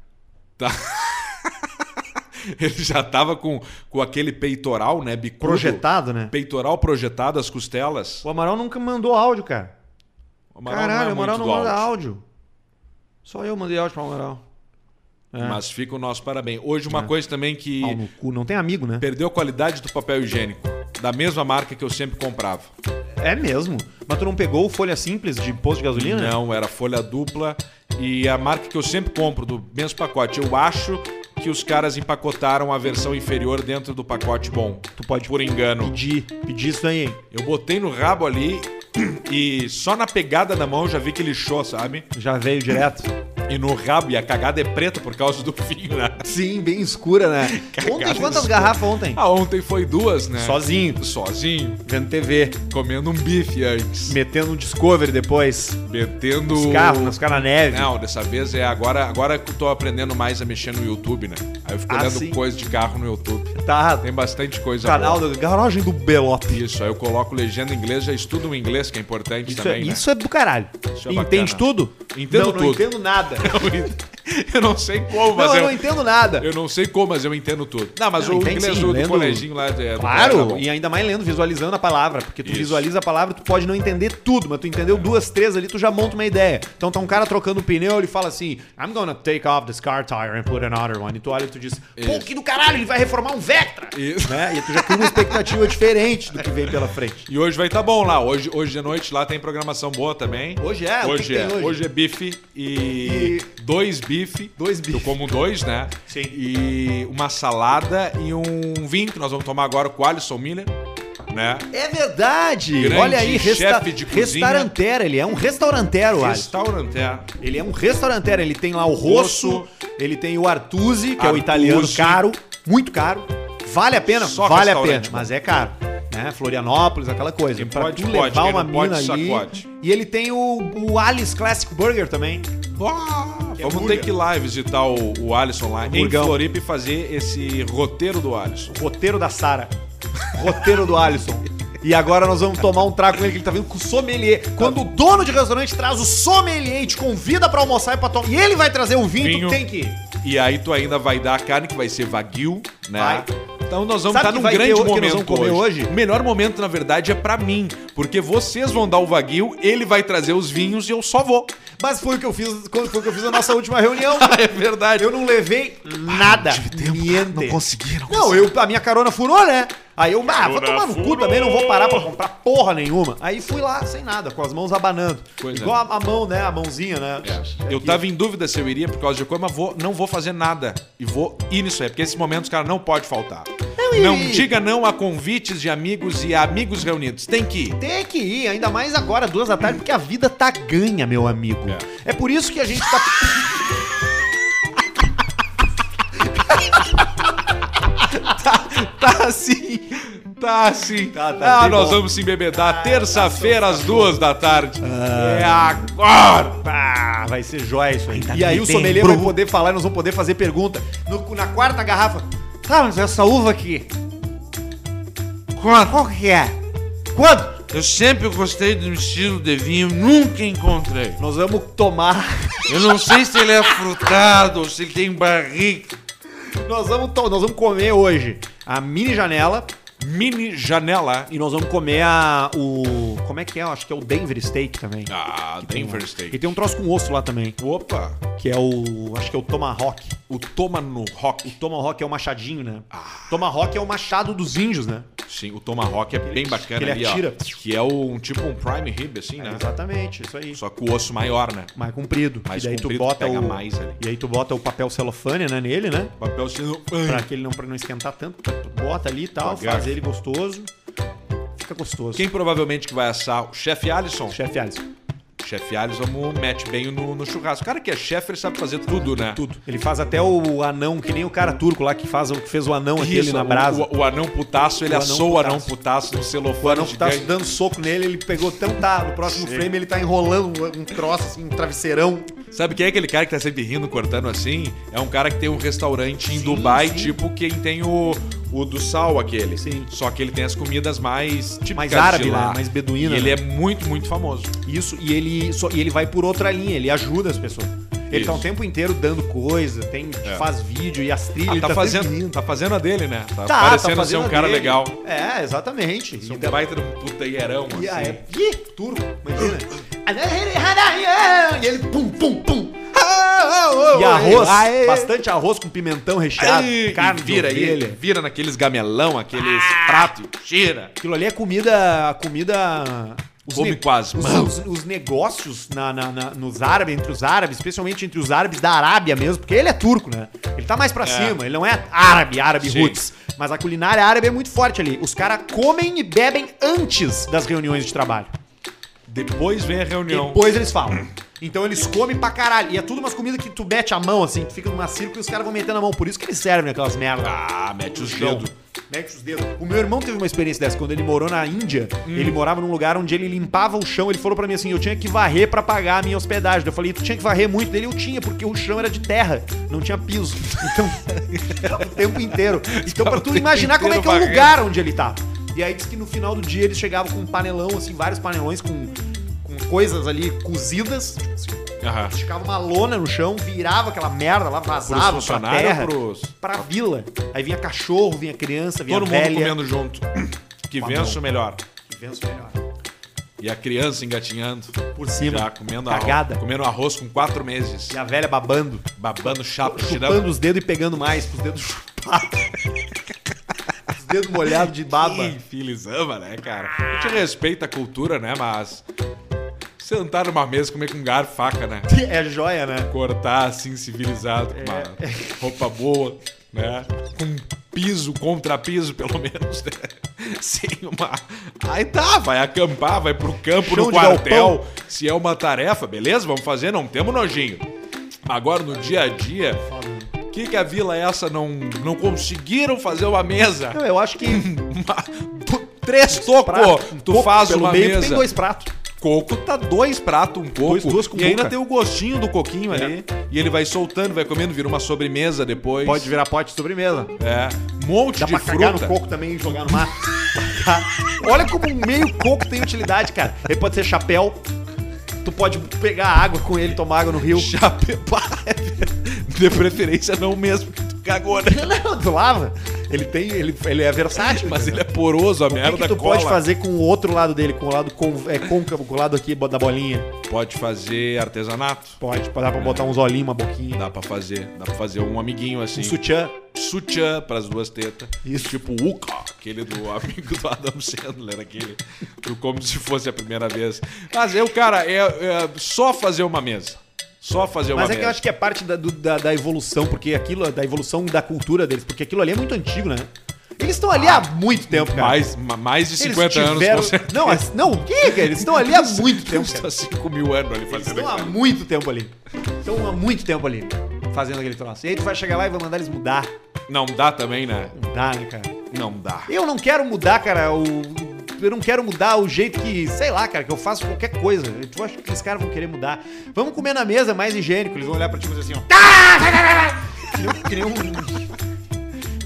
[SPEAKER 1] Ele já tava com, com aquele peitoral, né? Bicudo.
[SPEAKER 2] Projetado, né?
[SPEAKER 1] Peitoral projetado, as costelas.
[SPEAKER 2] O Amaral nunca mandou áudio, cara.
[SPEAKER 1] O Amaral não é
[SPEAKER 2] Caralho, o
[SPEAKER 1] muito
[SPEAKER 2] Amaral não
[SPEAKER 1] do
[SPEAKER 2] manda áudio. Só eu mandei áudio pro Amaral. É.
[SPEAKER 1] Mas fica o nosso parabéns. Hoje, uma coisa também que
[SPEAKER 2] Pau no cu, não tem amigo, né?
[SPEAKER 1] perdeu a qualidade do papel higiênico. Da mesma marca que eu sempre comprava.
[SPEAKER 2] É mesmo. Mas tu não pegou folha simples de posto de gasolina?
[SPEAKER 1] Não, era folha dupla e a marca que eu sempre compro do mesmo pacote. Eu acho que os caras empacotaram a versão inferior dentro do pacote bom. Tu pode por engano.
[SPEAKER 2] Pedi, pedi isso aí.
[SPEAKER 1] Eu botei no rabo ali e que só na pegada da mão eu já vi que lixou, sabe?
[SPEAKER 2] Já veio direto.
[SPEAKER 1] E no rabo, e a cagada é preta por causa do vinho, né?
[SPEAKER 2] Sim, bem escura, né? ontem,
[SPEAKER 1] Cagada
[SPEAKER 2] quantas
[SPEAKER 1] escura.
[SPEAKER 2] garrafas ontem?
[SPEAKER 1] Ah, ontem foi duas, né?
[SPEAKER 2] Sozinho,
[SPEAKER 1] Sozinho,
[SPEAKER 2] vendo TV,
[SPEAKER 1] comendo um bife antes.
[SPEAKER 2] metendo um Discovery depois,
[SPEAKER 1] Metendo.
[SPEAKER 2] os carros, nas caras na neve.
[SPEAKER 1] Não, dessa vez é agora, agora que eu tô aprendendo mais a mexer no YouTube, né? Aí eu fico
[SPEAKER 2] Ah,
[SPEAKER 1] olhando
[SPEAKER 2] sim.
[SPEAKER 1] coisa de carro no YouTube.
[SPEAKER 2] Tá,
[SPEAKER 1] Tem bastante coisa
[SPEAKER 2] canal
[SPEAKER 1] boa.
[SPEAKER 2] da garagem do Belote.
[SPEAKER 1] Isso, aí eu coloco legenda em inglês, já estudo o inglês, que é importante
[SPEAKER 2] Isso,
[SPEAKER 1] também,
[SPEAKER 2] é,
[SPEAKER 1] né?
[SPEAKER 2] isso é do caralho.
[SPEAKER 1] Isso é
[SPEAKER 2] Entende
[SPEAKER 1] bacana.
[SPEAKER 2] tudo?
[SPEAKER 1] Entendo
[SPEAKER 2] não,
[SPEAKER 1] tudo.
[SPEAKER 2] não entendo nada.
[SPEAKER 1] eu não sei como, mas
[SPEAKER 2] não, eu
[SPEAKER 1] eu,
[SPEAKER 2] não entendo nada.
[SPEAKER 1] eu não sei como, mas eu entendo tudo. Não, mas
[SPEAKER 2] Não,
[SPEAKER 1] o
[SPEAKER 2] entende
[SPEAKER 1] inglês
[SPEAKER 2] sim,
[SPEAKER 1] do, do
[SPEAKER 2] lendo-
[SPEAKER 1] colégio lá... É, do colégio tá
[SPEAKER 2] Claro,
[SPEAKER 1] bom.
[SPEAKER 2] e ainda mais lendo, visualizando a palavra, porque tu
[SPEAKER 1] Isso.
[SPEAKER 2] visualiza a palavra, tu pode não entender tudo, mas tu entendeu duas, três ali, tu já monta uma ideia. Então tá um cara trocando um pneu, ele fala assim, I'm gonna take off this car tire and put another one. E tu olha e tu diz, pô, que do caralho, ele vai reformar um Vectra!
[SPEAKER 1] Isso.
[SPEAKER 2] Né? E tu já cria uma expectativa diferente do que vem pela frente.
[SPEAKER 1] é- E hoje vai estar bom lá. Hoje, hoje de noite lá tem programação boa também.
[SPEAKER 2] Hoje é? O que
[SPEAKER 1] Hoje
[SPEAKER 2] que
[SPEAKER 1] é.
[SPEAKER 2] tem hoje?
[SPEAKER 1] Hoje? é bife e, dois bife.
[SPEAKER 2] Dois bife.
[SPEAKER 1] Eu como dois, né?
[SPEAKER 2] Sim.
[SPEAKER 1] E uma salada e um vinho que nós vamos tomar agora com o Alisson Miller, né?
[SPEAKER 2] É verdade!
[SPEAKER 1] Grande
[SPEAKER 2] olha aí, resta
[SPEAKER 1] chefe de cozinha.
[SPEAKER 2] restaurantero, ele é um restaurantero, Alisson.
[SPEAKER 1] Restaurante. é.
[SPEAKER 2] Ele é um restaurantero, ele tem lá o Rosso,
[SPEAKER 1] Rosso.
[SPEAKER 2] ele tem o Artuzzi, que é o
[SPEAKER 1] Artuzzi.
[SPEAKER 2] italiano caro, muito caro. Vale a pena?
[SPEAKER 1] Só
[SPEAKER 2] vale a
[SPEAKER 1] restaurante,
[SPEAKER 2] pena, mas é caro. Né? Florianópolis, aquela coisa.
[SPEAKER 1] Quem
[SPEAKER 2] pra
[SPEAKER 1] pode,
[SPEAKER 2] tu
[SPEAKER 1] pode.
[SPEAKER 2] levar
[SPEAKER 1] Quem
[SPEAKER 2] uma
[SPEAKER 1] não pode,
[SPEAKER 2] mina ali.
[SPEAKER 1] sacode.
[SPEAKER 2] E ele tem o, o Alice Classic Burger também.
[SPEAKER 1] Ah,
[SPEAKER 2] Que é
[SPEAKER 1] vamos ter
[SPEAKER 2] hambúrguer.
[SPEAKER 1] que ir lá visitar o, o Alisson lá em
[SPEAKER 2] Hamburgão.
[SPEAKER 1] Floripa e fazer esse roteiro do Alisson.
[SPEAKER 2] Roteiro da Sara. Roteiro do Alisson. E agora nós vamos tomar um trago com ele, que ele tá vindo com o sommelier. Quando o dono de restaurante traz o sommelier e te convida pra almoçar e pra tomar. E ele vai trazer o vinho,
[SPEAKER 1] Vinho.
[SPEAKER 2] tu tem que ir.
[SPEAKER 1] E aí tu ainda vai dar a carne que vai ser vaguio, né?
[SPEAKER 2] Vai.
[SPEAKER 1] Então nós vamos
[SPEAKER 2] Sabe
[SPEAKER 1] estar
[SPEAKER 2] que
[SPEAKER 1] num
[SPEAKER 2] vai ter
[SPEAKER 1] grande
[SPEAKER 2] o- que nós
[SPEAKER 1] momento
[SPEAKER 2] vamos comer hoje?
[SPEAKER 1] O melhor momento, na verdade, é pra mim, porque vocês vão dar o vaguio, ele vai trazer os vinhos e eu só vou.
[SPEAKER 2] Mas foi o que eu fiz, foi o que eu fiz na nossa última reunião.
[SPEAKER 1] É verdade. Ah,
[SPEAKER 2] Eu não levei nada. Niente. Não
[SPEAKER 1] consegui, não
[SPEAKER 2] eu, a minha carona furou, né? Aí eu, ah, vou
[SPEAKER 7] Carona
[SPEAKER 2] tomar no cu
[SPEAKER 7] furou.
[SPEAKER 2] também, não vou parar pra comprar porra nenhuma. Aí fui lá sem nada, com as mãos abanando.
[SPEAKER 1] Pois é.
[SPEAKER 2] Igual a, a mão, né? A mãozinha, né?
[SPEAKER 1] Eu tava em dúvida se eu iria por causa de coisa, mas vou, não vou fazer nada. E vou ir nisso aí, porque esses momentos, cara, não pode faltar.
[SPEAKER 2] e-
[SPEAKER 1] Não diga não a convites de amigos e amigos reunidos. Tem que ir.
[SPEAKER 2] Tem que ir, ainda mais agora, duas da tarde, porque a vida tá ganha, meu amigo. É, por isso que a gente tá. tá, tá assim.
[SPEAKER 1] Tá sim.
[SPEAKER 2] Tá, tá,
[SPEAKER 1] ah,
[SPEAKER 2] bem
[SPEAKER 1] nós
[SPEAKER 2] bom.
[SPEAKER 1] vamos se embebedar terça-feira às duas da tarde. É agora!
[SPEAKER 2] Pá, Ah, vai ser jóia isso aí.
[SPEAKER 6] Ainda
[SPEAKER 2] e aí
[SPEAKER 6] bem,
[SPEAKER 2] o sommelier
[SPEAKER 6] bro.
[SPEAKER 2] vai poder falar e nós vamos poder fazer pergunta. No- na quarta garrafa. Tá, mas essa uva aqui. Qual, qual que é? Quando?
[SPEAKER 8] Eu sempre gostei do estilo de vinho, nunca encontrei.
[SPEAKER 2] Nós vamos tomar.
[SPEAKER 8] Eu não sei se ele é frutado ou se ele tem barrica.
[SPEAKER 2] Nós vamos, to- nós vamos comer hoje a mini janela
[SPEAKER 1] Mini janela.
[SPEAKER 2] e nós vamos comer a. o. Como é que é? Eu Acho que é o Denver Steak também.
[SPEAKER 1] Ah, Denver
[SPEAKER 2] E
[SPEAKER 1] Steak.
[SPEAKER 2] tem um troço com osso lá também,
[SPEAKER 1] Opa!
[SPEAKER 2] que é o. Acho que é o Tomahawk.
[SPEAKER 1] O toma no
[SPEAKER 2] O
[SPEAKER 1] rock.
[SPEAKER 2] Tomahawk é o machadinho, né?
[SPEAKER 1] Ah.
[SPEAKER 2] Tomahawk é o machado dos índios, né?
[SPEAKER 1] Sim, o toma rock é bem bacana
[SPEAKER 2] ele
[SPEAKER 1] ali,
[SPEAKER 2] atira.
[SPEAKER 1] ó. Que é um tipo um prime rib, assim, né?
[SPEAKER 2] É, Exatamente, isso aí.
[SPEAKER 1] Só com o osso maior, né?
[SPEAKER 2] mais comprido.
[SPEAKER 1] Mais
[SPEAKER 2] e daí
[SPEAKER 1] comprido,
[SPEAKER 2] tu bota
[SPEAKER 1] pega
[SPEAKER 2] o
[SPEAKER 1] mais ali.
[SPEAKER 2] E aí tu bota o papel celofane, né, nele, né?
[SPEAKER 1] Papel assim, sendo.
[SPEAKER 2] Pra que ele não para não esquentar tanto, tu bota ali e tal,
[SPEAKER 1] Pagar.
[SPEAKER 2] faz ele gostoso. Fica gostoso.
[SPEAKER 1] Quem provavelmente que vai assar? O chefe Alisson?
[SPEAKER 2] Chefe Alisson.
[SPEAKER 1] Chefe Alisson, vamos mete bem no, no churrasco. O cara que é chefe, ele sabe fazer tudo, né? Tudo.
[SPEAKER 2] Ele faz até o anão, que nem o cara turco lá que faz o que fez o anão aquele na brasa.
[SPEAKER 1] O, o anão putaço, ele
[SPEAKER 2] O anão
[SPEAKER 1] assou o anão
[SPEAKER 2] putaço.
[SPEAKER 1] putaço no celofane.
[SPEAKER 2] O anão que tá
[SPEAKER 1] gigante.
[SPEAKER 2] dando soco nele, ele pegou tão tá. No próximo frame ele tá enrolando um- um troço, assim, um travesseirão.
[SPEAKER 1] Sabe quem é aquele cara que tá sempre rindo, cortando assim? É um cara que tem um restaurante em Dubai, tipo quem tem o, o do sal aquele.
[SPEAKER 2] Sim.
[SPEAKER 1] Só que ele tem as comidas mais típicas
[SPEAKER 2] Mais árabe,
[SPEAKER 1] de lá.
[SPEAKER 2] né? Mais beduína,
[SPEAKER 1] E ele
[SPEAKER 2] né?
[SPEAKER 1] é muito, muito famoso.
[SPEAKER 2] Isso, e ele, só, e ele vai por outra linha, ele ajuda as pessoas. Ele
[SPEAKER 1] Isso. É.
[SPEAKER 2] tá o tempo inteiro dando coisa, tem, faz vídeo e as trilhas.
[SPEAKER 1] Ah,
[SPEAKER 2] ele
[SPEAKER 1] tá,
[SPEAKER 2] sempre
[SPEAKER 1] fazendo,
[SPEAKER 2] rindo.
[SPEAKER 1] tá fazendo a dele, né? Tá,
[SPEAKER 2] Tá,
[SPEAKER 1] parecendo
[SPEAKER 2] tá
[SPEAKER 1] ser
[SPEAKER 2] fazendo
[SPEAKER 1] um
[SPEAKER 2] a
[SPEAKER 1] cara
[SPEAKER 2] dele.
[SPEAKER 1] legal.
[SPEAKER 2] É, exatamente.
[SPEAKER 1] Ser um
[SPEAKER 2] Então-
[SPEAKER 1] baita de um puteirão, assim.
[SPEAKER 2] E aí, é- Ih, turco, imagina. E ele pum, pum, pum. E arroz, bastante arroz com pimentão recheado,
[SPEAKER 1] Ai,
[SPEAKER 2] carne
[SPEAKER 1] e vira
[SPEAKER 2] de
[SPEAKER 1] aí,
[SPEAKER 2] ovelha.
[SPEAKER 1] ele vira naqueles gamelão, aqueles
[SPEAKER 2] Ah!
[SPEAKER 1] pratos, tira.
[SPEAKER 2] Aquilo ali é comida. comida.
[SPEAKER 1] Come
[SPEAKER 2] ne-
[SPEAKER 1] com as
[SPEAKER 2] os-
[SPEAKER 1] mãos.
[SPEAKER 2] Os, os negócios na, na- na- nos árabes, entre os árabes, especialmente entre os árabes da Arábia mesmo, porque ele é turco, né? Ele tá mais pra cima, ele não é árabe, árabe
[SPEAKER 1] Sim.
[SPEAKER 2] roots. Mas a culinária árabe é muito forte ali. Os caras comem e bebem antes das reuniões de trabalho.
[SPEAKER 1] Depois vem a reunião.
[SPEAKER 2] Depois eles falam. Então eles comem pra caralho. E é tudo umas comidas que tu mete a mão, assim, tu fica numa círculo e os caras vão metendo a mão. Por isso que eles servem aquelas merdas.
[SPEAKER 1] Ah, mete os
[SPEAKER 2] Então,
[SPEAKER 1] dedos.
[SPEAKER 2] Mete os dedos. O meu irmão teve uma experiência dessa quando ele morou na Índia.
[SPEAKER 1] Hum.
[SPEAKER 2] Ele morava num lugar onde ele limpava o chão. Ele falou pra mim assim: eu tinha que varrer pra pagar a minha hospedagem. Daí Eu falei: tu tinha que varrer muito dele? Eu tinha, porque o chão era de terra, não tinha piso. Então, o tempo inteiro. Então, pra tu imaginar como é que é o
[SPEAKER 1] varrendo.
[SPEAKER 2] lugar onde ele tá. E aí diz que no final do dia ele chegava com um panelão, assim, vários panelões com, com coisas ali cozidas. Tipo assim,
[SPEAKER 1] Aham.
[SPEAKER 2] esticava uma lona no chão, virava aquela merda lá,
[SPEAKER 1] Pros
[SPEAKER 2] vazava pra
[SPEAKER 1] funcionários
[SPEAKER 2] terra
[SPEAKER 1] ou pros.
[SPEAKER 2] pra vila. Aí vinha cachorro, vinha criança, vinha
[SPEAKER 1] Todo mundo
[SPEAKER 2] velha. Tá
[SPEAKER 1] comendo junto. Que
[SPEAKER 2] Com a
[SPEAKER 1] vença o melhor.
[SPEAKER 2] Que vença o melhor.
[SPEAKER 1] E a criança engatinhando.
[SPEAKER 2] Por cima.
[SPEAKER 1] Já comendo
[SPEAKER 2] Cagada.
[SPEAKER 1] arroz. Comendo arroz com quatro meses.
[SPEAKER 2] E a velha babando,
[SPEAKER 1] Babando chapa,
[SPEAKER 2] chupando
[SPEAKER 1] tirando.
[SPEAKER 2] os dedos e pegando mais, com os dedos chupados. os dedos molhados de baba.
[SPEAKER 1] Ih, Filhos ama, né, cara? A gente respeita a cultura, né? Mas. Sentar numa mesa, comer com garfo e faca, né?
[SPEAKER 2] É joia, né?
[SPEAKER 1] Cortar assim, civilizado, com uma
[SPEAKER 2] É.
[SPEAKER 1] roupa boa, né? Com piso, contrapiso, pelo menos, né? Sem uma. Aí tá, vai acampar, vai pro campo,
[SPEAKER 2] Chão
[SPEAKER 1] no
[SPEAKER 2] de
[SPEAKER 1] quartel. Se é uma tarefa, beleza? Vamos fazer, não temos nojinho. Agora, no dia a dia, o que, que a vila essa não, não conseguiram fazer uma mesa?
[SPEAKER 2] Não, é eu acho que
[SPEAKER 1] Uma- tu- Três tocos,
[SPEAKER 2] prato, um
[SPEAKER 1] tu
[SPEAKER 2] pouco
[SPEAKER 1] faz
[SPEAKER 2] pelo
[SPEAKER 1] uma
[SPEAKER 2] meio
[SPEAKER 1] mesa.
[SPEAKER 2] tem dois pratos.
[SPEAKER 1] Coco tá dois pratos, um coco.
[SPEAKER 2] Dois, duas com É.
[SPEAKER 1] e ainda
[SPEAKER 2] cuca.
[SPEAKER 1] tem o gostinho do coquinho ali. E ele vai soltando, vai comendo, vira uma sobremesa depois.
[SPEAKER 2] Pode virar pote de sobremesa.
[SPEAKER 1] É. Um monte
[SPEAKER 2] Dá
[SPEAKER 1] de
[SPEAKER 2] pra cagar no
[SPEAKER 1] fruta.
[SPEAKER 2] coco também e jogar no mar. Tá? Olha como um meio coco tem utilidade, cara. Ele pode ser chapéu. Tu pode pegar água com ele, tomar água no rio.
[SPEAKER 1] Chape- De preferência não mesmo que tu cagou, né?
[SPEAKER 2] Não, tu lava. Ele tem, ele, ele é versátil.
[SPEAKER 1] Mas ele é poroso, a merda
[SPEAKER 2] O que, que tu
[SPEAKER 1] cola.
[SPEAKER 2] pode fazer com o outro lado dele, com o lado con- é, côncavo, com o lado aqui bo- da bolinha?
[SPEAKER 1] Pode fazer artesanato.
[SPEAKER 2] Pode, dá pra botar uns olhinhos, uma boquinha.
[SPEAKER 1] Dá pra fazer. Dá pra fazer um amiguinho assim.
[SPEAKER 2] Um sutiã.
[SPEAKER 1] sutiã pras duas tetas.
[SPEAKER 2] Isso.
[SPEAKER 1] Tipo o Uca, aquele do amigo do Adam Sandler, aquele. do Como se fosse a primeira vez. Mas eu, cara, é, é só fazer uma mesa. Só fazer uma
[SPEAKER 2] Mas é
[SPEAKER 1] mesa.
[SPEAKER 2] que eu acho que é parte da, do- da, da evolução, porque aquilo, da evolução da cultura deles, porque aquilo ali é muito antigo, né? Eles estão ali há muito tempo, cara.
[SPEAKER 1] mais, ma- mais de 50
[SPEAKER 2] tiveram-
[SPEAKER 1] anos, com certeza.
[SPEAKER 2] Não, mas- não, o que, cara? Eles estão ali há muito tempo. cara.
[SPEAKER 1] Está 5 mil anos ali
[SPEAKER 2] Eles
[SPEAKER 1] fazendo
[SPEAKER 2] estão há
[SPEAKER 1] aquilo.
[SPEAKER 2] muito tempo ali. Estão há muito tempo ali fazendo aquele troço. E aí tu vai chegar lá e vai mandar eles mudar.
[SPEAKER 1] Não dá também, né?
[SPEAKER 2] Dá, né, cara?
[SPEAKER 1] Não dá.
[SPEAKER 2] Eu não quero mudar, cara, o. Eu não quero mudar o jeito que, sei lá, cara, que eu faço qualquer coisa. Tu acha que esses caras vão querer mudar? Vamos comer na mesa mais higiênico. Eles vão olhar pra ti e fazer assim, ó. Que nem um- Que nem um.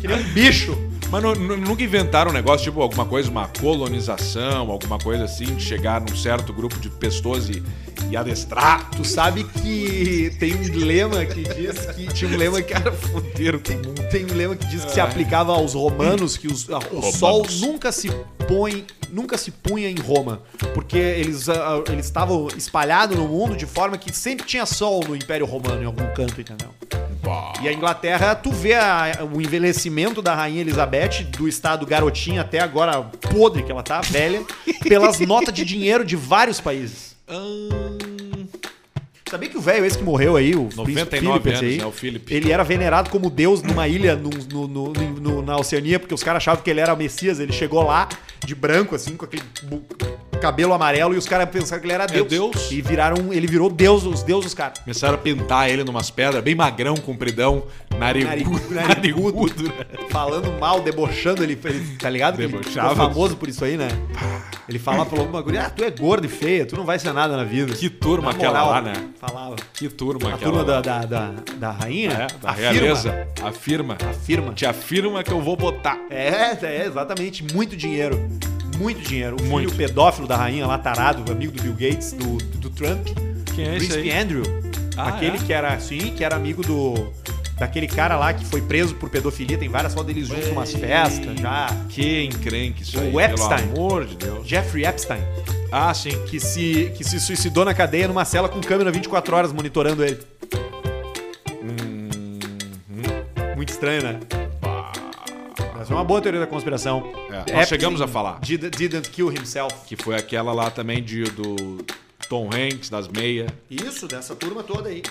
[SPEAKER 2] Que nem um bicho.
[SPEAKER 1] Mas nu- nu- nunca inventaram um negócio, tipo, alguma coisa, uma colonização, alguma coisa assim, de chegar num certo grupo de pessoas e, e adestrar.
[SPEAKER 2] Tu sabe que tem um lema que diz que. Tinha um lema que era fudeiro. Tem, um- tem um lema que diz que se aplicava aos romanos que os- a- o sol nunca se põe. Nunca se punha em Roma. Porque eles ah, eles estavam espalhados no mundo de forma que sempre tinha sol no Império Romano em algum canto, entendeu? E a Inglaterra, tu vê a- o envelhecimento da Rainha Elizabeth, do estado garotinha até agora podre que ela tá, velha, pelas notas de dinheiro de vários países.
[SPEAKER 1] Ah.
[SPEAKER 2] Sabia que o velho, esse que morreu aí, o
[SPEAKER 1] 99
[SPEAKER 2] príncipe
[SPEAKER 1] anos,
[SPEAKER 2] aí,
[SPEAKER 1] né, o Philip.
[SPEAKER 2] ele era venerado como deus numa ilha no- no- no- no- na Oceania, porque os caras achavam que ele era o Messias. Ele chegou lá, de branco, assim, com aquele bu- cabelo amarelo, e os caras pensaram que ele era deus.
[SPEAKER 1] É Deus.
[SPEAKER 2] E viraram, ele virou deus, os deuses dos caras.
[SPEAKER 1] Começaram a pintar ele numas pedras, bem magrão, compridão, narigudo.
[SPEAKER 2] Narigudo,
[SPEAKER 1] narigudo. né?
[SPEAKER 2] falando mal, debochando, ele, ele tá ligado? Que Ele ficou
[SPEAKER 1] Debochava.
[SPEAKER 2] famoso por isso aí, né? Ele falava pra alguma guria, ah, tu é gordo e feia, tu não vai ser nada na vida.
[SPEAKER 1] Que turma
[SPEAKER 2] Na
[SPEAKER 1] aquela
[SPEAKER 2] moral,
[SPEAKER 1] lá, né?
[SPEAKER 2] Falava.
[SPEAKER 1] Que turma
[SPEAKER 2] A
[SPEAKER 1] aquela.
[SPEAKER 2] turma
[SPEAKER 1] lá.
[SPEAKER 2] da, da, da, da rainha? né?
[SPEAKER 1] É, da
[SPEAKER 2] Afirma.
[SPEAKER 1] realeza. Afirma.
[SPEAKER 2] Afirma.
[SPEAKER 1] Te afirma que eu vou botar.
[SPEAKER 2] É, é, exatamente. Muito dinheiro. Muito dinheiro. O
[SPEAKER 1] Muito.
[SPEAKER 2] filho pedófilo da rainha lá, tarado, amigo do Bill Gates, do, do Trump.
[SPEAKER 1] Quem é
[SPEAKER 2] o
[SPEAKER 1] esse
[SPEAKER 2] príncipe Andrew.
[SPEAKER 1] Ah,
[SPEAKER 2] aquele
[SPEAKER 1] é?
[SPEAKER 2] que era, sim, que era amigo do... Daquele cara lá que foi preso por pedofilia. Tem várias fotos deles juntos umas festas já.
[SPEAKER 1] Que encrenque isso
[SPEAKER 2] O
[SPEAKER 1] aí,
[SPEAKER 2] Epstein.
[SPEAKER 1] pelo amor de Deus.
[SPEAKER 2] Jeffrey Epstein,
[SPEAKER 1] Ah, sim.
[SPEAKER 2] que se, que se suicidou na cadeia numa cela com câmera 24 horas monitorando ele.
[SPEAKER 1] Uhum.
[SPEAKER 2] Muito estranho, né? Mas é uma boa teoria da conspiração.
[SPEAKER 1] É, nós
[SPEAKER 2] Epstein
[SPEAKER 1] chegamos a falar.
[SPEAKER 2] Did, didn't kill himself.
[SPEAKER 1] Que foi aquela lá também de, do Tom Hanks, das meias.
[SPEAKER 2] Isso, dessa turma toda aí.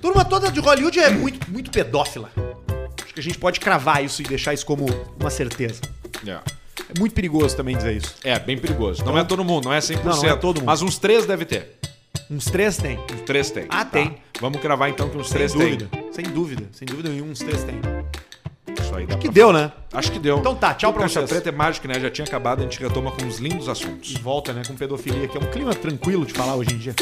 [SPEAKER 2] Turma toda de Hollywood é muito, muito pedófila. Acho que a gente pode cravar isso e deixar isso como uma certeza.
[SPEAKER 1] É.
[SPEAKER 2] É muito perigoso também dizer isso.
[SPEAKER 1] É, bem perigoso. Não é todo mundo, não é 100%.
[SPEAKER 2] Não, não é todo mundo.
[SPEAKER 1] Mas uns três deve ter.
[SPEAKER 2] Uns três tem.
[SPEAKER 1] Uns três tem.
[SPEAKER 2] Ah, tem.
[SPEAKER 1] Vamos cravar então que uns
[SPEAKER 2] Sem
[SPEAKER 1] três tem.
[SPEAKER 2] dúvida. Sem dúvida. Sem dúvida nenhuma, uns três tem.
[SPEAKER 1] Isso aí dá
[SPEAKER 2] Que
[SPEAKER 1] pra-
[SPEAKER 2] deu, né?
[SPEAKER 1] Acho que deu.
[SPEAKER 2] Então tá, tchau
[SPEAKER 1] O
[SPEAKER 2] pra
[SPEAKER 1] Caixa
[SPEAKER 2] vocês.
[SPEAKER 1] Preta é mágico, né? Já tinha acabado, a gente retoma com uns lindos assuntos.
[SPEAKER 2] Volta, né? Com pedofilia, que é um clima tranquilo de falar hoje em dia.